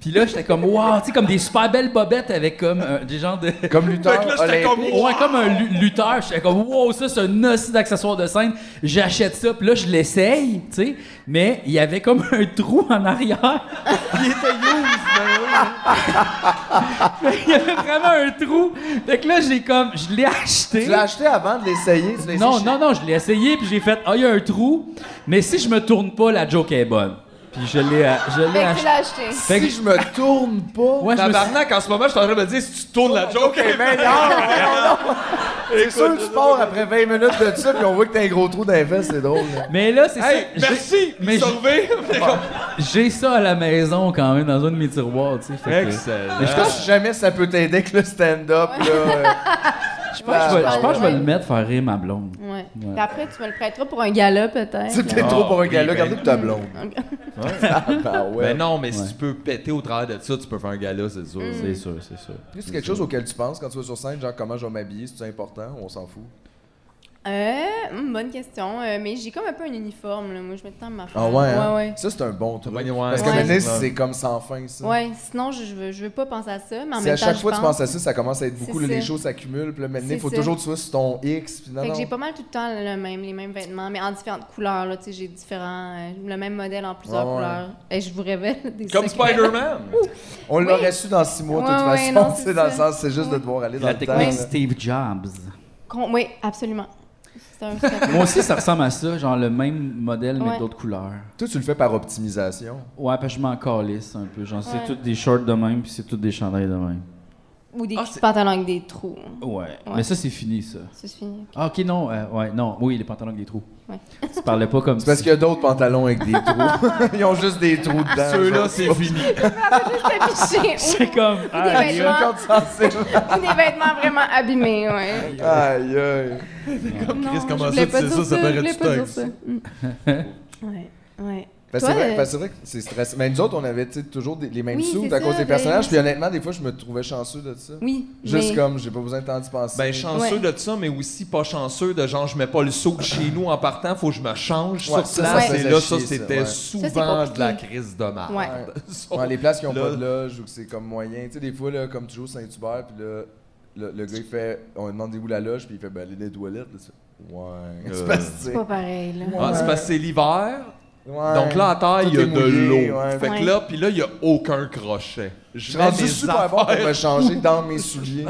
A: Puis là, j'étais comme, waouh, tu sais, comme des super belles bobettes avec comme euh, des genres de.
C: Comme lutteur oh,
D: Fait que là, j'étais comme-
C: olympique.
A: Ouais, comme un lu- lutteur. J'étais comme, wow, ça, c'est un aussi d'accessoire de scène. J'achète ça, puis là, je l'essaye, tu sais. Mais il y avait comme un trou en arrière.
D: ben hein.
A: il était use, ben oui. il y avait vraiment un trou. Fait que là, j'ai comme, je l'ai acheté.
C: Tu l'as acheté avant de l'essayer. tu l'as essayé
A: Non,
C: chez-
A: non, non, je l'ai essayé, puis j'ai fait, ah, il y a un trou. Mais si je me tourne pas, la joke est bonne. Puis je l'ai euh, je
C: Ah,
A: l'ai
C: ben,
H: Fait que
A: acheté.
H: tu l'as acheté.
A: Fait que-
C: Si je me tourne pas.
A: Ouais, je me suis-
D: Tabarnak, en ce moment, je suis en train de me dire si tu tournes la joke,
C: Ok,
A: ben,
C: mais non, non, non. C'est sûr que tu pars après 20 minutes de ça, puis on voit que t'as un gros trou dans les fesses, c'est drôle. là.
A: Mais là, c'est
D: Hey,
A: ça.
D: merci!
A: mais
D: Mais
A: je- J'ai ça à la maison quand même, dans un de mes tiroirs, tu sais. Fait que-
D: Excellent.
A: Mais je
C: Je pense que jamais ça peut t'aider avec le stand-up, là. euh.
H: Je
A: Je pense que je vais- je pense que je vais
H: ouais.
A: le mettre faire rire ma blonde.
H: Ouais. Puis après, tu me le prêteras pour un gala, peut-être.
C: C'est peut-être
D: Ah,
C: trop pour un
D: oui,
C: gars-là.
D: ben-
C: Regardez que ta blonde. Ah, ouais.
D: Ben non, mais si
A: Ouais.
D: tu peux péter au travers de ça, tu peux faire un gala, c'est sûr.
A: C'est sûr, c'est sûr.
C: C'est quelque chose auquel tu penses quand tu vas sur scène, genre comment je vais m'habiller, c'est important, on s'en fout.
H: Euh, hum, bonne question. Euh, mais j'ai comme un peu un uniforme, là. Moi, je mets tout le temps ma
C: Ah ouais, hein?
H: Ouais, ouais.
C: Ça, c'est un bon truc.
D: Ouais, ouais.
C: Parce que
H: Ouais.
C: maintenant, c'est comme sans fin, ça.
H: Ouais, sinon, je, je veux, je veux pas penser à ça, mais en
C: Si
H: même
C: à
H: temps,
C: chaque
H: je
C: fois
H: pense...
C: tu penses à ça, ça commence à être beaucoup, là,
H: C'est
C: les
H: ça.
C: choses s'accumulent, puis là, maintenant, il
H: C'est
C: faut
H: ça.
C: toujours que tu sois sur ton X, puis non,
H: Fait que j'ai
C: non.
H: pas mal tout le temps le même, les mêmes vêtements, mais en différentes couleurs. Là, tu sais, j'ai différents, euh, le même modèle en plusieurs
C: Ah, Ouais, ouais.
H: couleurs. Et je vous révèle des
D: Comme
H: secrets.
D: Spider-Man!
C: On l'aurait su dans six mois, de toute
H: Ouais, ouais,
C: façon,
H: non,
C: tu sais,
H: c'est
C: dans le
H: ça.
C: sens, c'est juste de devoir aller dans
A: La
C: le temps.
A: technique
C: là.
A: Steve Jobs.
H: Con- Oui, absolument. C'est un secret.
A: Moi aussi, ça ressemble à ça, genre le même modèle, mais
H: Ouais.
A: d'autres couleurs.
C: Toi, tu le fais par optimisation.
A: Ouais, parce que je m'en calisse un peu. Genre, c'est
H: Ouais.
A: toutes des shorts de même, puis c'est toutes des chandails de même.
H: Ou des
A: Ah,
H: petits
A: c'est-
H: pantalons avec des trous.
A: Ouais.
H: Ouais.
A: Mais ça, c'est fini, ça.
H: Ça se finit.
A: Ah, ok, non, euh, ouais, non. Oui, les pantalons avec des trous.
H: Ouais.
A: Tu parlais pas comme
C: C'est parce
A: ça.
C: qu'il y a d'autres pantalons avec des trous. Ils ont juste des trous dedans.
D: Ceux-là, c'est fini.
H: Affiché
A: C'est comme.
H: des
A: Ah,
C: Dieu, quand tu t'en sais.
H: ou, ou des vêtements vraiment abîmés, ouais.
C: Aïe, aïe.
H: Non,
D: Chris, comment
H: je
D: ça,
H: voulais
D: tu
H: pas
D: sais
H: dire
D: ça, ça
H: je
D: paraît
H: voulais
D: du
H: pas dire
D: texte.
H: ça. Mm. Ouais, ouais.
C: Ben, c'est
H: Toi,
C: vrai,
H: euh,
C: ben, c'est vrai que c'est stressant. Mais nous autres, on avait tu sais, toujours des- les mêmes
H: Oui,
C: sous
H: c'est
C: à cause
H: ça,
C: des
H: ben,
C: personnages.
H: oui.
C: Puis honnêtement, des fois, je me trouvais chanceux de ça.
H: Oui,
C: Juste
H: mais-
C: comme, j'ai pas besoin de tant d'y penser.
D: Ben chanceux de ça, mais aussi pas chanceux de genre je mets pas le saut de chez nous en partant, faut que je me change
C: Ouais,
D: sur
C: ça,
D: place.
C: ça
D: Et
C: faisait
D: là,
C: chier,
D: ça
C: ça,
D: c'était
C: ouais.
D: souvent
H: Ça, c'est
D: de la
H: compliqué.
D: crise de ah, merde.
H: Ouais.
D: Sauf-
C: Ouais, les places qui ont pas
D: Là.
C: de loge ou que c'est comme moyen. Tu sais, des fois, là, comme tu joues au Saint-Hubert, puis là, le, le gars, il fait, on lui demande où la loge, puis il fait, ben, allez dans les toilettes. Là, tu fais, ouais. C'est
D: Euh.
C: parce que, tu
H: C'est
C: sais,
H: pas pareil, là.
D: Ah, c'est parce que c'est l'hiver.
H: Euh.
C: ouais.
D: Donc là, à terre,
C: Tout
D: il y a
C: est
D: de
C: mouillé,
D: l'eau.
C: ouais.
D: Fait que
H: Ouais.
D: là, puis là, il y a aucun crochet.
C: Je
D: Je
C: suis
D: rends
C: rendu super bon pour me changer dans mes souliers.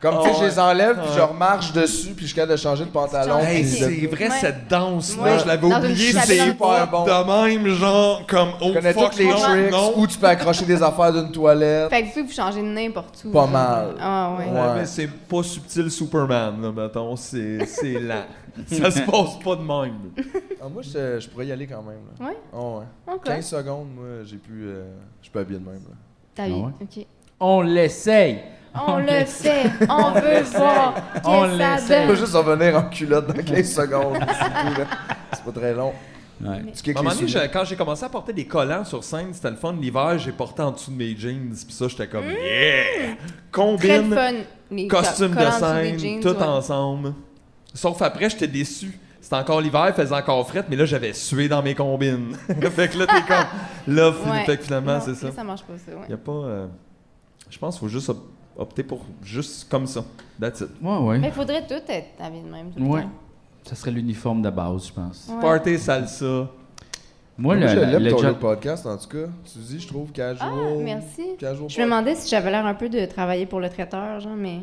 C: Comme tu sais, je les enlève, puis je remarche dessus, puis je suis capable de changer de pantalon. puis
D: Hey,
H: Hey,
C: de-
D: c'est vrai,
H: Ouais.
D: cette danse-là,
H: Ouais.
D: je l'avais
H: Dans une
D: oublié,
H: chapelle
D: c'est
H: en
D: super
C: bois.
D: bon. De même, genre, comme, oh
C: Tu connais
D: fuck,
C: tous les
D: non,
C: tricks,
D: non.
C: où tu peux accrocher des affaires d'une toilette.
H: Fait que vous pouvez vous changer de n'importe où.
C: Pas
H: là.
C: mal.
H: Ah ouais.
D: Ouais,
C: Ouais.
D: mais c'est pas subtil Superman, là, mettons, c'est c'est lent. Ça se passe pas de même.
C: Ah, moi, je, je pourrais y aller quand même. là.
H: Ouais?
C: Oh, ouais.
H: Ok.
C: 15 secondes, moi, j'ai pu... euh, je peux habiller de même. là.
H: T'as eu.
A: Ah ouais.
H: OK.
A: On l'essaye.
H: On le fait. On veut voir.
A: On
H: qu'est-ce que ça
A: l'essaie.
C: Je
H: donne.
C: peux juste revenir en culotte dans 15 secondes. c'est tout, là. C'est pas très long.
A: Ouais.
C: Tu kicks
D: À un
C: les
D: moment donné,
C: souliers.
D: j'ai- quand j'ai commencé à porter des collants sur scène, c'était le fun. L'hiver, j'ai porté en dessous de mes jeans, puis ça, j'étais comme yeah!
H: Mmh. Très le
D: Combine,
H: fun. Les co-
D: costume de
H: collants sous des
D: scène,
H: jeans,
D: tout
H: ouais.
D: ensemble. Sauf après, j'étais déçu. C'était encore l'hiver, il faisait encore fret, mais là, j'avais sué dans mes combines. fait que là, t'es comme là, fi-
H: Ouais.
D: fait que finalement,
H: Non,
D: c'est ça.
H: Ça marche pas, ça. ouais.
D: Y a pas. euh, je pense qu'il faut juste op- opter pour juste comme ça. That's it.
A: Ouais, ouais.
H: Mais faudrait tout être habillé de même. Tout le
A: Ouais.
H: temps.
A: Ça serait l'uniforme de base, je pense.
H: Ouais.
D: Party salsa.
A: Moi,
C: Moi,
A: le,
C: je
A: le-
C: l'aime
A: le
C: ton
A: job-
C: look podcast, en tout cas. Suzy, je trouve casual.
H: Ah, merci.
C: Casual
H: Je me demandais si j'avais l'air un peu de travailler pour le traiteur, genre, mais.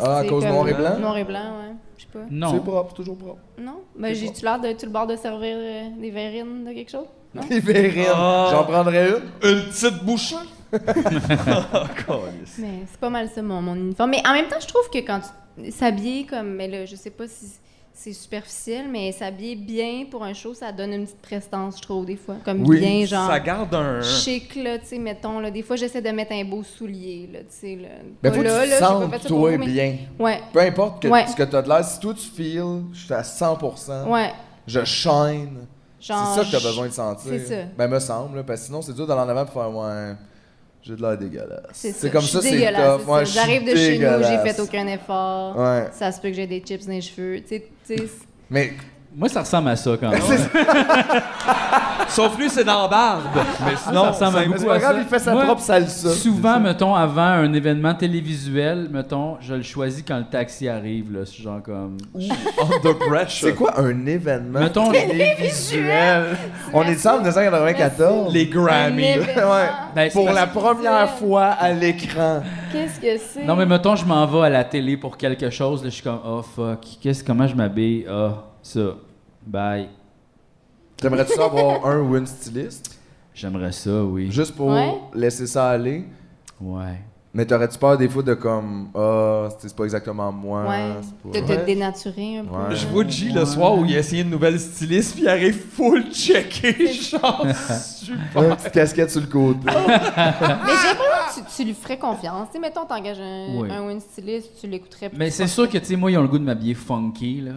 C: Ah, à
H: C'est
C: cause
H: comme-
C: noir et blanc?
H: Noir et blanc, ouais. Je sais pas.
C: C'est
A: Non.
C: propre, toujours propre.
H: Non? Ben, j'ai-tu l'air de tout le bord de servir euh, des verrines de quelque chose? Non?
C: Les verrines.
D: Ah.
C: J'en prendrais une.
D: Une petite Oh, bouchée. Câlisse.
H: Mais c'est pas mal ça, mon, mon uniforme. Mais en même temps, je trouve que quand tu s'habiller comme. Mais là, je sais pas si c'est superficiel, mais s'habiller bien pour un show, ça donne une petite prestance, je trouve, des fois. Comme
C: Oui,
H: bien, genre.
D: Ça garde un.
C: Hein.
H: chic, là, tu sais, mettons, là, des fois, j'essaie de mettre un beau soulier, là, tu sais, là.
C: Ben,
H: Pas
C: faut que
H: là,
C: tu
H: là,
C: te
H: j'ai pas
C: sentes,
H: fait ça pour
C: toi,
H: vous, mais-
C: bien.
H: Ouais,
C: Peu importe que,
H: Ouais.
C: ce que t'as de l'air, si toi tu feels, je suis à 100%,
H: ouais,
C: je shine. C'est
H: genre...
C: ça que t'as besoin de sentir.
H: c'est ça.
C: Ben, me semble, là, parce que sinon, c'est dur d'aller en avant pour faire, ouais, j'ai de l'air dégueulasse.
H: C'est
C: C'est
H: ça.
C: comme
H: Je suis
C: ça, c'est
H: dégueulasse,
C: top.
H: c'est
C: Ouais,
H: ça.
C: je suis
H: J'arrive de chez nous, j'ai
C: dégueulasse.
H: fait aucun effort.
C: Ouais.
H: Ça se peut que j'ai des chips dans les cheveux, tu sais, tu sais, c'est-
C: Mais
A: Moi, ça ressemble à ça quand
C: Ah
A: même.
D: Sauf lui, c'est dans la barbe. Mais
A: Ah, ça
D: sinon,
A: ressemble à
D: c'est-
A: beaucoup
C: c'est pas
A: à
C: grave,
A: ça.
C: il fait sa
A: Moi,
C: propre salsa.
A: Souvent, mettons, avant un événement télévisuel, mettons, je le choisis quand le taxi arrive, là, ce genre comme...
D: under pressure.
C: C'est quoi un événement
A: Mettons,
C: télévisuel? On est en 1994.
D: Les Grammys.
H: Un événement.
C: Ouais.
A: Ben, c'est
C: Pour
A: parce-
C: la première fois à l'écran.
H: Qu'est-ce que c'est?
A: Non, mais mettons, je m'en vais à la télé pour quelque chose, là, je suis comme, oh fuck, qu'est-ce, comment je m'habille? Ah, ça, bye.
C: T'aimerais-tu ça avoir un ou une styliste?
A: J'aimerais ça, oui.
C: Juste pour
H: Ouais.
C: laisser ça aller.
A: Ouais.
C: Mais t'aurais-tu peur des fois de comme Ah, c'est- c'est pas exactement moi.
H: Ouais, de
C: c'est pas-
H: te dénaturer un peu.
C: Ouais.
D: Je vois G le soir où il a essayé une nouvelle styliste, puis il arrive full checké, genre super.
C: Ouais, Une petite casquette sur le côté.
H: Mais j'ai l'impression que tu, tu lui ferais confiance. Tu sais, mettons, t'engages un,
A: Oui.
H: un ou une styliste, tu l'écouterais. puis
A: Mais
H: tu
A: c'est
H: penses-
A: sûr que, tu sais, moi, ils ont le goût de m'habiller funky, là.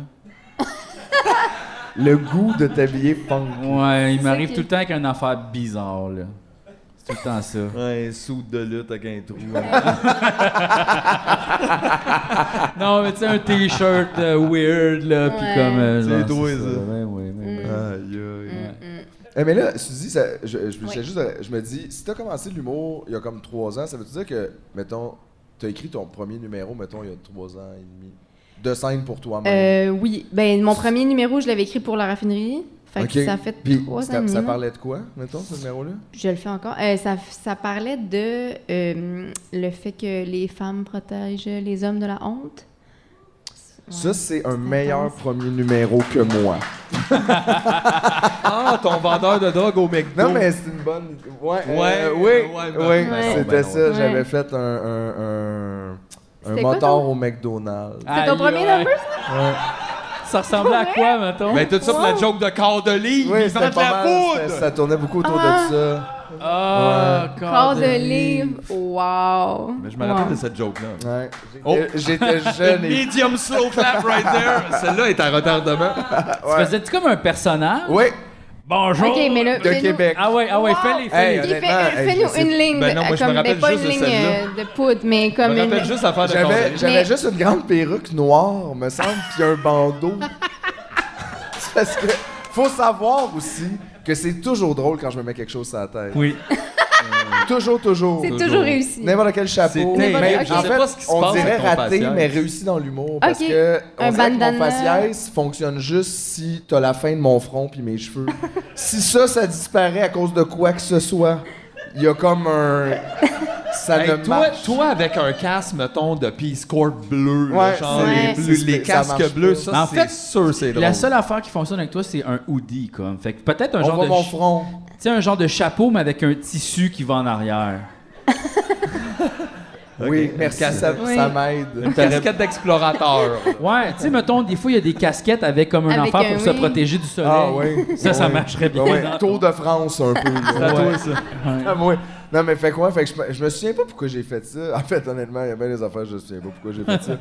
C: le goût de t'habiller punk.
A: Ouais, il
H: ça
A: m'arrive
H: qui-
A: tout le temps avec une affaire bizarre, là. C'est tout le temps ça.
D: Ouais, soude de lutte avec un trou.
A: Non, mais tu sais, un t-shirt euh, weird, là, pis
H: Ouais. Mm.
A: comme. euh,
D: C'est
A: genre,
D: toi, ça.
A: Ouais, ouais, ouais, ouais.
C: Aïe, aïe. Eh, mais là, Suzy, ça- je, je- je-
H: Ouais.
C: juste, je me dis, si t'as commencé l'humour il y a comme trois ans, ça veut-tu dire que, mettons, t'as écrit ton premier numéro, mettons, il y a trois ans et demi, de scène pour toi-même?
H: Euh, oui. Ben, mon premier numéro, je l'avais écrit pour la raffinerie. Fait
C: Ok.
H: que ça fait
C: Puis,
H: trois ans. et
C: ça,
H: demi,
C: ça
H: là.
C: parlait de quoi, mettons, ce numéro-là?
H: Je le fais encore. Euh, ça, ça parlait de euh, le fait que les femmes protègent les hommes de la honte. Ouais.
C: Ça, c'est un
H: c'est
C: meilleur
H: intense.
C: premier numéro que moi.
D: Ah, ton vendeur de drogue au McDo.
C: Non, mais c'est une bonne. Ouais, euh,
D: Ouais,
C: oui,
D: ouais,
C: oui,
D: ben,
H: ben non,
C: c'était
A: ben non.
C: ça. J'avais
H: Ouais.
C: fait un, un, un, un
H: C'était quoi
C: moteur
H: ton-
C: au McDonald's.
H: C'est ton
A: Aïe,
H: premier
A: aïe.
H: number,
A: Ça ressemblait à quoi, mettons?
D: Ben, tout ça pour la joke de corps de livre,
C: oui,
D: ils vendent
C: c'était
D: de la
C: pas mal. c'était-
D: poudre!
C: Ça tournait beaucoup autour
H: Ah.
C: de ça.
A: Ah,
C: Ouais.
H: corps de livre. Wow.
D: Mais je me rappelle
H: Wow.
D: de cette joke-là.
C: Ouais.
D: Oh.
C: J'étais- J'étais jeune et.
D: Medium slow clap right there! Celle-là est à retardement.
H: Ah,
A: Tu faisais-tu comme un personnage?
C: Oui,
A: Bonjour!
H: Ok, mais là.
C: de
H: fais-nous-
C: Québec.
A: Ah ouais, ah ouais,
H: Wow!
A: fais-les,
C: Hey, euh,
A: fais-les.
H: Ok,
C: honnêtement,
H: fais-
C: hey,
H: Fais-nous
C: je sais-
H: une ligne.
D: Ben non, moi,
H: euh,
D: je me
H: comme,
D: rappelle
H: ben, pas
D: juste
H: une
D: de
H: ligne
D: celle-là.
H: euh, de poudre, mais
D: Je
H: comme
D: me rappelle
H: une.
D: juste l'affaire de corps de
C: J'avais
D: livre.
C: j'avais
H: Mais-
C: juste une grande perruque noire, me semble, puis un bandeau. C'est parce que faut savoir aussi que c'est toujours drôle quand je me mets quelque chose sur la tête.
A: Oui.
C: Toujours, toujours.
H: C'est toujours réussi.
C: N'importe quel chapeau.
D: C'était-
C: Mais
H: Ok.
C: en
H: Je
D: sais
C: fait,
D: pas ce qui se
C: on
D: passe
C: dirait
D: avec ton
C: raté,
D: faciès.
C: mais réussi dans l'humour. Parce
H: Ok.
C: que on
H: Un
C: dirait que mon
H: bandana.
C: faciès fonctionne juste si t'as la fin de mon front puis mes cheveux. si ça, ça disparaît à cause de quoi que ce soit, il y a comme un... Ça
D: Hey,
C: ne
D: toi,
C: marche
D: toi, avec un casque, mettons, de Peace Corps bleu, là,
C: Ouais,
D: genre
H: c'est-
D: les, bleus,
C: c'est-
D: les
C: ça marche
D: casques bleus,
C: pas.
A: Mais en
D: ça,
A: fait,
D: c'est sûr, c'est drôle.
A: La seule affaire qui fonctionne avec toi, c'est un hoodie, comme. Fait que peut-être un
C: On
A: genre
C: voit
A: de.
C: mon
A: ch-
C: front.
A: Tu sais, un genre de chapeau, mais avec un tissu qui va en arrière.
C: Oui, merci,
D: Casque-
C: ça,
H: Oui.
C: ça m'aide.
D: Une casquette d'explorateur.
A: Ouais, tu sais, mettons, des fois, il y a des casquettes avec comme un
H: Avec
A: enfant pour
H: un
A: se
H: oui.
A: protéger du soleil.
C: Ah oui.
A: Ça, ça
C: Ouais.
A: marcherait bien.
C: Ah ouais,
A: dans-
C: Tour de France un peu. là.
A: à toi,
C: Ouais.
A: ça.
C: Ah, moi. Non, mais fait quoi? Fait que je, me- je me souviens pas pourquoi j'ai fait ça. En fait, honnêtement, il y a bien des affaires, je me souviens pas pourquoi j'ai fait ça.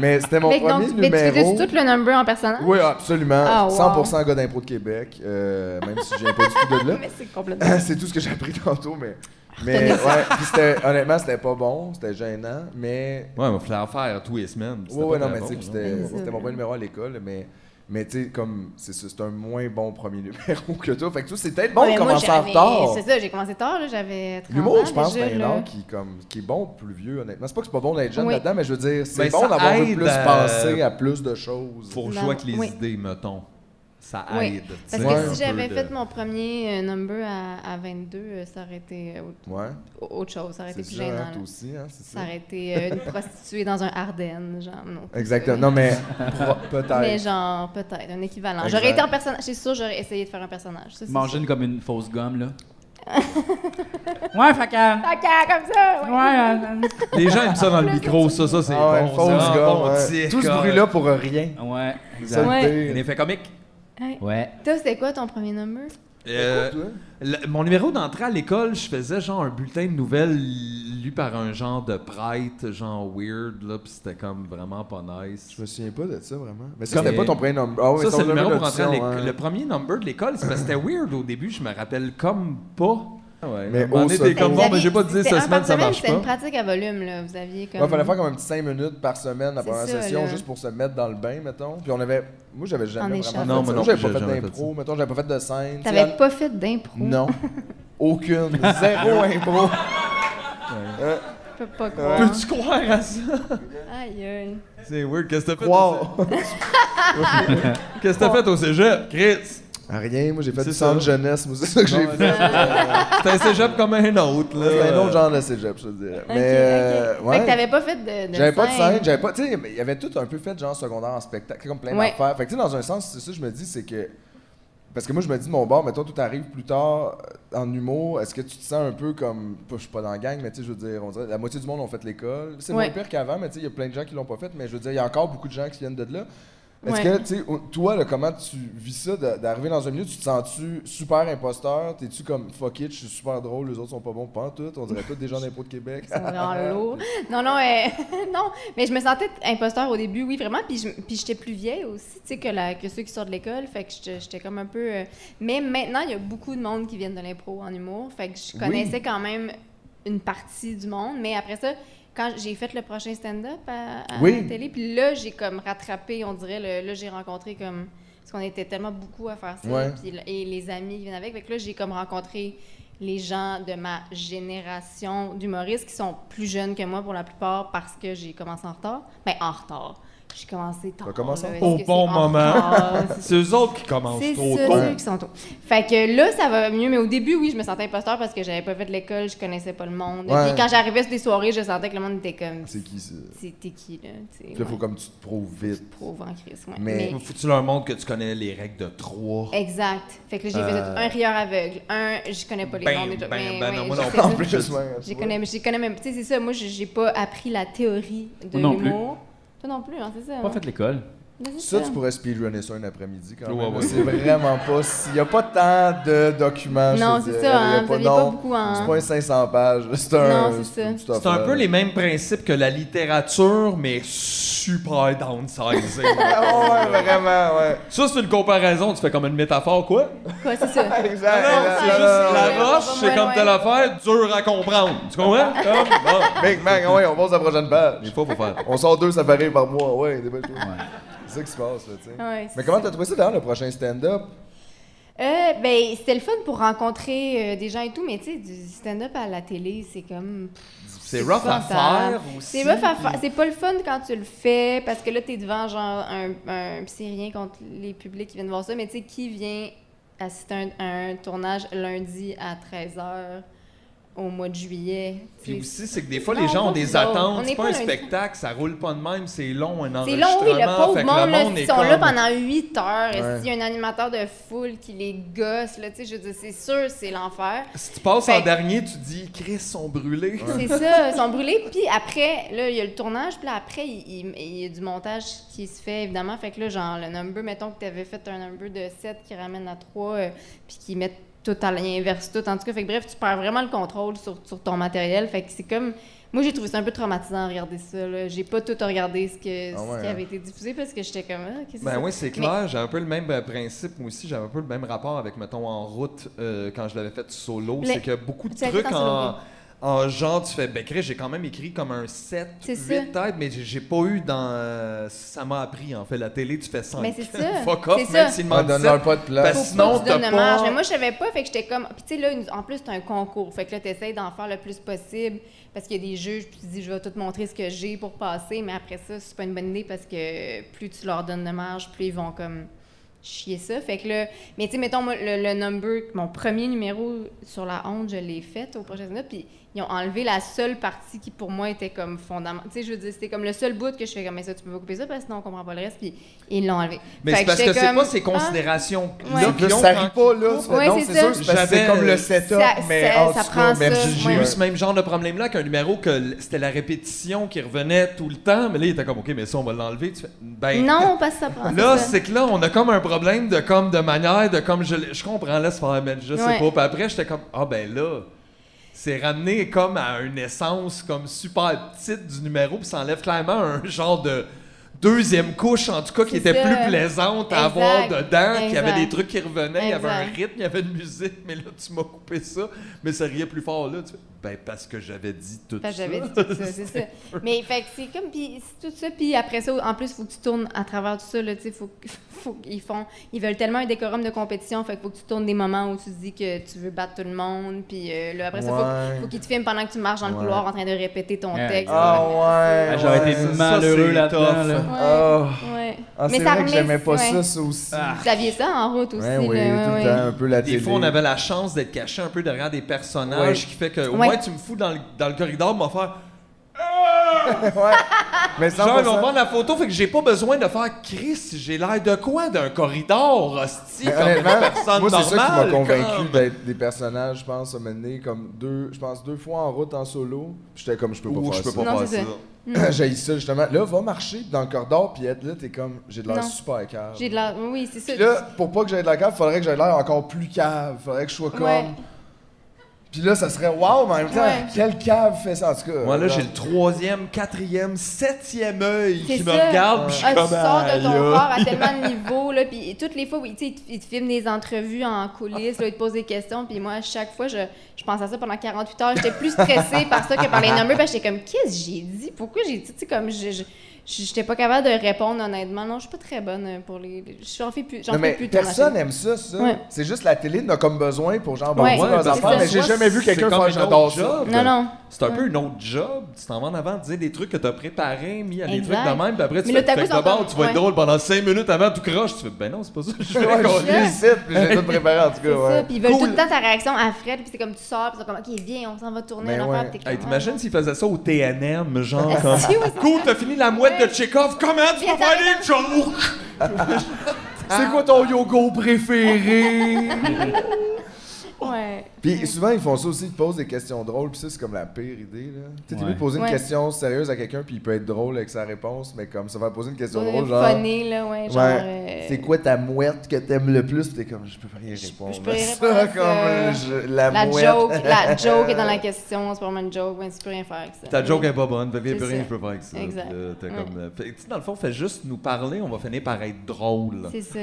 C: Mais c'était mon
H: Fait que donc,
C: premier
H: tu mais tu
C: numéro.
H: faisais tout le number en personnage?
C: Oui, absolument.
H: Ah, wow.
C: 100% gars d'impro de Québec, euh, même si je viens pas du tout de là.
H: Mais c'est complètement.
C: C'est tout ce que j'ai appris tantôt, mais Mais ouais, puis c'était- honnêtement, c'était pas bon, c'était gênant, mais.
D: Ouais, mais il fallait en faire tous les semaines. C'était
C: Ouais, ouais,
D: pas
C: non, mais
D: très
C: tu sais,
D: bon,
C: puis
D: là.
C: c'était c'était mon bon numéro à l'école, mais. Mais tu sais, comme, c'est ça, c'est un moins bon premier numéro que toi. Fait que toi, c'est peut-être bon
H: Ouais,
C: de
H: mais moi,
C: commencer en
H: j'avais-
C: retard.
H: C'est ça, j'ai commencé tard, là, j'avais 30 ans
C: L'humour, je pense, ben, c'est
H: déjà,
C: un
H: là.
C: art qui, comme, qui est bon plus vieux, honnêtement. C'est pas que c'est pas bon d'être jeune
H: Oui.
C: là-dedans, mais je veux dire, c'est
D: Ben,
C: bon
D: ça
C: d'avoir vu
D: aide
C: plus
D: à-
C: penser à plus de choses.
D: Pour
H: Non,
D: jouer avec les
H: oui.
D: idées, mettons. Ça
H: Oui,
D: aide.
H: parce
C: Ouais, un
H: que si j'avais fait
D: mon...
H: mon premier euh, number à, à 22, euh, ça aurait été euh, autre-
C: Ouais,
H: autre chose, ça aurait été
C: c'est
H: plus
C: ça,
H: gênant.
C: hein,
H: là.
C: toi aussi, hein, c'est ça.
H: Ça aurait été euh, une prostituée dans un Ardennes, genre, non.
C: Exactement. Non, mais pro-
H: Mais
C: peut-être.
H: genre, peut-être, un équivalent.
C: Exact.
H: J'aurais été un personnage, c'est sûr, j'aurais essayé de faire un personnage. Ça, c'est
A: Manger
H: sûr.
A: une- comme une fausse gomme, là. ouais, fait que, euh,
H: Ok, comme ça, Ah ouais.
A: Ouais, euh,
D: Les gens aiment ça dans le micro, ça, ça, c'est
C: Ah ouais,
D: bon.
C: une fausse
D: ça.
C: gomme,
D: Bon,
C: ouais.
D: tic,
C: Tout ce
D: ah.
C: bruit-là pour rien.
A: euh, ouais,
C: Ça,
A: exact.
C: le
H: Ouais.
C: pire.
D: Un effet comique.
A: Ouais.
H: Toi, c'était quoi ton premier number?
D: Euh,
C: Toi?
D: le- mon numéro d'entrée à l'école, je faisais genre un bulletin de nouvelles lu par un genre de prêtre, genre weird, là, pis c'était comme vraiment pas nice.
C: Je me souviens pas de ça, vraiment. Mais ça,
D: Comme-
C: c'était pas ton premier number. Ah oui,
D: ça,
C: ton
D: c'est le numéro
C: numéro
D: pour entrer à
C: d'audition,
D: l'école.
C: hein.
D: Le premier number de l'école, c'est parce que c'était weird au début, je me rappelle comme pas. Ah Ouais,
C: Mais
D: à un moment
C: au
D: donné,
C: secours.
D: t'es comme
H: Vous
D: bon,
H: aviez-
D: mais j'ai pas dit cette
H: c'était un par
D: semaine, ça
H: semaine,
D: marche
H: C'était une
D: pas.
H: pratique à volume, là. Vous aviez comme.
C: Il fallait faire comme un petit 5 minutes par semaine la
H: C'est
C: première
H: ça,
C: session
H: là.
C: juste pour se mettre dans le bain, mettons. Puis on avait. Moi, j'avais
H: En
C: jamais
H: échange.
C: vraiment. fait
D: Non, moi
C: ça.
D: non
C: j'avais
D: plus,
C: pas
D: j'ai jamais
C: fait
D: fait
C: d'impro, mettons, j'avais pas fait de scène. Tu sais,
H: T'avais pas fait d'impro.
C: Non. Aucune. Zéro impro.
H: Je peux pas croire.
D: Peux-tu croire à ça?
H: Aïe, aïe.
D: C'est weird, qu'est-ce que t'as fait? au
C: Wow.
D: cé- Qu'est-ce que t'as fait au cégep, Chris?
C: Ah, Rien, moi j'ai fait
D: C'est
C: du centre
D: ça.
C: jeunesse, moi c'est ça que j'ai fait.
D: C'était un cégep comme un autre, là.
C: C'est un autre genre de cégep, je te dirais.
H: Ok,
C: Mais euh,
H: ok.
C: ouais.
H: Fait que t'avais pas fait de. de
C: J'avais pas de scène, j'avais pas. Tu sais, mais il y avait tout un peu fait genre secondaire en spectacle, comme plein
H: Ouais.
C: d'affaires. Fait que tu sais, dans un sens, c'est ça que je me dis, c'est que. Parce que moi, je me dis, mon bord, mettons, tout arrive plus tard euh, en humour. Est-ce que tu te sens un peu comme. pas- Je suis pas dans la gang, mais tu sais, je veux dire, on dirait, la moitié du monde ont fait l'école. C'est
H: Ouais.
C: moins pire qu'avant, mais tu sais, il y a plein de gens qui l'ont pas fait, mais je veux dire, il y a encore beaucoup de gens qui viennent de là. Est-ce
H: Ouais.
C: que, tu sais, au- toi, là, comment tu vis ça d'a- d'arriver dans un milieu, tu te sens-tu super imposteur? T'es-tu comme fuck it, je suis super drôle, les autres sont pas bons, pas en tout? On dirait tous des gens d'impôts de Québec.
H: C'est vraiment lourd. Non, non, euh, non, mais je me sentais imposteur au début, oui, vraiment. Puis, je- puis j'étais plus vieille aussi, tu sais, que, la- que ceux qui sortent de l'école. Fait que j'étais j'étais comme un peu. euh, Mais maintenant, il y a beaucoup de monde qui viennent de l'impro en humour. Fait que je connaissais quand même une partie du monde. Mais après ça, quand j'ai fait le prochain stand-up à, à
C: Oui.
H: la télé, puis là, j'ai comme rattrapé, on dirait, le- là, j'ai rencontré comme. Parce qu'on était tellement beaucoup à faire ça.
C: Ouais.
H: puis l- et les amis qui viennent avec. Fait que là, j'ai comme rencontré les gens de ma génération d'humoristes qui sont plus jeunes que moi pour la plupart parce que j'ai commencé en retard. Ben, en retard. J'ai commencé tard.
C: T'as commencé
H: là.
C: en
H: Est-ce
D: Au
H: que
D: bon
H: c'est en
D: moment.
H: retard?
D: C'est eux autres qui commencent
H: C'est
D: trop
H: ça,
D: tôt.
H: ceux qui sont tôt. Fait que là, ça va mieux, mais au début, oui, je me sentais imposteur parce que j'avais pas fait de l'école, je connaissais pas le monde.
C: Ouais.
H: Et puis quand j'arrivais sur des soirées, je sentais que le monde était comme.
C: C'est qui ça?
H: C'est t'es qui, là? Tu sais,
C: Puis là,
H: ouais.
C: faut comme tu te prouves vite.
H: Prouve en crise, ouais.
C: Mais-
D: Faut que tu leur montres que tu connais les règles de 3.
H: Exact. Fait que là, j'ai fait
D: Euh,
H: un rieur aveugle, un je connais pas les
D: Ben,
H: noms des gens,
D: ben,
H: mais
D: ben,
H: ouais,
D: non, moi
H: je
D: non
H: sais
D: plus.
H: ça.
D: En plus,
C: Plus, ouais, tu
H: J'y
C: vois.
H: connais, j'y connais même. Tu sais, c'est ça. Moi, j'ai j'ai pas appris la théorie de
A: Moi non plus.
H: l'humour. Toi non plus, hein, c'est ça.
A: Pas
H: hein?
A: fait l'école.
H: Mais c'est
C: Ça,
H: ça.
C: tu pourrais speedrunner ça un après-midi quand même.
D: Ouais, ouais.
C: C'est vraiment pas... Il n'y a pas tant de documents. je
H: Non,
C: te
H: c'est
C: dirais.
H: ça,
C: Il y a
H: hein, vous aviez pas
C: non,
H: beaucoup en-
C: C'est pas un 500 pages. C'est un...
H: Non, c'est ça.
C: une petite
D: C'est un
C: affaire.
D: peu les mêmes principes que la littérature, mais super downsizing.
C: Ah ouais, vraiment, ouais.
D: ça, c'est une comparaison. Tu fais comme une métaphore, quoi.
H: Quoi, c'est ça.
C: Exact.
D: Non,
C: exact, non,
D: c'est juste
C: non,
H: ouais,
D: la
H: ouais,
D: roche,
H: ouais,
D: c'est comme
H: ouais.
D: telle affaire, dur à comprendre. Tu comprends? Comme, bon.
C: non. Big Mac, ouais, on passe à la prochaine page.
D: Des fois, faut faire.
C: On sort deux safaris par mois, ouais, des belles choses. C'est ça qui se passe, là, tu sais.
H: Ouais, c'est
C: Mais comment t'as trouvé ça, d'ailleurs, le prochain stand-up?
H: Euh, ben, c'était le fun pour rencontrer euh, des gens et tout, mais tu sais, du stand-up à la télé, c'est comme.
D: C'est rough à
H: supportable.
D: faire aussi.
H: C'est rough à faire. C'est pas le fun quand tu le fais parce que là, t'es devant genre un, un pis c'est rien contre les publics qui viennent voir ça, mais tu sais, qui vient assister à un, à un tournage lundi à 13h au mois de juillet? tu
D: Puis
H: sais,
D: aussi, c'est que des fois, les
H: Non,
D: gens ont
H: pas
D: des
H: nous autres. On
D: attentes.
H: est
D: C'est pas,
H: pas
D: un
H: lundi.
D: spectacle, ça roule pas de même, c'est long, un
H: C'est
D: enregistrement.
H: long, oui, le pauvre
D: fait que
H: monde,
D: le
H: là,
D: monde est
H: ils sont là
D: comme-
H: pendant 8 heures.
C: Ouais.
H: Est-ce qu'il y a un animateur de foule qui les gosse, là, tu sais, je veux dire, c'est sûr, c'est l'enfer.
D: Si tu passes
H: Fait
D: en
H: que-
D: dernier, tu dis, Chris, sont brûlés.
H: C'est ça, ils sont brûlés. Puis après, là, il y a le tournage. Puis là, après, il, il- il y a du montage qui se fait, évidemment. Fait que là, genre, le number, mettons que tu avais fait un number de 7 qui ramène à 3, euh, puis qui mettent tout à l'inverse, tout. En tout cas, fait que bref, tu perds vraiment le contrôle sur, sur ton matériel. Fait que c'est comme. Moi, j'ai trouvé ça un peu traumatisant à regarder ça. là. J'ai pas tout regardé ce, que,
C: Ah
H: ce
C: ouais,
H: qui
C: hein.
H: avait été diffusé parce que j'étais comme. Ah, qu'est-ce que
D: Ben
H: ça?
D: oui, c'est
H: Mais-
D: clair. J'ai un peu le même euh, principe, moi aussi. J'avais un peu le même rapport avec, mettons, en route, euh, quand je l'avais fait solo.
H: Le-
D: C'est que beaucoup de
H: Tu l'as fait
D: trucs
H: en solo,
D: en,
H: oui.
D: en genre, tu fais, ben, Chris, j'ai quand même écrit comme un 7,
H: C'est
D: 8
H: ça.
D: têtes, mais j'ai- j'ai pas eu dans. euh, ça m'a appris, en fait. La télé, tu fais 5.
H: Mais c'est ça.
D: Fuck off,
H: C'est
D: même
H: ça.
D: s'il
C: Ah,
D: demande
C: Donne-leur
D: 7.
C: pas de place.
H: Faut
D: Parce- sinon,
H: pas que tu donnes
D: t'as
H: le manche.
D: pas-
H: Mais moi, je savais pas, fait que j'étais comme. Puis, tu sais, là, nous- en plus, c'est un concours. Fait que là, t'essayes d'en faire le plus possible parce qu'il y a des juges, puis tu dis, je vais tout montrer ce que j'ai pour passer. Mais après ça, c'est pas une bonne idée parce que plus tu leur donnes de marge, plus ils vont comme chier ça. Fait que là, mais tu sais, mettons, moi, le, le number, mon premier numéro sur la honte, je l'ai fait au projet Sénat, puis ils ont enlevé la seule partie qui, pour moi, était comme fondamentale. Tu sais, je veux dire, c'était comme le seul bout que je fais comme, mais ça, tu peux pas couper ça parce que sinon, on comprend pas le reste, puis ils l'ont enlevé.
D: Mais
H: Fait
D: c'est parce que
H: j'étais
D: c'est
H: comme,
D: pas ces
H: Ah!
D: considérations-là
H: Ouais.
D: qui
C: Là,
D: ont
C: ça
D: quand-
C: rit pas, là. tu fais,
H: Ouais,
C: non,
H: c'est
C: c'est
H: ça.
C: sûr, c'est parce que c'est
D: J'avais-
C: comme le setup,
H: Ça-
C: mais
H: ça-
C: en
H: ça
C: dessous,
H: prend
C: mais
H: ça,
C: j'ai
D: J'ai
H: ouais.
C: eu
D: eu
C: ce-
D: ce même genre de problème-là qu'un numéro que l- c'était la répétition qui revenait tout le temps, mais là, il était comme, OK, mais ça, on va l'enlever. Tu fais, ben,
H: Non, parce que ça prend
D: Là,
H: Ah, ça.
D: c'est que là, on a comme un problème de comme de manière, de comme je, l'ai- je comprends laisse faire, mais je sais
H: Ouais.
D: pas. Puis après, j'étais comme ah ben là, c'est ramené comme à une essence comme super petite du numéro, puis ça enlève clairement un genre de deuxième couche en tout cas qui
H: C'est
D: était
H: ça.
D: plus plaisante à
H: Exact.
D: avoir dedans, qu'il y avait
H: Exact.
D: des trucs qui revenaient, il y avait un
H: Exact.
D: rythme, il y avait une musique, mais là tu m'as coupé ça, mais ça riait plus fort là, tu fais, ben parce que j'avais dit tout
H: Parce que
D: ça.
H: j'avais dit tout ça, c'est ça. Mais fait que c'est comme puis c'est tout ça puis après ça en plus faut que tu tournes à travers tout ça là, tu sais faut que- faut qu'ils font ils veulent tellement un décorum de compétition fait que faut que tu tournes des moments où tu dis que tu veux battre tout le monde puis euh, là après ça faut que-
C: Ouais.
H: faut qu'ils te filment pendant que tu marches dans le
C: Ouais.
H: couloir en train de répéter ton
A: Ouais.
H: texte.
C: Ah ouais.
A: Ah, J'aurais été
C: ouais.
A: malheureux
D: c'est
A: là-dedans.
D: tough.
A: là.
H: Ouais.
C: Ah.
H: ouais.
C: Ah, c'est
H: ça
C: vrai que
H: remet-
C: j'aimais pas
H: ouais.
C: ça, ça aussi.
H: Vous aviez ça en route aussi
C: Ouais, oui, tout
H: là, ouais,
C: le
H: ouais.
C: temps, un peu la
D: Ah. Des
C: télé.
D: fois, on avait la chance d'être caché un peu derrière des personnages,
C: Ouais.
D: qui fait que, au
H: Ouais.
D: moins, tu me fous dans le, dans le corridor, m'en faire.
C: Ouais. Mais sans
D: Genre, ils vont prendre la photo, fait que j'ai pas besoin de faire Chris, j'ai l'air de quoi d'un corridor, hostie, comme une
C: Honnêtement,
D: personne
C: moi, c'est ça qui m'a
D: normale.
C: convaincu
D: comme.
C: d'être des personnages, je pense, à mener comme deux, je pense, deux fois en route en solo. Puis J'étais comme, je peux pas
D: Ouh,
C: faire
D: je peux
C: ça.
D: pas
H: Non,
D: faire
H: c'est
D: ça.
H: ça.
C: J'ai ça, justement. Là, va marcher dans le corridor, puis être là, t'es comme, j'ai de l'air
H: Non.
C: super cave.
H: J'ai de la oui, c'est ça.
C: Puis là, pour pas que j'aie de la cave, faudrait que j'aie l'air encore plus cave. Faudrait que je sois comme.
H: Ouais.
C: Puis là, ça serait waouh, mais en même temps,
H: Ouais.
C: quelle cave fait ça en tout cas?
D: Moi, là,
C: Euh, genre.
D: j'ai le troisième, quatrième, septième œil
H: C'est
D: qui me
H: ça.
D: regarde, pis je suis
H: Ah, tu
D: comme.
H: sors de ton
D: aïe, aïe.
H: corps à tellement de niveaux, là, puis toutes les fois, oui, tu sais, ils te- ils te filment des entrevues en coulisses, là, ils te posent des questions, puis moi, à chaque fois, je, je pense à ça pendant 48 heures, j'étais plus stressée par ça que par les numbers, parce que j'étais comme, qu'est-ce que j'ai dit? Pourquoi j'ai dit, tu sais, comme, je... je je- j'étais pas capable de répondre honnêtement. Non, je suis pas très bonne euh, pour les. J'en fais plus. J'en
C: Non,
H: fais
C: mais
H: plus de tournages.
C: personne aime ça, ça.
H: Ouais.
C: C'est juste la télé n'a comme besoin pour genre, bon,
H: Ouais,
C: on va faire
H: c'est
C: leurs affaires,
H: ça.
C: mais j'ai
D: Soit
C: jamais vu
D: c'est
C: quelqu'un
D: comme
C: faire
D: une
C: j'adore
D: autre
C: ça.
D: job.
H: Non, non.
D: C'est un peu une autre job. Tu t'en vas en avant, tu dis des trucs que t'as préparés, mis à des
H: Exact.
D: trucs de même, puis après tu
H: Mais
D: fais,
H: le tabou,
D: fait que
H: c'est
D: d'abord,
H: encore-
D: tu vas être
H: ouais.
D: drôle pendant 5 minutes avant, tout croche. Tu fais, ben non, c'est pas ça, que je
C: Ouais,
D: vais
C: je suis ici, puis j'ai tout préparé en tout
H: C'est
C: cas. ouais.
H: ça. Puis ils veulent
D: Cool.
H: tout le temps ta réaction à Fred, puis c'est comme tu sors, puis c'est comme, OK, viens, on s'en va tourner
C: Mais
H: une
C: ouais.
H: affaire. puis t'es comme,
D: Hey,
H: Ah,
D: t'imagines
H: ouais.
D: s'ils faisaient ça au TNM, genre comme.
H: Ah, Si, oui,
D: Cool, t'as fini la mouette de Chekhov, comment tu
H: Viens,
D: peux faire
H: t'arrêtes.
D: des jokes?
C: C'est quoi ton yogourt préféré?
H: Ouais.
C: Puis souvent, ils font ça aussi, ils te posent des questions drôles, puis ça, c'est comme la pire idée. là. Tu sais, t'es
A: Ouais.
C: obligé de poser une
H: Ouais.
C: question sérieuse à quelqu'un, puis il peut être drôle avec sa réponse, mais comme ça va poser une question
H: Ouais,
C: drôle, genre.
H: funny, là, ouais. Genre,
C: Ouais.
H: euh,
C: C'est quoi ta mouette que t'aimes le plus? Puis T'es comme, je peux pas y répondre.
H: je peux
C: à
H: y
C: ça,
H: répondre à
C: comme euh,
H: ça.
C: je- la,
H: La
C: mouette.
H: joke, la joke est dans la question, c'est pas vraiment une joke, mais tu peux rien faire avec ça.
D: Ta joke est pas bonne, fait qu'il y a
H: C'est
D: plus rien
H: ça.
D: que je peux faire avec ça.
H: Exact.
D: Puis là, t'as
H: Ouais.
D: comme, euh, fait que, tu sais, dans le fond, fais juste nous parler, on va finir par être drôle.
H: C'est ça.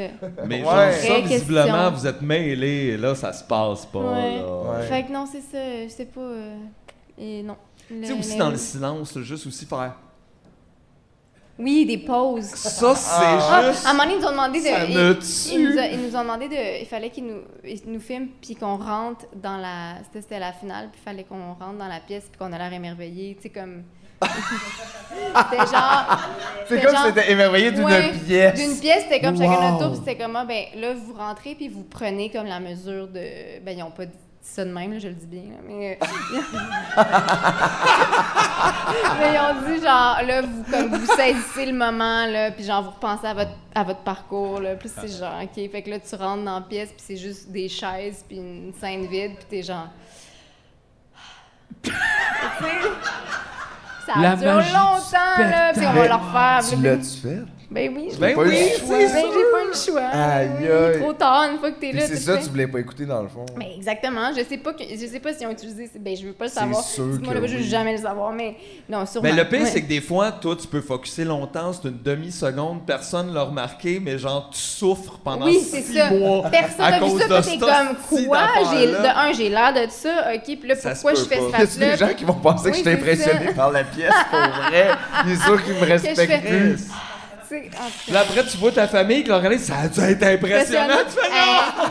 D: Mais
C: Ouais.
D: genre, ça,
H: Vraie
D: visiblement,
H: question.
D: vous êtes mêlés, et là, ça se passe pas.
H: Ouais.
D: là.
C: Ouais.
H: Fait que non, c'est ça, je sais pas. euh, et non.
D: Tu
H: Le-
D: sais, aussi
H: le-
D: dans le silence, juste aussi faire.
H: Oui, des pauses.
D: Ça, c'est
H: Ah,
D: juste.
H: à un moment donné, ils nous ont demandé de.
D: Ça
H: ils-
D: me
H: ils, nous
D: tue.
H: a- ils nous ont demandé de. Il fallait qu'ils nous, ils nous filment, puis qu'on rentre dans la. C'était c'était la finale, puis il fallait qu'on rentre dans la pièce, puis qu'on a l'air émerveillé. Tu sais, comme. C'était genre.
C: C'est comme si
H: genre-
C: t'étais émerveillé d'une
H: Ouais,
C: pièce.
H: D'une pièce, c'était comme chacun
C: Wow.
H: notre tour, puis c'était comme, ah, ben là, vous rentrez, puis vous prenez comme la mesure de. Ben, ils n'ont pas dit ça de même, là, je le dis bien, là, mais. euh, mais ils ont dit, genre, là, vous, comme, vous saisissez le moment, là, puis genre, vous repensez à votre, à votre parcours, là. Puis c'est genre, OK, fait que là, tu rentres dans la pièce, puis c'est juste des chaises, puis une scène vide, puis t'es genre. Tu sais, Ça
A: La
H: dure
A: magie du
H: longtemps, là, puis on va le refaire. puis
C: Tu
H: là,
C: l'as-tu fait?
H: Ben oui,
C: Ben
H: oui,
C: oui,
H: ben,
C: c'est
H: j'ai
C: sûr.
H: pas eu le choix.
C: Aïe,
H: Oui, il est
C: aïe.
H: trop tard, une fois que t'es
C: Puis
H: là,
C: c'est
H: tu
C: ça,
H: fais-
C: tu voulais pas écouter dans le fond.
H: Mais exactement, je sais pas que, je sais pas s'ils ont utilisé, ben je veux pas le savoir.
C: sûr
H: Moi
C: que
H: là, je veux
C: oui.
H: jamais le savoir, mais non, sûrement.
D: Mais Ben, le pire,
H: Ouais.
D: c'est que des fois, toi, tu peux focusser longtemps, c'est une demi-seconde, personne ne l'a remarqué, mais genre, tu souffres pendant
H: oui, c'est
D: six
H: ça.
D: mois
H: Personne
D: à
H: n'a vu
D: cause
H: ça,
D: de
H: puis t'es
D: cette
H: comme
D: hostie
H: quoi J'ai- De
D: d'affaire-là.
H: un, j'ai l'air de ça, ok, puis là
D: Ça se
H: pourquoi
D: peut
H: je fais
D: pas.
H: ce
C: Qu'est-ce que
H: là
C: les gens qui vont penser que je
H: Oui,
C: t'ai
H: c'est
C: impressionné
H: ça.
C: par la pièce pour vrai? Il est sûr qu'ils me respectent
H: fais-
C: plus.
D: Là, après, tu vois ta famille qui leur dit Ça a dû être impressionnant. Tu fais Non,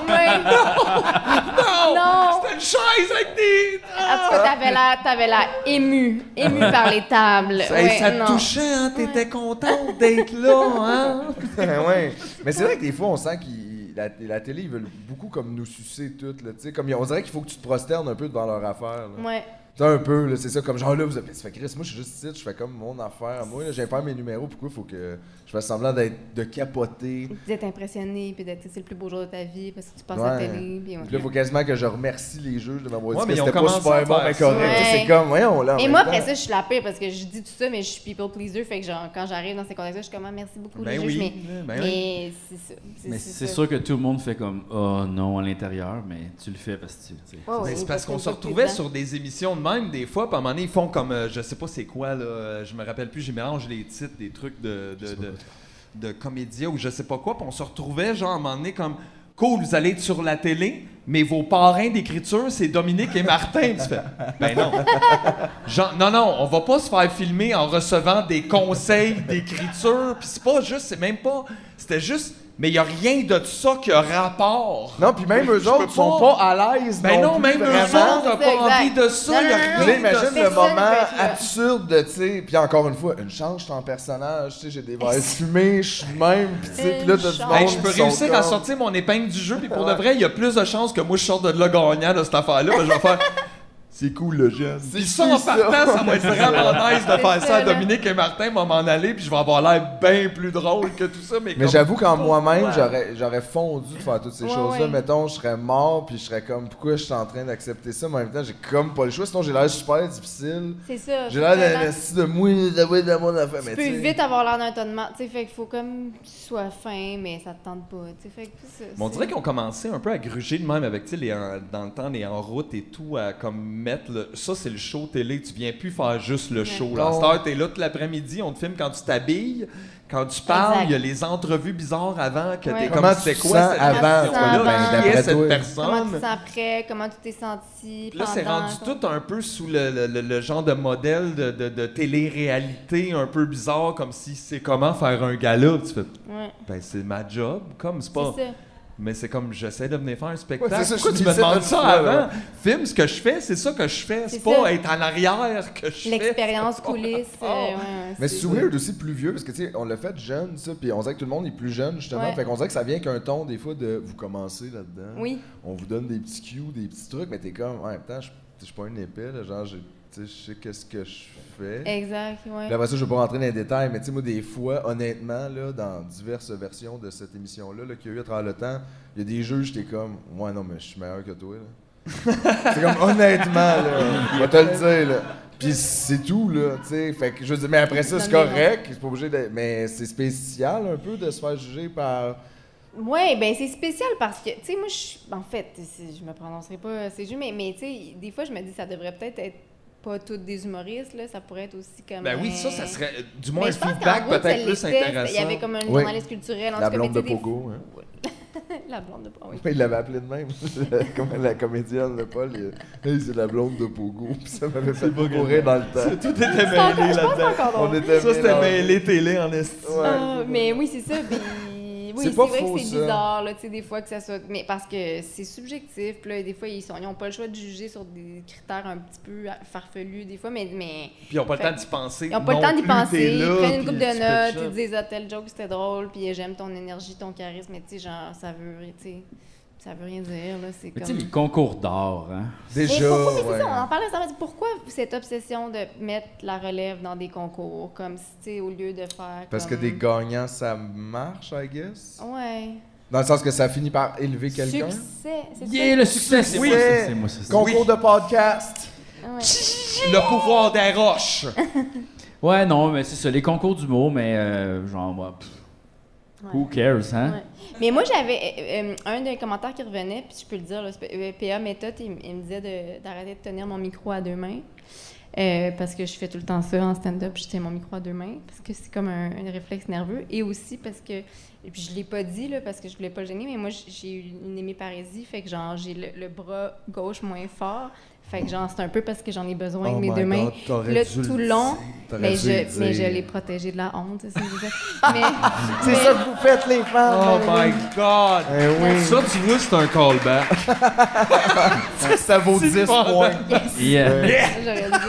D: non,
H: Non.
D: C'était une chaise avec des.
H: En tout cas, t'avais l'air, t'avais l'air ému, ému par les tables.
D: Hey,
H: Ouais,
D: ça te
H: non.
D: touchait, hein? T'étais contente d'être là, hein?
C: ouais. Mais c'est vrai que des fois, on sent que la, la télé, ils veulent beaucoup comme nous sucer toutes. Là, tu sais. comme, ils- on dirait qu'il faut que tu te prosternes un peu devant leur affaire. là.
H: Ouais.
C: Tu sais, un peu, là, c'est ça. Comme genre là, vous avez fait Chris, moi je suis juste ici, je fais comme mon affaire. Moi, là, j'ai pas mes numéros, pourquoi il faut que je fasse semblant d'être de capoter.
H: D'être impressionné, puis d'être c'est le plus beau jour de ta vie parce que tu passes à la
C: Ouais.
H: télé. Puis ouais.
C: Puis là, il faut quasiment que je remercie les juges de m'avoir
D: Ouais,
C: dit
D: mais
C: que
D: ils ont
C: c'était pas
D: commencé à
C: super bon,
D: faire
C: mais
D: ça.
C: correct. Tu sais,
H: Ouais.
C: C'est comme, voyons, là. en
H: Et
C: même
H: moi,
C: temps.
H: après ça, je suis la pire parce que je dis tout ça, mais je suis people pleaser. Fait que genre, quand j'arrive dans ces contextes-là, je suis comme, Ah, merci beaucoup,
D: Ben
H: les juges.
D: oui,
H: mais
D: ben
H: mais
D: oui.
H: c'est ça.
A: Mais c'est sûr que tout le monde fait comme oh non à l'intérieur, mais tu le fais parce que tu. tu-
H: Ouais, ouais,
D: Mais c'est
H: il
D: parce
H: passe
D: qu'on
H: un
D: se
H: peu plus
D: retrouvait
H: dedans.
D: sur des émissions de même des fois, puis à un moment donné, ils font comme, euh, je sais pas c'est quoi, là, euh, je me rappelle plus, j'ai mélange les titres des trucs de, de, de- de comédia ou je sais pas quoi, puis on se retrouvait genre à un moment donné comme, cool, vous allez être sur la télé, mais vos parrains d'écriture, c'est Dominique et Martin, Puis tu fais, ben non. Genre, non, non, on va pas se faire filmer en recevant des conseils d'écriture, puis c'est pas juste, c'est même pas, c'était juste, mais il y a rien de ça qui a rapport.
C: Non, puis même eux autres
D: peux
C: sont
D: pas.
C: pas à l'aise.
D: Ben non,
C: plus,
D: même eux
C: vraiment.
D: autres n'ont
H: C'est ça,
D: pas envie
H: exact.
D: de ça. y
H: Non,
D: a
H: non, non,
C: Là,
D: rien de
H: non.
D: ça.
C: imagine le
H: Personne
C: moment
H: fait ça.
C: absurde, de, tu sais. Puis encore une fois, une chance, je suis en personnage, tu sais, j'ai des vibes fumées, je suis même, puis tu sais, puis là,
H: Une
C: t'as du
H: chance.
C: monde.
D: Hey, je peux
C: qui sont
D: réussir à
C: comme-
D: sortir mon épingle du jeu, puis pour de vrai, il y a plus de chances que moi je sorte de là gagnant de cette affaire-là. Ben, je vais faire. C'est cool le geste. Puis ça, en
C: cool, ça.
D: partant, ça va être vraiment nice de
H: C'est
D: faire ça à
H: ça, là.
D: Dominique et Martin, vont m'en aller, puis je vais avoir l'air bien plus drôle que tout ça. Mais,
C: Mais
D: comme-
C: j'avoue qu'en moi-même,
D: Ouais.
C: j'aurais, j'aurais fondu de faire toutes ces
H: Ouais,
C: choses-là.
H: ouais.
C: Mettons, je serais mort, puis je serais comme, pourquoi je suis en train d'accepter ça, mais en même temps, j'ai comme pas le choix, sinon j'ai l'air super difficile.
H: C'est ça.
C: J'ai l'air
H: Voilà.
C: d'un esti de mouille, d'avouer de mon affaire, mais
H: Tu peux
C: sais,
H: vite avoir l'air d'un tonnement. Tu sais, fait qu'il faut comme tu sois fin, mais ça te tente pas. Tu sais, fait que ça.
D: Mais on
H: c'est-
D: dirait qu'ils ont commencé un peu à gruger de même avec, tu sais, les en- dans le temps, les en route et tout, à comme mettre le- ça, c'est le show télé, tu viens plus faire juste le show. Là. À
C: Oh.
D: cette heure, t'es là tout l'après-midi, on te filme quand tu t'habilles, quand tu parles,
H: Exact.
D: il y a les entrevues bizarres avant, que
H: Ouais.
D: t'es
C: Comment
D: comme,
C: tu
D: c'est
C: te
D: quoi
C: sens
D: cette
C: avant,
H: toi, là, ben,
D: qui est
C: d'après
D: cette
C: toi?
H: Comment tu te
D: personne?
H: sens après? Comment tu t'es senti?
D: Puis Là, c'est
H: pendant,
D: rendu
H: comment-
D: tout un peu sous le, le- le- le genre de modèle de, de- de télé-réalité un peu bizarre, comme si c'est comment faire un gala. Tu fais,
H: Ouais,
D: ben c'est ma job, comme c'est
H: c'est
D: pas.
H: ça.
D: Mais c'est comme j'essaie de venir faire un spectacle.
C: Ouais, c'est ça,
D: Pourquoi
C: je
D: tu
C: dis
D: me
C: ça
D: demandes
C: une
D: ça
C: fois,
D: avant?
C: là.
D: Filme ce que je fais, c'est ça que je fais. C'est
H: C'est
D: pas
H: ça.
D: être en arrière que je fais. Oh.
H: L'expérience coulisse. euh, ouais, ouais,
C: Mais
H: c'est-
C: c'est weird aussi plus vieux, parce que tu sais, on l'a fait jeune, ça, puis on dirait que tout le monde est plus jeune, justement.
H: Ouais.
C: Fait qu'on dirait que ça vient qu'un ton, des fois, de vous commencez là-dedans.
H: Oui.
C: On vous donne des petits cues, des petits trucs, mais t'es comme, Ouais, en même temps, je je suis pas un épée, là, genre, j'ai- tu sais, je sais qu'est-ce que je fais.
H: Exact, ouais.
C: Puis après ça, je vais pas rentrer dans les détails, mais tu sais, moi, des fois, honnêtement, là, dans diverses versions de cette émission-là là, qu'il y a eu à travers le temps, il y a des juges, t'es comme, ouais, non, mais je suis meilleur que toi, là. c'est comme, honnêtement, là, je vais te le dire, là. Puis c'est tout, là, tu sais. Fait que je veux dire, mais après ça, c'est
H: Donne des
C: correct, c'est pas obligé de. Mais c'est spécial, un peu, de se faire juger par.
H: Ouais, ben c'est spécial parce que, tu sais, moi, je suis- en fait, c'est- je me prononcerai pas ces jeux, mais, mais tu sais, des fois, je me dis, ça devrait peut-être être pas toutes des humoristes, là, ça pourrait être aussi comme.
D: Ben oui, ça,
H: euh,
D: ça serait euh, du
H: mais
D: moins un
H: je pense qu'en
D: feedback
H: gros,
D: peut-être
H: ça
D: plus
H: l'était,
D: intéressant.
H: Il y avait comme un
C: Oui.
H: journaliste culturel. En
C: La
H: tout cas, mais
C: blonde de
H: tu sais, des-
C: Pogo, hein.
H: La blonde de Pogo, oui.
C: Il l'avait appelé de même, comme la comédienne, le Paul. il- Hey, c'est la blonde de Pogo. Puis ça m'avait fait courir dans le temps.
D: Tout était
H: C'est encore-
D: mêlé
H: je pense que c'est
D: là-dedans.
H: encore
C: On
H: drôle.
C: était
D: Ça, c'était
C: mélangés.
D: mêlé télé en esti.
C: Ouais.
H: Ah, mais oui, c'est ça. puis- Oui,
C: C'est
H: c'est
C: pas
H: vrai
C: faux,
H: que c'est
C: ça.
H: bizarre, là, tu sais, des fois que ça soit. Mais parce que c'est subjectif, puis là, des fois, ils n'ont pas le choix de juger sur des critères un petit peu farfelus, des fois, mais. mais...
D: Puis ils n'ont pas le
H: Fait-
D: temps d'y penser.
H: Ils n'ont pas le
D: non
H: temps d'y
D: plus,
H: penser.
D: t'es
H: Ils
D: là,
H: prennent une
D: puis
H: coupe
D: tu
H: de
D: fais
H: notes, ils
D: ça.
H: disent Ah, tel joke, c'était drôle, puis euh, j'aime ton énergie, ton charisme, mais tu sais, genre, ça veut, tu sais, ça veut rien dire, là. C'est
A: Mais
H: comme.
A: tu sais, les concours d'or, hein?
H: Mais
C: Déjà.
H: pourquoi, mais c'est
C: ouais.
H: ça, hein? on en parlait ça, mais pourquoi cette obsession de mettre la relève dans des concours, comme si, tu sais, au lieu de faire.
C: Parce que
H: comme-
C: des gagnants, ça marche, I guess.
H: Ouais.
C: Dans le sens que ça finit par élever quelqu'un.
H: Succès, c'est
A: Yeah, le succès, c'est
C: Oui.
A: moi, ça, c'est moi, ça, c'est moi.
C: Concours de podcast.
H: ça? Ah Ouais.
D: Le pouvoir des roches.
A: Ouais, non, mais c'est ça, les concours d'humour, mais euh, genre, moi, pff, Who cares, hein?
H: Ouais. Mais moi, j'avais euh, euh, un des commentaires qui revenait, puis je peux le dire, là, c'est pas- euh, PA méthode, il, m- il me disait de- d'arrêter de, tenir mon micro à deux mains. euh, parce que je fais tout le temps ça en stand-up, je tiens mon micro à deux mains, parce que c'est comme un, un réflexe nerveux. Et aussi parce que, et puis je l'ai pas dit, là, parce que je voulais pas le gêner, mais moi, j- j'ai eu une hémiparésie, fait que genre, j'ai le, le bras gauche moins fort. Fait que genre, c'est un peu parce que j'en ai besoin avec
C: Oh
H: mes
C: my
H: deux mains.
C: God, t'aurais
H: Là,
C: dû le
H: tout le long,
C: dire, t'aurais
H: mais
C: dû
H: je,
C: le
H: mais je
C: dire.
H: l'ai protégé de la honte, c'est ça que je disais. Mais-
C: C'est ça que vous faites, les femmes!
D: Oh my God!
C: Eh oui.
D: Ça, tu vois, c'est un callback.
C: Ça vaut 10 points.
A: Yeah.
H: J'aurais dû.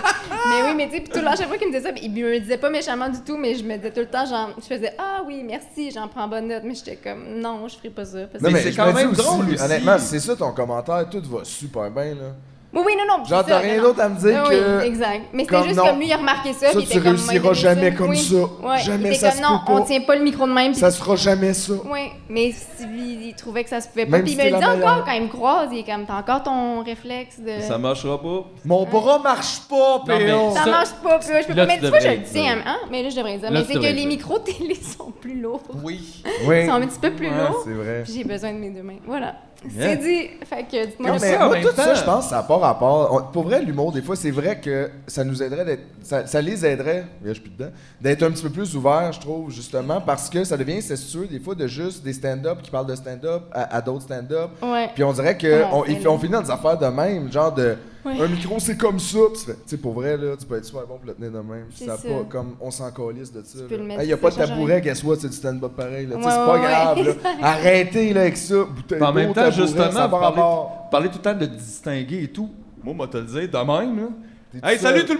H: Mais oui, mais tu sais, puis tout le temps, chaque fois qu'il me disait ça, puis il me le disait pas méchamment du tout, mais je me disais tout le temps, genre, je faisais Ah oui, merci, j'en prends bonne note, mais j'étais comme Non, je ferai pas ça. Parce que...
C: Non, mais
D: c'est
C: je
D: quand
C: me dis
D: même
C: aussi,
D: drôle aussi.
C: Honnêtement, c'est ça ton commentaire, tout va super bien, là.
H: Oui, oui, non, non. puis
C: Genre,
H: c'est ça,
C: t'as rien
H: non, non.
C: d'autre à me dire
H: Ah
C: que-
H: Oui, exact. Mais
C: comme
H: c'était juste
C: non.
H: comme lui, il a remarqué ça.
C: Ça,
H: puis il
C: tu
H: était comme,
C: réussiras
H: Moi, il était
C: jamais comme
H: oui.
C: ça.
H: Ouais, il
C: Jamais
H: était
C: ça
H: comme,
C: se
H: Non,
C: peut
H: on
C: pas.
H: tient pas le micro de même. puis
C: Ça se fera jamais ça.
H: Oui, mais si- il, il trouvait que ça se pouvait pas.
C: Même
H: Puis
C: si
H: il me
C: t'es la
H: le dit encore
C: meilleure.
H: quand il me croise. Il est comme, t'as encore ton réflexe de.
D: Ça marchera pas.
C: Mon bras marche pas,
A: Non, mais-
C: Péon!
H: Ça
A: Ça-
H: marche pas, puis ouais, je peux
A: Là,
H: pas. Mais
A: tu
H: tu vois, je
A: devrais
H: le
A: le
H: tiens,
A: dire.
H: hein? Mais là, je devrais le dire.
A: Là,
H: mais
A: tu
H: c'est que
A: devrais
H: les
A: le dire.
H: micros télé sont plus lourds.
D: Oui.
C: Oui.
H: Ils sont un petit peu plus
D: Ouais,
H: lourds.
C: C'est vrai.
H: puis J'ai besoin de mes deux mains. Voilà.
A: Yeah.
H: C'est dit. Fait que dites-moi.
C: Non,
D: Comme
H: ça.
C: mais
D: ça, en
C: moi,
D: même
C: tout
D: temps.
C: ça, je pense, ça n'a pas rapport. On- pour vrai, l'humour, des fois, c'est vrai que ça nous aiderait d'être. Ça, ça les aiderait, là, je suis plus dedans, d'être un petit peu plus ouverts, je trouve, justement, parce que ça devient incestueux, des fois, de juste des stand-up qui parlent de stand-up à, à d'autres stand-up.
H: Ouais.
C: Puis on dirait que
H: Ouais,
C: on,
H: c'est
C: il-
H: long.
C: on finit dans des affaires de même, genre de.
H: Ah, ben Ouais.
C: Un micro, c'est comme ça. Puis tu fais, tu sais, pour vrai, là, tu peux être super bon pour le tenir de même. Puis
H: C'est
C: ça a
H: ça.
C: pas comme. On s'en calisse de ça.
H: peux le mettre,
C: Il n'y a pas de
H: ça change
C: tabouret,
H: rien.
C: guess what, c'est du stand-up pareil. là. Tu sais,
H: Ouais,
C: c'est pas
H: ouais,
C: grave.
H: ouais.
C: là. Arrêtez là, avec ça. Bouteille
D: en même
C: d'eau,
D: temps,
C: tabouret,
D: justement,
C: ça a pas
D: vous parlez-
C: rapport.
D: vous parlez tout le temps de distinguer et tout. Moi, moi, te le dire de même,
C: T'es
D: là. Hey,
C: tout seul.
D: salut tout le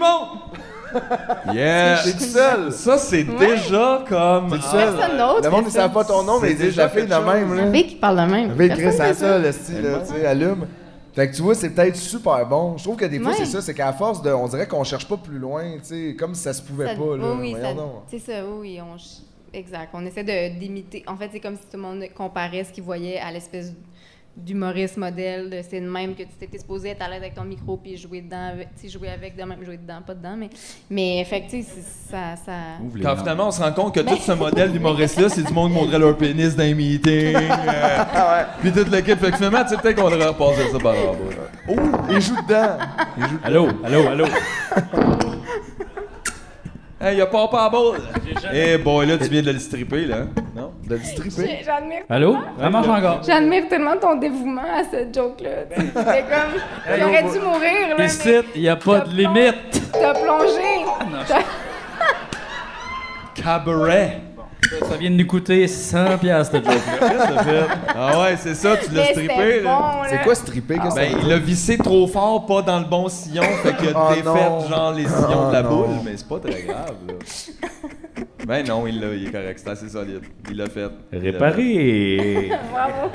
D: monde! yeah!
C: T'es tout seul.
D: Ça, c'est
H: Ouais.
D: déjà comme.
C: T'es tout
D: Ah,
C: seul.
H: Personne d'autre
C: Le monde
H: fait
C: ne
H: ça.
C: savent pas ton nom, mais
D: C'est
C: ils disent
D: déjà
C: la fille de
D: quelque chose.
C: même. là.
H: Vic, il parle de même.
C: Avec
H: Personne
C: Chris à
H: fait
C: ça, le style, là, tu sais, allume. Fait que tu vois, c'est peut-être super bon. Je trouve que des fois,
H: Ouais.
C: c'est ça, c'est qu'à force de. On dirait qu'on cherche pas plus loin, tu sais, comme si ça se pouvait
H: Ça-
C: pas, là.
H: oui, oui,
C: Voyons
H: ça-
C: donc.
H: c'est ça, oui, oui, on ch- exact. On essaie de d'imiter. En fait, c'est comme si tout le monde comparait ce qu'il voyait à l'espèce d'humoriste modèle, de c'est de même que tu t'étais supposé être à l'aise avec ton micro puis jouer dedans, avec- tu sais, jouer avec de même, jouer dedans, pas dedans, mais, mais fait que, tu sais, c'est- ça, ça...
A: Ouvre les
D: Quand
A: dents.
D: finalement, on se rend compte que tout ce modèle d'humoriste-là, c'est du monde qui montrait leur pénis dans les meetings. euh,
H: Ah
D: Puis toute l'équipe. Fait que finalement, tu sais, peut-être qu'on devrait repasser ça par là.
C: Oh, il joue dedans.
A: Allô, allô, allô.
D: Hey, y'a pas pas à boule! Eh boy, là, tu viens de le stripper, là. Non?
C: De le stripper.
H: J'ai- J'admire
A: Allô? Ça marche encore.
H: J'admire tellement ton dévouement à cette joke-là. tu sais.
C: Ben,
H: C'est comme,
A: Hey,
H: j'aurais
A: on va-
H: dû mourir, là,
A: Ici,
H: mais
A: il n'y a pas de limite.
H: t'as plongé. T'as-
D: Cabaret!
A: Ça vient de nous coûter 100 piastres, cette joke.
D: Qu'est-ce que t'as fait? Ah ouais, c'est ça, tu l'as
H: mais
D: strippé,
H: c'était bon,
D: là.
H: là.
C: C'est quoi stripper? Qu'est-ce
D: Ben,
C: que
D: il l'a vissé trop fort, pas dans le bon sillon, fait
A: Ah
D: que
C: Oh
D: t'es
C: non.
D: fait genre les sillons de la
C: Oh
D: boule,
C: non.
D: mais c'est pas très grave, là. Ben non, il l'a, il est correct, c'est assez solide. Il l'a fait. Il l'a
A: Réparé.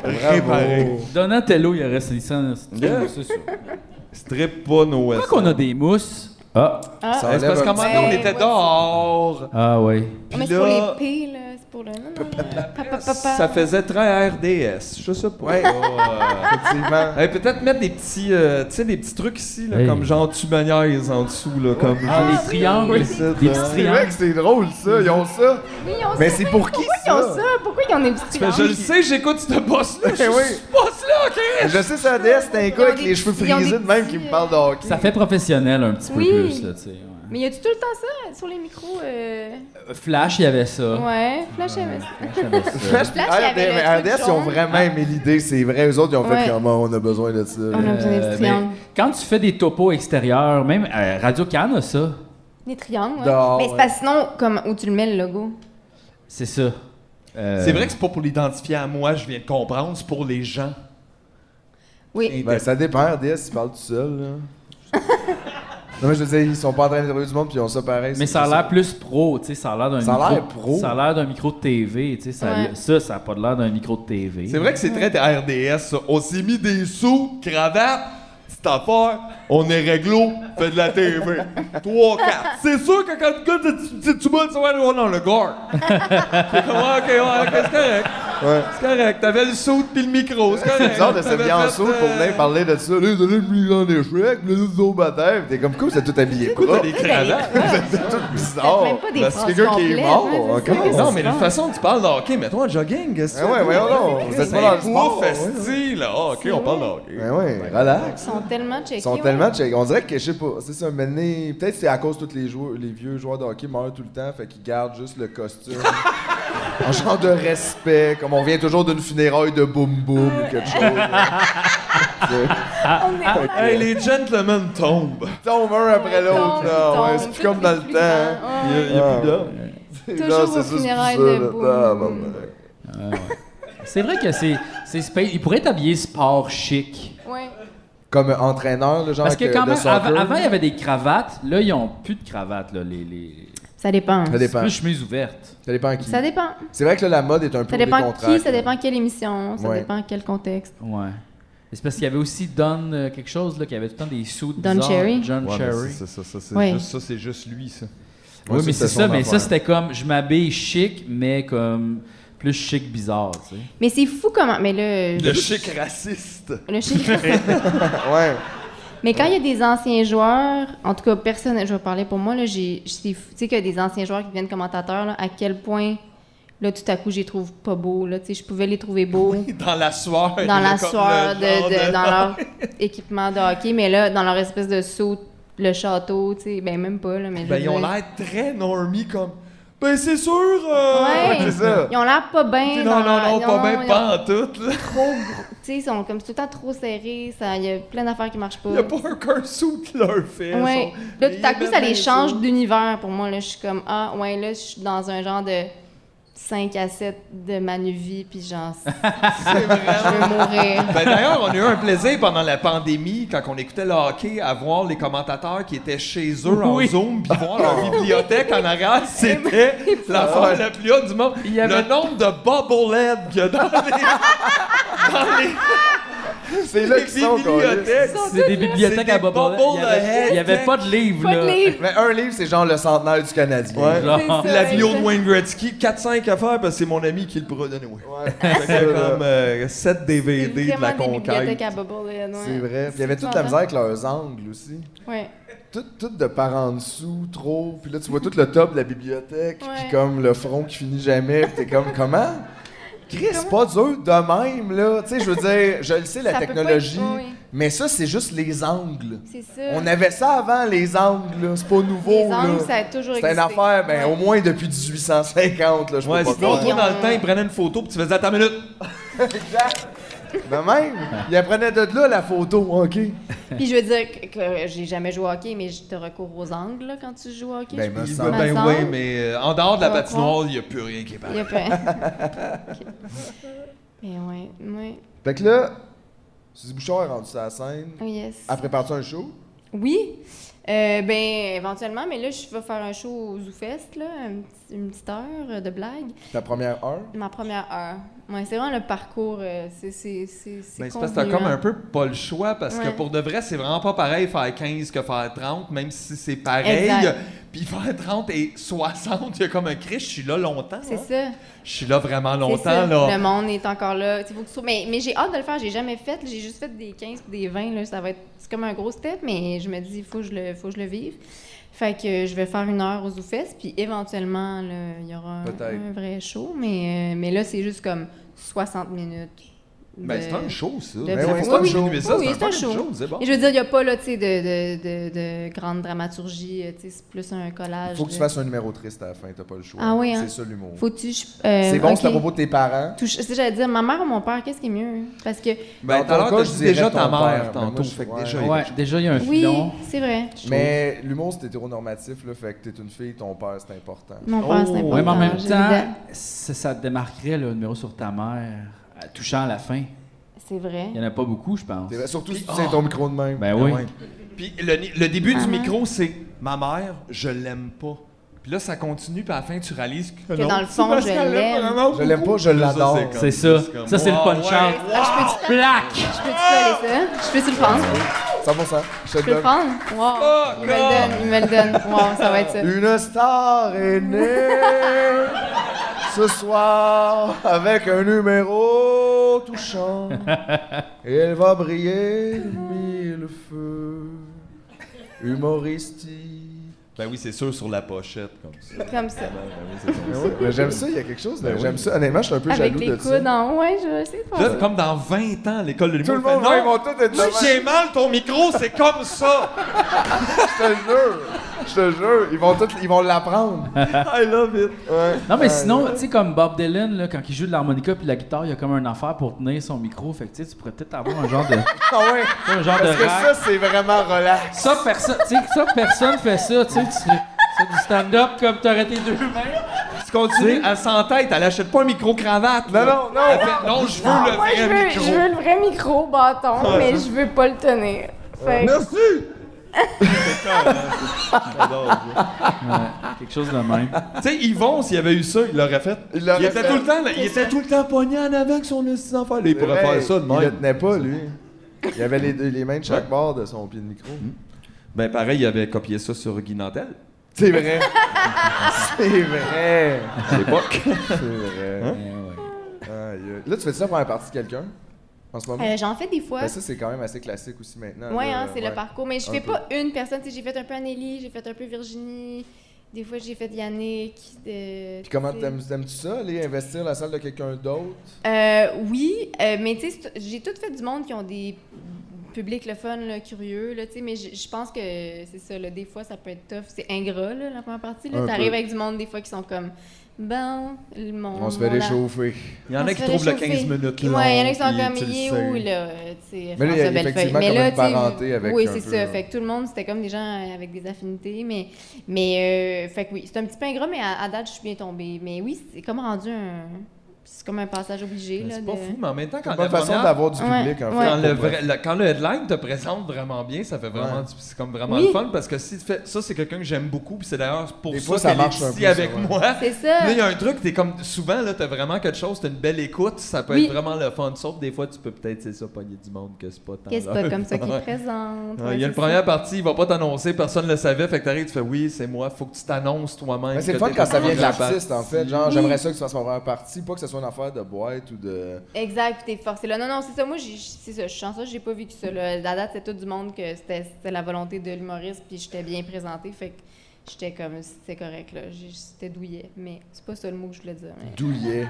C: c'est? Réparer.
A: Ben, Donatello, il aurait resté sans.
D: Yeah.
A: C'est ça.
D: fait. Strip pas nos
A: Pourquoi qu'on a des mousses? Ah,
H: Ah,
C: Ça
D: C'est
C: enlève
D: parce qu'à un
C: un
D: moment
C: petit
D: donné, on
H: Ouais,
D: était
H: ouais.
D: dehors.
A: ah oui.
H: mais c'est
D: Puis
H: pour
D: là-
H: les P, là. C'est pour le... Non, non, là. Pa, pa, pa, pa.
D: Ça faisait très RDS, je sais pas.
C: Ouais.
D: Euh,
C: Effectivement.
D: Hey, peut-être mettre des petits, euh, tu sais, des petits trucs ici, là,
A: Hey.
D: comme genre tu me niaises en dessous, là, comme.
A: Ah, les triangles.
C: C'est
A: Des petits
C: vrai que
A: triangles.
C: c'est drôle, ça. Ils ont ça.
H: Mais ils ont
C: Mais
H: ça,
C: c'est pour qui,
H: Pourquoi ils ont ça? Pourquoi ils ont des petits
D: Ben,
H: triangles?
D: je le sais, j'écoute ce boss-là. Je
C: Eh oui.
D: suis ce boss-là, ok?
C: Je sais, ça DS, c'est un
H: Ils ont
C: gars avec
H: des
C: les cheveux
H: petits- ils ont des
C: frisés de même qui
H: petits, euh,
C: me parle de hockey.
A: Ça fait professionnel un petit peu
H: Oui.
A: plus, là, tu sais. ouais.
H: Mais y a-tu tout le temps ça sur les micros? euh?
A: Euh, Flash, il y avait ça.
H: Ouais, Flash avait ça.
A: Flash avait ça.
C: Flash,
H: Flash, il y avait
C: mais
H: le truc
C: RDS, ils ont
H: jaune.
C: vraiment aimé l'idée, c'est vrai. Eux autres, ils ont
H: Ouais.
C: fait comment on a besoin de ça. là.
H: On a besoin des
A: Euh,
H: petits
A: mais
H: triangles.
A: quand tu fais des topos extérieurs, même euh, Radio Can a ça.
H: Des triangles, ouais.
C: Dehors,
H: mais c'est
C: ouais. Oh,
H: parce que sinon, comme où tu le mets le logo.
A: C'est ça. Euh,
D: C'est vrai que c'est pas pour l'identifier à moi, je viens de comprendre, c'est pour les gens.
H: Oui.
C: Ben, ça dépend, RDS, ils parlent tout seul, là. non, mais je veux dire, ils sont pas en train de trouver du monde, puis ils ont ça pareil.
A: Mais
C: c'est
A: ça a
C: pas
A: l'air plus pro, tu sais, ça a l'air d'un
C: Ça
A: micro.
C: a l'air pro.
A: Ça a l'air d'un micro de TV, tu sais, ça,
H: Ouais.
A: ça, ça a pas de l'air d'un micro de TV.
D: C'est vrai que c'est très RDS, ça. On s'est mis des sous, cravate, petite affaire, on est réglo, fait de la TV. 3, 4. C'est sûr que quand le gars dit tu- tu tu m'as dit, ouais, ouais, non, le gars. C'est comme, ouais, ok, ouais, ok, c'est correct.
C: Ouais.
D: C'est correct, t'avais le saut puis le micro, c'est correct.
C: C'est bizarre de
D: T'avais
C: s'habiller en
D: fait,
C: saut pour
D: euh,
C: venir parler de ça. Là, c'est le plus grand échec, le zoo bataille. T'es comme, comment c'est tout habillé propre?
D: Des cravates.
C: C'est tout bizarre.
H: même pas des
C: Ben,
H: phrases
C: C'est quelqu'un qui est
H: complètes,
C: mort.
H: hein,
C: hein,
H: c'est ça.
C: comment?
D: Non, mais de toute façon, tu parles de hockey, mets-toi en jogging, qu'est-ce que
C: Ah ouais,
D: tu
C: ouais, non, vous êtes pas dans le sport. ouais.
D: festi, là. Ah, ok, on parle de hockey.
C: Ben ouais, relax.
H: Ils sont tellement checkés.
C: Ils sont
H: ouais.
C: tellement check. On dirait que, je sais pas, c'est ça, maintenant, peut-être c'est à cause que tous les, joueurs, les vieux joueurs de hockey meurent tout le temps, fait qu'ils gardent juste le costume. en genre de respect, comme on vient toujours d'une funéraille de boum boum ou quelque chose. là. Ah,
H: On est dans la-
D: Hey, les gentlemen tombent.
C: Tombe un après l'autre,
H: Tombe,
C: là. Ouais,
H: tombe,
C: c'est plus
H: tout
C: comme dans le
H: plus
C: temps. hein.
H: grand. Ouais.
D: Il y a plus d'hommes.
C: C'est-
H: Toujours
C: là,
H: aux
C: c'est ça, c'est
H: funérailles
C: ça,
H: de
C: là.
H: boum.
C: Ah, bon, ben,
A: C'est vrai que c'est. c'est spa- Il pourrait être habillé sport chic.
C: ah.
H: Ouais.
C: Comme entraîneur, le genre euh,
A: Parce que quand
C: de
A: même,
C: soccer.
A: av- avant, il y avait des cravates. Là, ils ont plus de cravates, là. Les, les...
H: Ça dépend.
C: Ça dépend.
A: Plus chemise ouverte.
C: Ça dépend qui.
H: Ça dépend.
C: C'est vrai que là, la mode est un peu
H: Ça dépend
C: décontractée.
H: qui, ça dépend quelle émission, ça
C: Ouais.
H: dépend quel contexte.
A: Ouais. Mais C'est parce qu'il y avait aussi Don euh, quelque chose, là, qui avait tout le temps des sous
H: Don
A: bizarres.
H: Cherry.
A: John
D: Ouais, mais
A: Cherry.
D: c'est- c'est- ça, c'est
H: Ouais.
D: juste- ça, c'est juste lui, ça.
A: Oui,
C: Ouais,
A: mais
C: ça,
A: c'est
C: son
A: ça, mais ça,
C: affaire.
A: c'était comme je m'habille chic, mais comme plus chic bizarre, tu sais.
H: Mais c'est fou comment. Mais là.
D: Le chic raciste.
H: le chic-
C: Ouais.
H: Mais quand il y a des anciens joueurs, en tout cas, personne, je vais parler pour moi, là, j'ai, je- c'est fou. tu sais, qu'il y a des anciens joueurs qui deviennent commentateurs, là, à quel point, là, tout à coup, je les trouve pas beaux, là, tu sais, je pouvais les trouver beaux
D: Dans la soirée.
H: dans la
D: ben, le- comme
H: sueur,
D: le
H: de,
D: genre
H: de- dans leur équipement de hockey, mais là, dans leur espèce de saut, le château, tu sais, ben même pas, là, mais je
D: Ben,
H: veux
D: ils ont
H: dire-
D: l'air très normies, comme... Ben, c'est sûr... euh,
H: Ouais.
C: c'est ça.
H: Ils ont l'air pas bien.
D: Non, non,
H: dans leur-
D: non, pas
H: ils
D: bien,
H: ont
D: pas en tout, là.
H: trop gros. Tu sais, ils sont comme tout le temps trop serrés, ça- il y a plein d'affaires qui marchent pas.
D: Il n'y a pas un corseau qui leur fait.
H: Ouais. Là, tout à coup, ça les change
D: de...
H: d'univers pour moi. Là, je suis comme, ah, ouais, là, je suis dans un genre de 5 à 7 de Manuvie, puis genre, je veux mourir.
D: Ben, D'ailleurs, on a eu un plaisir pendant la pandémie, quand on écoutait le hockey, à voir les commentateurs qui étaient chez eux en
A: Oui.
D: Zoom, puis voir leur bibliothèque en arrière. C'était l'affaire la plus haute du monde.
A: Il y avait-
D: Le nombre de bobbleheads qu'il y a dans les, dans les-
C: C'est là
D: les
C: qu'ils sont, qu'on
D: bibliothèques.
A: C'est des bibliothèques
D: des
A: à Bobo. Il y avait- il y avait pas de livres,
H: Pas
A: là.
H: de livre.
C: Mais un livre, c'est genre le centenaire du Canadien.
D: Ouais.
A: Genre,
H: C'est ça,
D: La bio de
H: exact.
D: Wayne Gretzky, 4-5 à faire parce que c'est mon ami qui le produit. anyway.
C: Ouais.
D: Fait que euh, comme 7
H: C'est
D: DVD de la
H: vraiment des bibliothèques
D: conquête.
H: à Bubblehead, ouais.
C: C'est vrai. Puis il y avait toute la misère avec leurs angles aussi.
H: Ouais.
C: Tout, tout de par en dessous, trop. Puis là, tu vois tout le top de la bibliothèque,
H: Ouais.
C: puis comme le front qui finit jamais. Puis t'es comme, comment? Chris, pas dur de même, là. Tu sais, je veux dire, je le sais, la
H: Ça peut pas être-
C: technologie,
H: oui.
C: mais ça, c'est juste les angles.
H: C'est ça.
C: On avait ça avant, les angles, là. C'est pas nouveau,
H: Les
C: là.
H: angles, ça a toujours
C: C'est
H: existé.
C: une affaire, ben,
H: Ouais.
C: au moins depuis 1850, là, je
D: Ouais,
C: peux pas
D: sinon, toi,
C: croire.
D: dans le temps, ils prenaient une photo puis tu faisais ta minute.
C: De même, il apprenait de là la photo, OK.
H: Puis je veux dire que, que j'ai jamais joué au hockey, mais je te recours aux angles, là, quand tu joues au hockey.
C: Ben,
H: je
C: me
H: peux-
C: semble.
H: me
D: Ben
H: semble.
D: oui, mais euh, en dehors de la
H: On va
D: patinoire, il n'y a plus rien qui est
H: Il y
D: pareil.
H: a pas... Ok. Mais ouais, ouais.
C: Fait que là, Suzy Bouchard est rendu sur la scène.
H: Oh yes.
C: Elle prépare-tu un show?
H: Oui. Euh, ben, éventuellement, mais là, je vais faire un show au ZooFest, là, un petit- une petite heure de blague.
C: Ta première heure?
H: Ma première heure. Ouais, c'est vraiment le parcours, euh, c'est c'est c'est c'est hein?
D: Ben, c'est parce que t'as comme un peu pas le choix, parce que
H: Ouais.
D: pour de vrai, c'est vraiment pas pareil faire 15 que faire 30, même si c'est pareil.
H: Exact.
D: Puis faire 30 et 60, il y a comme un cri, je suis là longtemps.
H: C'est
D: hein.
H: ça.
D: Je suis là vraiment
H: c'est
D: longtemps,
H: ça.
D: là.
H: Le monde est encore là. Tu sais, faut que tu trouves- Mais, mais j'ai hâte de le faire. J'ai jamais fait. J'ai juste fait des 15 puis des 20. Là. Ça va être... C'est comme un gros step, mais je me dis, il faut, que je le- faut que je le vive. Fait que euh, je vais faire une heure aux ZooFest, puis éventuellement, là, il y aura un,
C: Peut-être.
H: un vrai show. Mais, euh, mais là, c'est juste comme 60 minutes.
D: Ben,
H: de-
D: c'est un show, ça.
H: Ben
D: C'est
H: oui,
D: pas
H: c'est
D: comme
H: un
D: une
H: show.
D: nuit, ça,
H: Oui,
D: c'est un
H: c'est un
D: fucking
H: show.
D: c'est bon.
H: Et je veux dire, il n'y a pas là, tu sais, de, de, de, de grande dramaturgie. euh, tu sais, C'est plus un collage.
C: Faut que tu
H: de-
C: fasses un numéro triste à la fin, t'as pas le choix.
H: Ah oui, hein?
C: C'est ça l'humour.
H: Faut-tu. je-
C: C'est
H: euh,
C: bon, c'est à
H: ok.
C: propos de tes parents.
H: Touche- c'est ça, J'allais dire, ma mère ou mon père, qu'est-ce qui est mieux? Parce que.
C: Dans
D: Ben, tout à
C: ton
D: l'heure,
C: cas,
D: t'as
C: je
D: dit
C: dirais ton
D: déjà ta
C: père,
D: mère
C: mais moi,
D: tantôt,
C: je-
D: fait que
C: ouais.
D: déjà, il y a-
A: Ouais, déjà, il y a un
H: Oui,
A: filon.
H: c'est vrai.
C: Mais l'humour, c'est hétéronormatif, là, fait que t'es une fille, ton père, c'est important.
H: Mon père,
D: Oh,
H: c'est important.
D: ouais,
A: Oui, mais en même
H: j'ai
A: temps,
H: dit-
A: ça, ça te démarquerait le numéro sur ta mère, euh, touchant à la fin.
H: C'est vrai.
A: Il n'y en a pas beaucoup, je pense.
C: C'est vrai, Surtout si tu tiens ton micro de même.
A: Ben oui.
D: Ouais. Puis le, ni- le début
H: Ah.
D: du micro, c'est ma mère, je l'aime pas. Puis là, ça continue, puis à la fin, tu réalises que,
H: dans le fond, je l'aime.
C: Je l'aime pas, je l'adore.
A: C'est ça. Ça, c'est le punch-out.
H: Ah, je peux-tu
A: Plaque!
H: je peux-tu coller ça? Je peux-tu le prendre?
C: 100%. Je
H: Je
C: te
H: peux le
C: le donne.
H: prendre? Wow! Il me le donne, il me le donne. Wow, ça va être ça.
C: Une star est née ce soir avec un numéro touchant. Elle va briller de mille feux. Humoristique.
D: Ben oui, c'est sûr, sur la pochette, comme ça.
H: Comme ça.
C: Mais oui, mais j'aime ça, il y a quelque chose. de-
D: Ben oui.
C: J'aime ça. Honnêtement, je suis un peu
H: Avec
C: jaloux
H: les
C: de ça.
H: coudes en haut, ouais, je sais pas.
D: Là, comme dans 20 ans, l'école de
C: Tout
D: l'humour
C: le monde,
D: fait,
C: ouais, ils
D: non,
C: vont tous être
D: si j'ai
C: de
D: mal, ton micro, c'est comme ça!
C: Je te jure. Je te jure. Ils vont tous, ils vont l'apprendre.
D: I love it!
C: Ouais.
A: Non, mais
C: Ouais,
A: sinon, tu sais, comme Bob Dylan, là, quand il joue de l'harmonica puis de la guitare, il y a comme un affaire pour tenir son micro. Fait que tu sais, tu pourrais peut-être avoir un genre de.
C: Ah ouais.
A: un genre
C: Parce
A: de
C: que
A: rack.
C: ça, c'est vraiment relax.
A: Ça, personne, tu sais, ça, personne fait ça. Tu sais, tu fais du stand-up comme t'aurais tes deux mains.
D: Tu continues, elle s'entête, elle achète pas un micro-cravate,
C: Non,
D: là.
C: non, non. Ah,
D: Elle fait, non, je veux le
H: Moi, je
D: vrai
H: veux,
D: micro.
H: je veux le vrai micro bâton, mais je veux pas le tenir. Fait que-
C: Merci.
A: Quelque chose de même.
D: Tu sais, Yvon, s'il avait eu ça, il l'aurait fait.
C: Il
D: Il,
C: l'aurait
D: était
C: fait.
D: tout le temps, là, il était tout le temps pogné en avant avec son petit enfant. Là, il pourrait
C: Ouais,
D: faire ça de
C: Il le
D: même.
C: tenait pas, lui. Il avait les, deux- les mains de chaque bord de son pied de micro.
D: Ben pareil, il avait copié ça sur Guy Nantel.
C: C'est vrai. c'est vrai.
D: à l'époque. Hein?
C: C'est vrai. Aïe, aïe. Là, tu fais ça pour la partie de quelqu'un en ce moment?
H: Euh, J'en fais des fois.
C: Ben, ça, c'est quand même assez classique aussi maintenant.
H: Ouais,
C: là.
H: hein, c'est
C: Ouais.
H: le parcours. Mais je
C: Un
H: fais
C: peu.
H: pas une personne. Tu sais, J'ai fait un peu Anélie, j'ai fait un peu Virginie. Des fois, j'ai fait Yannick. euh,
C: Puis comment
H: tu sais.
C: t'aimes, tu ça, aller investir la salle de quelqu'un d'autre?
H: Euh, oui, euh, mais tu sais, c'est- j'ai tout fait du monde qui ont des publics le fun, là, curieux, là, tu sais, mais je je pense que c'est ça, là, des fois, ça peut être tough. C'est ingrat, là, la première partie.
C: Un
H: là. T'arrives
C: peu.
H: avec du monde, des fois, qui sont comme, bon, le monde.
C: On se fait réchauffer.
D: Il y en a qui trouvent le 15 minutes long.
H: Ouais, il y en a qui sont
D: puis
H: comme,
D: tu le
H: il est
D: sais.
H: où, là, euh, tu
C: Mais là, il
H: sais,
C: y a
H: François Bellefeuille.
C: effectivement comme une
H: tu sais,
C: parenté avec
H: Oui,
C: un
H: c'est
C: peu,
H: ça.
C: euh,
H: Fait que tout le monde, c'était comme des gens euh, avec des affinités, mais, mais euh, fait que oui, c'est un petit peu ingrat, mais à, à date, je suis bien tombée. Mais oui, c'est comme rendu un... C'est comme un passage obligé,
D: Mais Ben,
H: là.
D: C'est pas
H: de-
D: fou, mais en même temps,
C: C'est
D: quand
C: une
D: la
C: bonne façon
D: première-
C: d'avoir du
H: Ouais,
C: public, en
D: Quand,
C: fait.
D: hein? le vrai- le- quand le headline te présente vraiment bien, ça fait vraiment,
C: Ouais.
D: du- c'est comme vraiment
H: Oui.
D: le fun parce que si tu fais- ça, c'est quelqu'un que j'aime beaucoup, puis c'est d'ailleurs pour
C: Des
D: ça
C: fois, ça
D: qu'elle
C: marche un
D: est ici
C: peu, ça,
D: avec
C: ouais.
D: moi.
H: C'est
D: Là,
H: ça.
D: il y a un truc, t'es comme souvent, là, t'as vraiment quelque chose, t'as une belle écoute, ça peut
H: Oui.
D: être vraiment le fun. Sauf que des fois, tu peux peut-être, c'est ça, pogner du monde que c'est pas tant.
H: Qu'est-ce que
D: leur
H: c'est pas comme ça qui
D: Ouais.
H: est présente?
D: Ouais,
H: ouais,
D: il y a une
H: c'est
D: première partie, il va pas t'annoncer, personne ne le savait, fait que t'arrives, tu fais oui, c'est moi, faut que tu t'annonces toi-même.
C: Mais c'est
D: que
C: le fun
D: t'es
C: quand ça
D: pas
C: vient de
D: dans la
C: l'artiste, en
D: partie.
C: fait. Genre,
H: Oui.
C: j'aimerais ça que tu fasses ma première partie, pas que ce soit une affaire de boîte ou de.
H: ça. Exact, puis t'es forcé là. Non, non, c'est ça. Moi, j'ai- c'est ça. Je suis chanceuse, j'ai pas vécu ça. Là. La date, c'est tout du monde que c'était c'était la volonté de l'humoriste, puis j'étais bien présentée, fait que j'étais comme, c'était correct, là. J'ai- C'était douillet, mais c'est pas ça le mot que je voulais dire. mais
C: Douillet.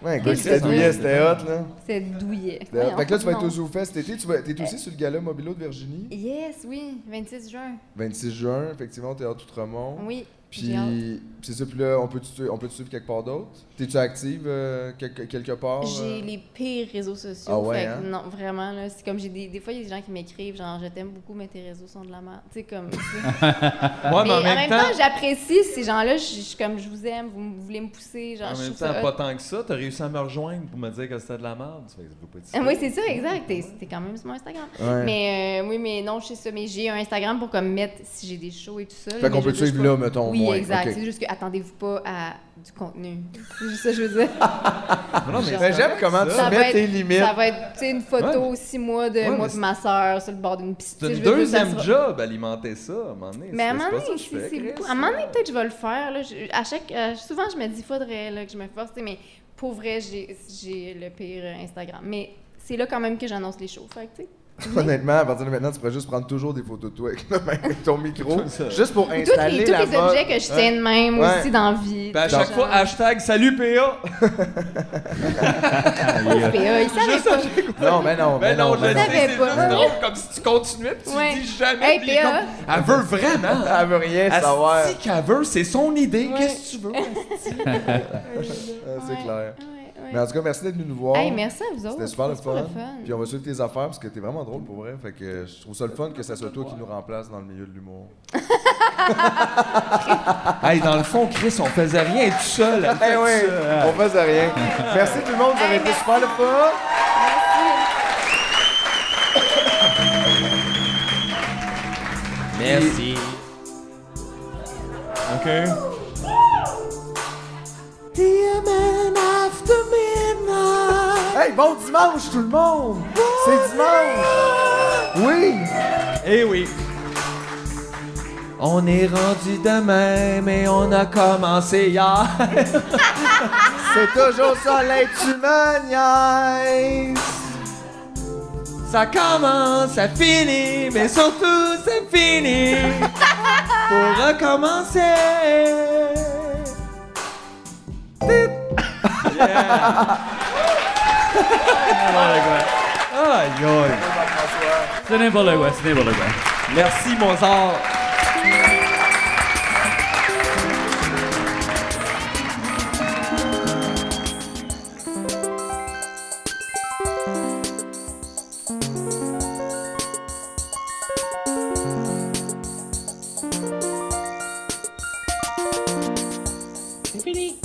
C: Ouais, écoute,
H: Qu'est-ce que
C: c'était
H: c'est?
C: douillet, c'était hot, là.
H: C'était douillet.
C: C'était hot.
H: Voyons,
C: Fait que là, tu vas être
H: non.
C: au ZooFest cet été. Tu vas- T'es aussi sur le gala Mobilo de Virginie,
H: Yes, oui, 26 juin.
C: 26 juin, effectivement, au Théâtre Outremont.
H: Oui. j'ai hâte.
C: Puis, c'est ça, puis là, on peut te, on peut te suivre quelque part d'autre? T'es-tu active euh, quelque, quelque part? euh?
H: J'ai les pires réseaux sociaux.
C: Ah ouais,
H: fait que
C: hein?
H: Non, vraiment, là. C'est comme j'ai des, des fois, il y a des gens qui m'écrivent, genre, je t'aime beaucoup, mais tes réseaux sont de la merde. Tu sais, comme.
D: Ouais,
H: mais en même temps, j'apprécie ces gens-là. Je je suis comme, je vous aime, vous, m- vous voulez me pousser. Genre,
D: en
H: je
D: même
H: trouve ça
D: temps, pas
H: hot.
D: tant que ça, t'as réussi à me rejoindre pour me dire que c'était de la merde. Ça fait que ça peut pas être
H: Ah,
D: ça.
H: oui, c'est ça, exact. T'es t'es quand même sur mon Instagram.
C: Ouais.
H: Mais euh, oui, mais non, je sais ça. Mais j'ai un Instagram pour comme mettre si j'ai des shows et tout ça.
C: Fait qu'on
H: mais
C: peut
H: je-
C: te
H: je-
C: suivre
H: je-
C: là, mettons, au
H: Oui,
C: moins.
H: exact.
C: Ok.
H: C'est juste que attendez-vous pas à du contenu. C'est juste ça que je veux dire.
D: Ah Non, mais
C: Mais j'aime comment
D: Ah,
C: tu
H: Ça
C: mets
H: va
C: tes
H: être,
C: limites.
H: ça va être tu sais, une photo six mois de
D: Ouais, mais
H: moi et
D: c'est-
H: ma soeur sur le bord d'une piscine.
D: c'est
H: Je
D: une
H: veux dire, ça
D: deuxième
H: sera-
D: job, alimenter ça, à un moment donné.
H: Mais à un
D: C'est-
H: moment
D: c'est pas
H: donné,
D: ça que je
H: c'est
D: fais,
H: c'est
D: Chris.
H: beaucoup. À un moment donné, peut-être je vais le faire. Là. Je- à chaque, euh, souvent, je me dis, faudrait là, que je me force, tu sais, mais pour vrai, j'ai j'ai le pire euh, Instagram. Mais c'est là quand même que j'annonce les shows. Fait que, tu sais.
C: Honnêtement, à partir de maintenant, tu pourrais juste prendre toujours des photos de toi avec, le- avec ton micro, juste pour
H: Tous
C: installer
H: les, tous
C: la
H: les
C: mode.
H: objets que je tiens de même
C: Ouais.
H: aussi dans la vie.
D: Puis Ben, à chaque fois, hashtag salut PA!
H: PA, ils savent
D: Juste à
H: pas.
D: chaque
C: Non, mais non, mais
D: Ben
C: non,
D: non, je
C: mais
D: le
C: non.
H: sais. savais
D: dis,
H: pas.
D: c'est drôle, comme si tu continuais pis tu
H: Ouais.
D: dis jamais.
H: Hey,
D: puis il est
H: PA.
D: comme, elle veut vraiment.
C: Elle veut rien savoir.
D: Si qu'elle veut, c'est son idée.
H: Ouais.
D: Qu'est-ce que tu veux?
C: Ah, C'est
H: Ouais,
C: clair.
H: ouais, ouais.
C: Mais en tout cas, merci d'être venu nous voir.
H: Hey, merci à vous autres.
C: C'était super le fun.
H: le fun.
C: Puis on va suivre tes affaires parce que t'es vraiment drôle pour vrai. Fait que je trouve ça le fun que ça soit toi qui nous remplace dans le milieu de l'humour.
D: hey, dans le fond, Chris, on faisait rien tout seul. Elle
H: Ben
C: Eh
D: fait
C: oui,
D: ça.
C: on faisait rien. Merci tout le monde, ça avait
H: Hey,
C: été
H: merci.
C: super le fun.
A: Merci.
C: Hey, bon dimanche tout le monde! C'est dimanche! Oui!
D: Eh oui. On est rendu demain, mais on a commencé hier.
C: C'est toujours ça, l'être humain,
D: Ça commence, ça finit, mais surtout c'est fini. Pour recommencer. Tit. Yeah. Aïe, aïe.
A: C'est n'importe quoi, c'est n'importe quoi.
D: Merci Mozart.
E: C'est fini.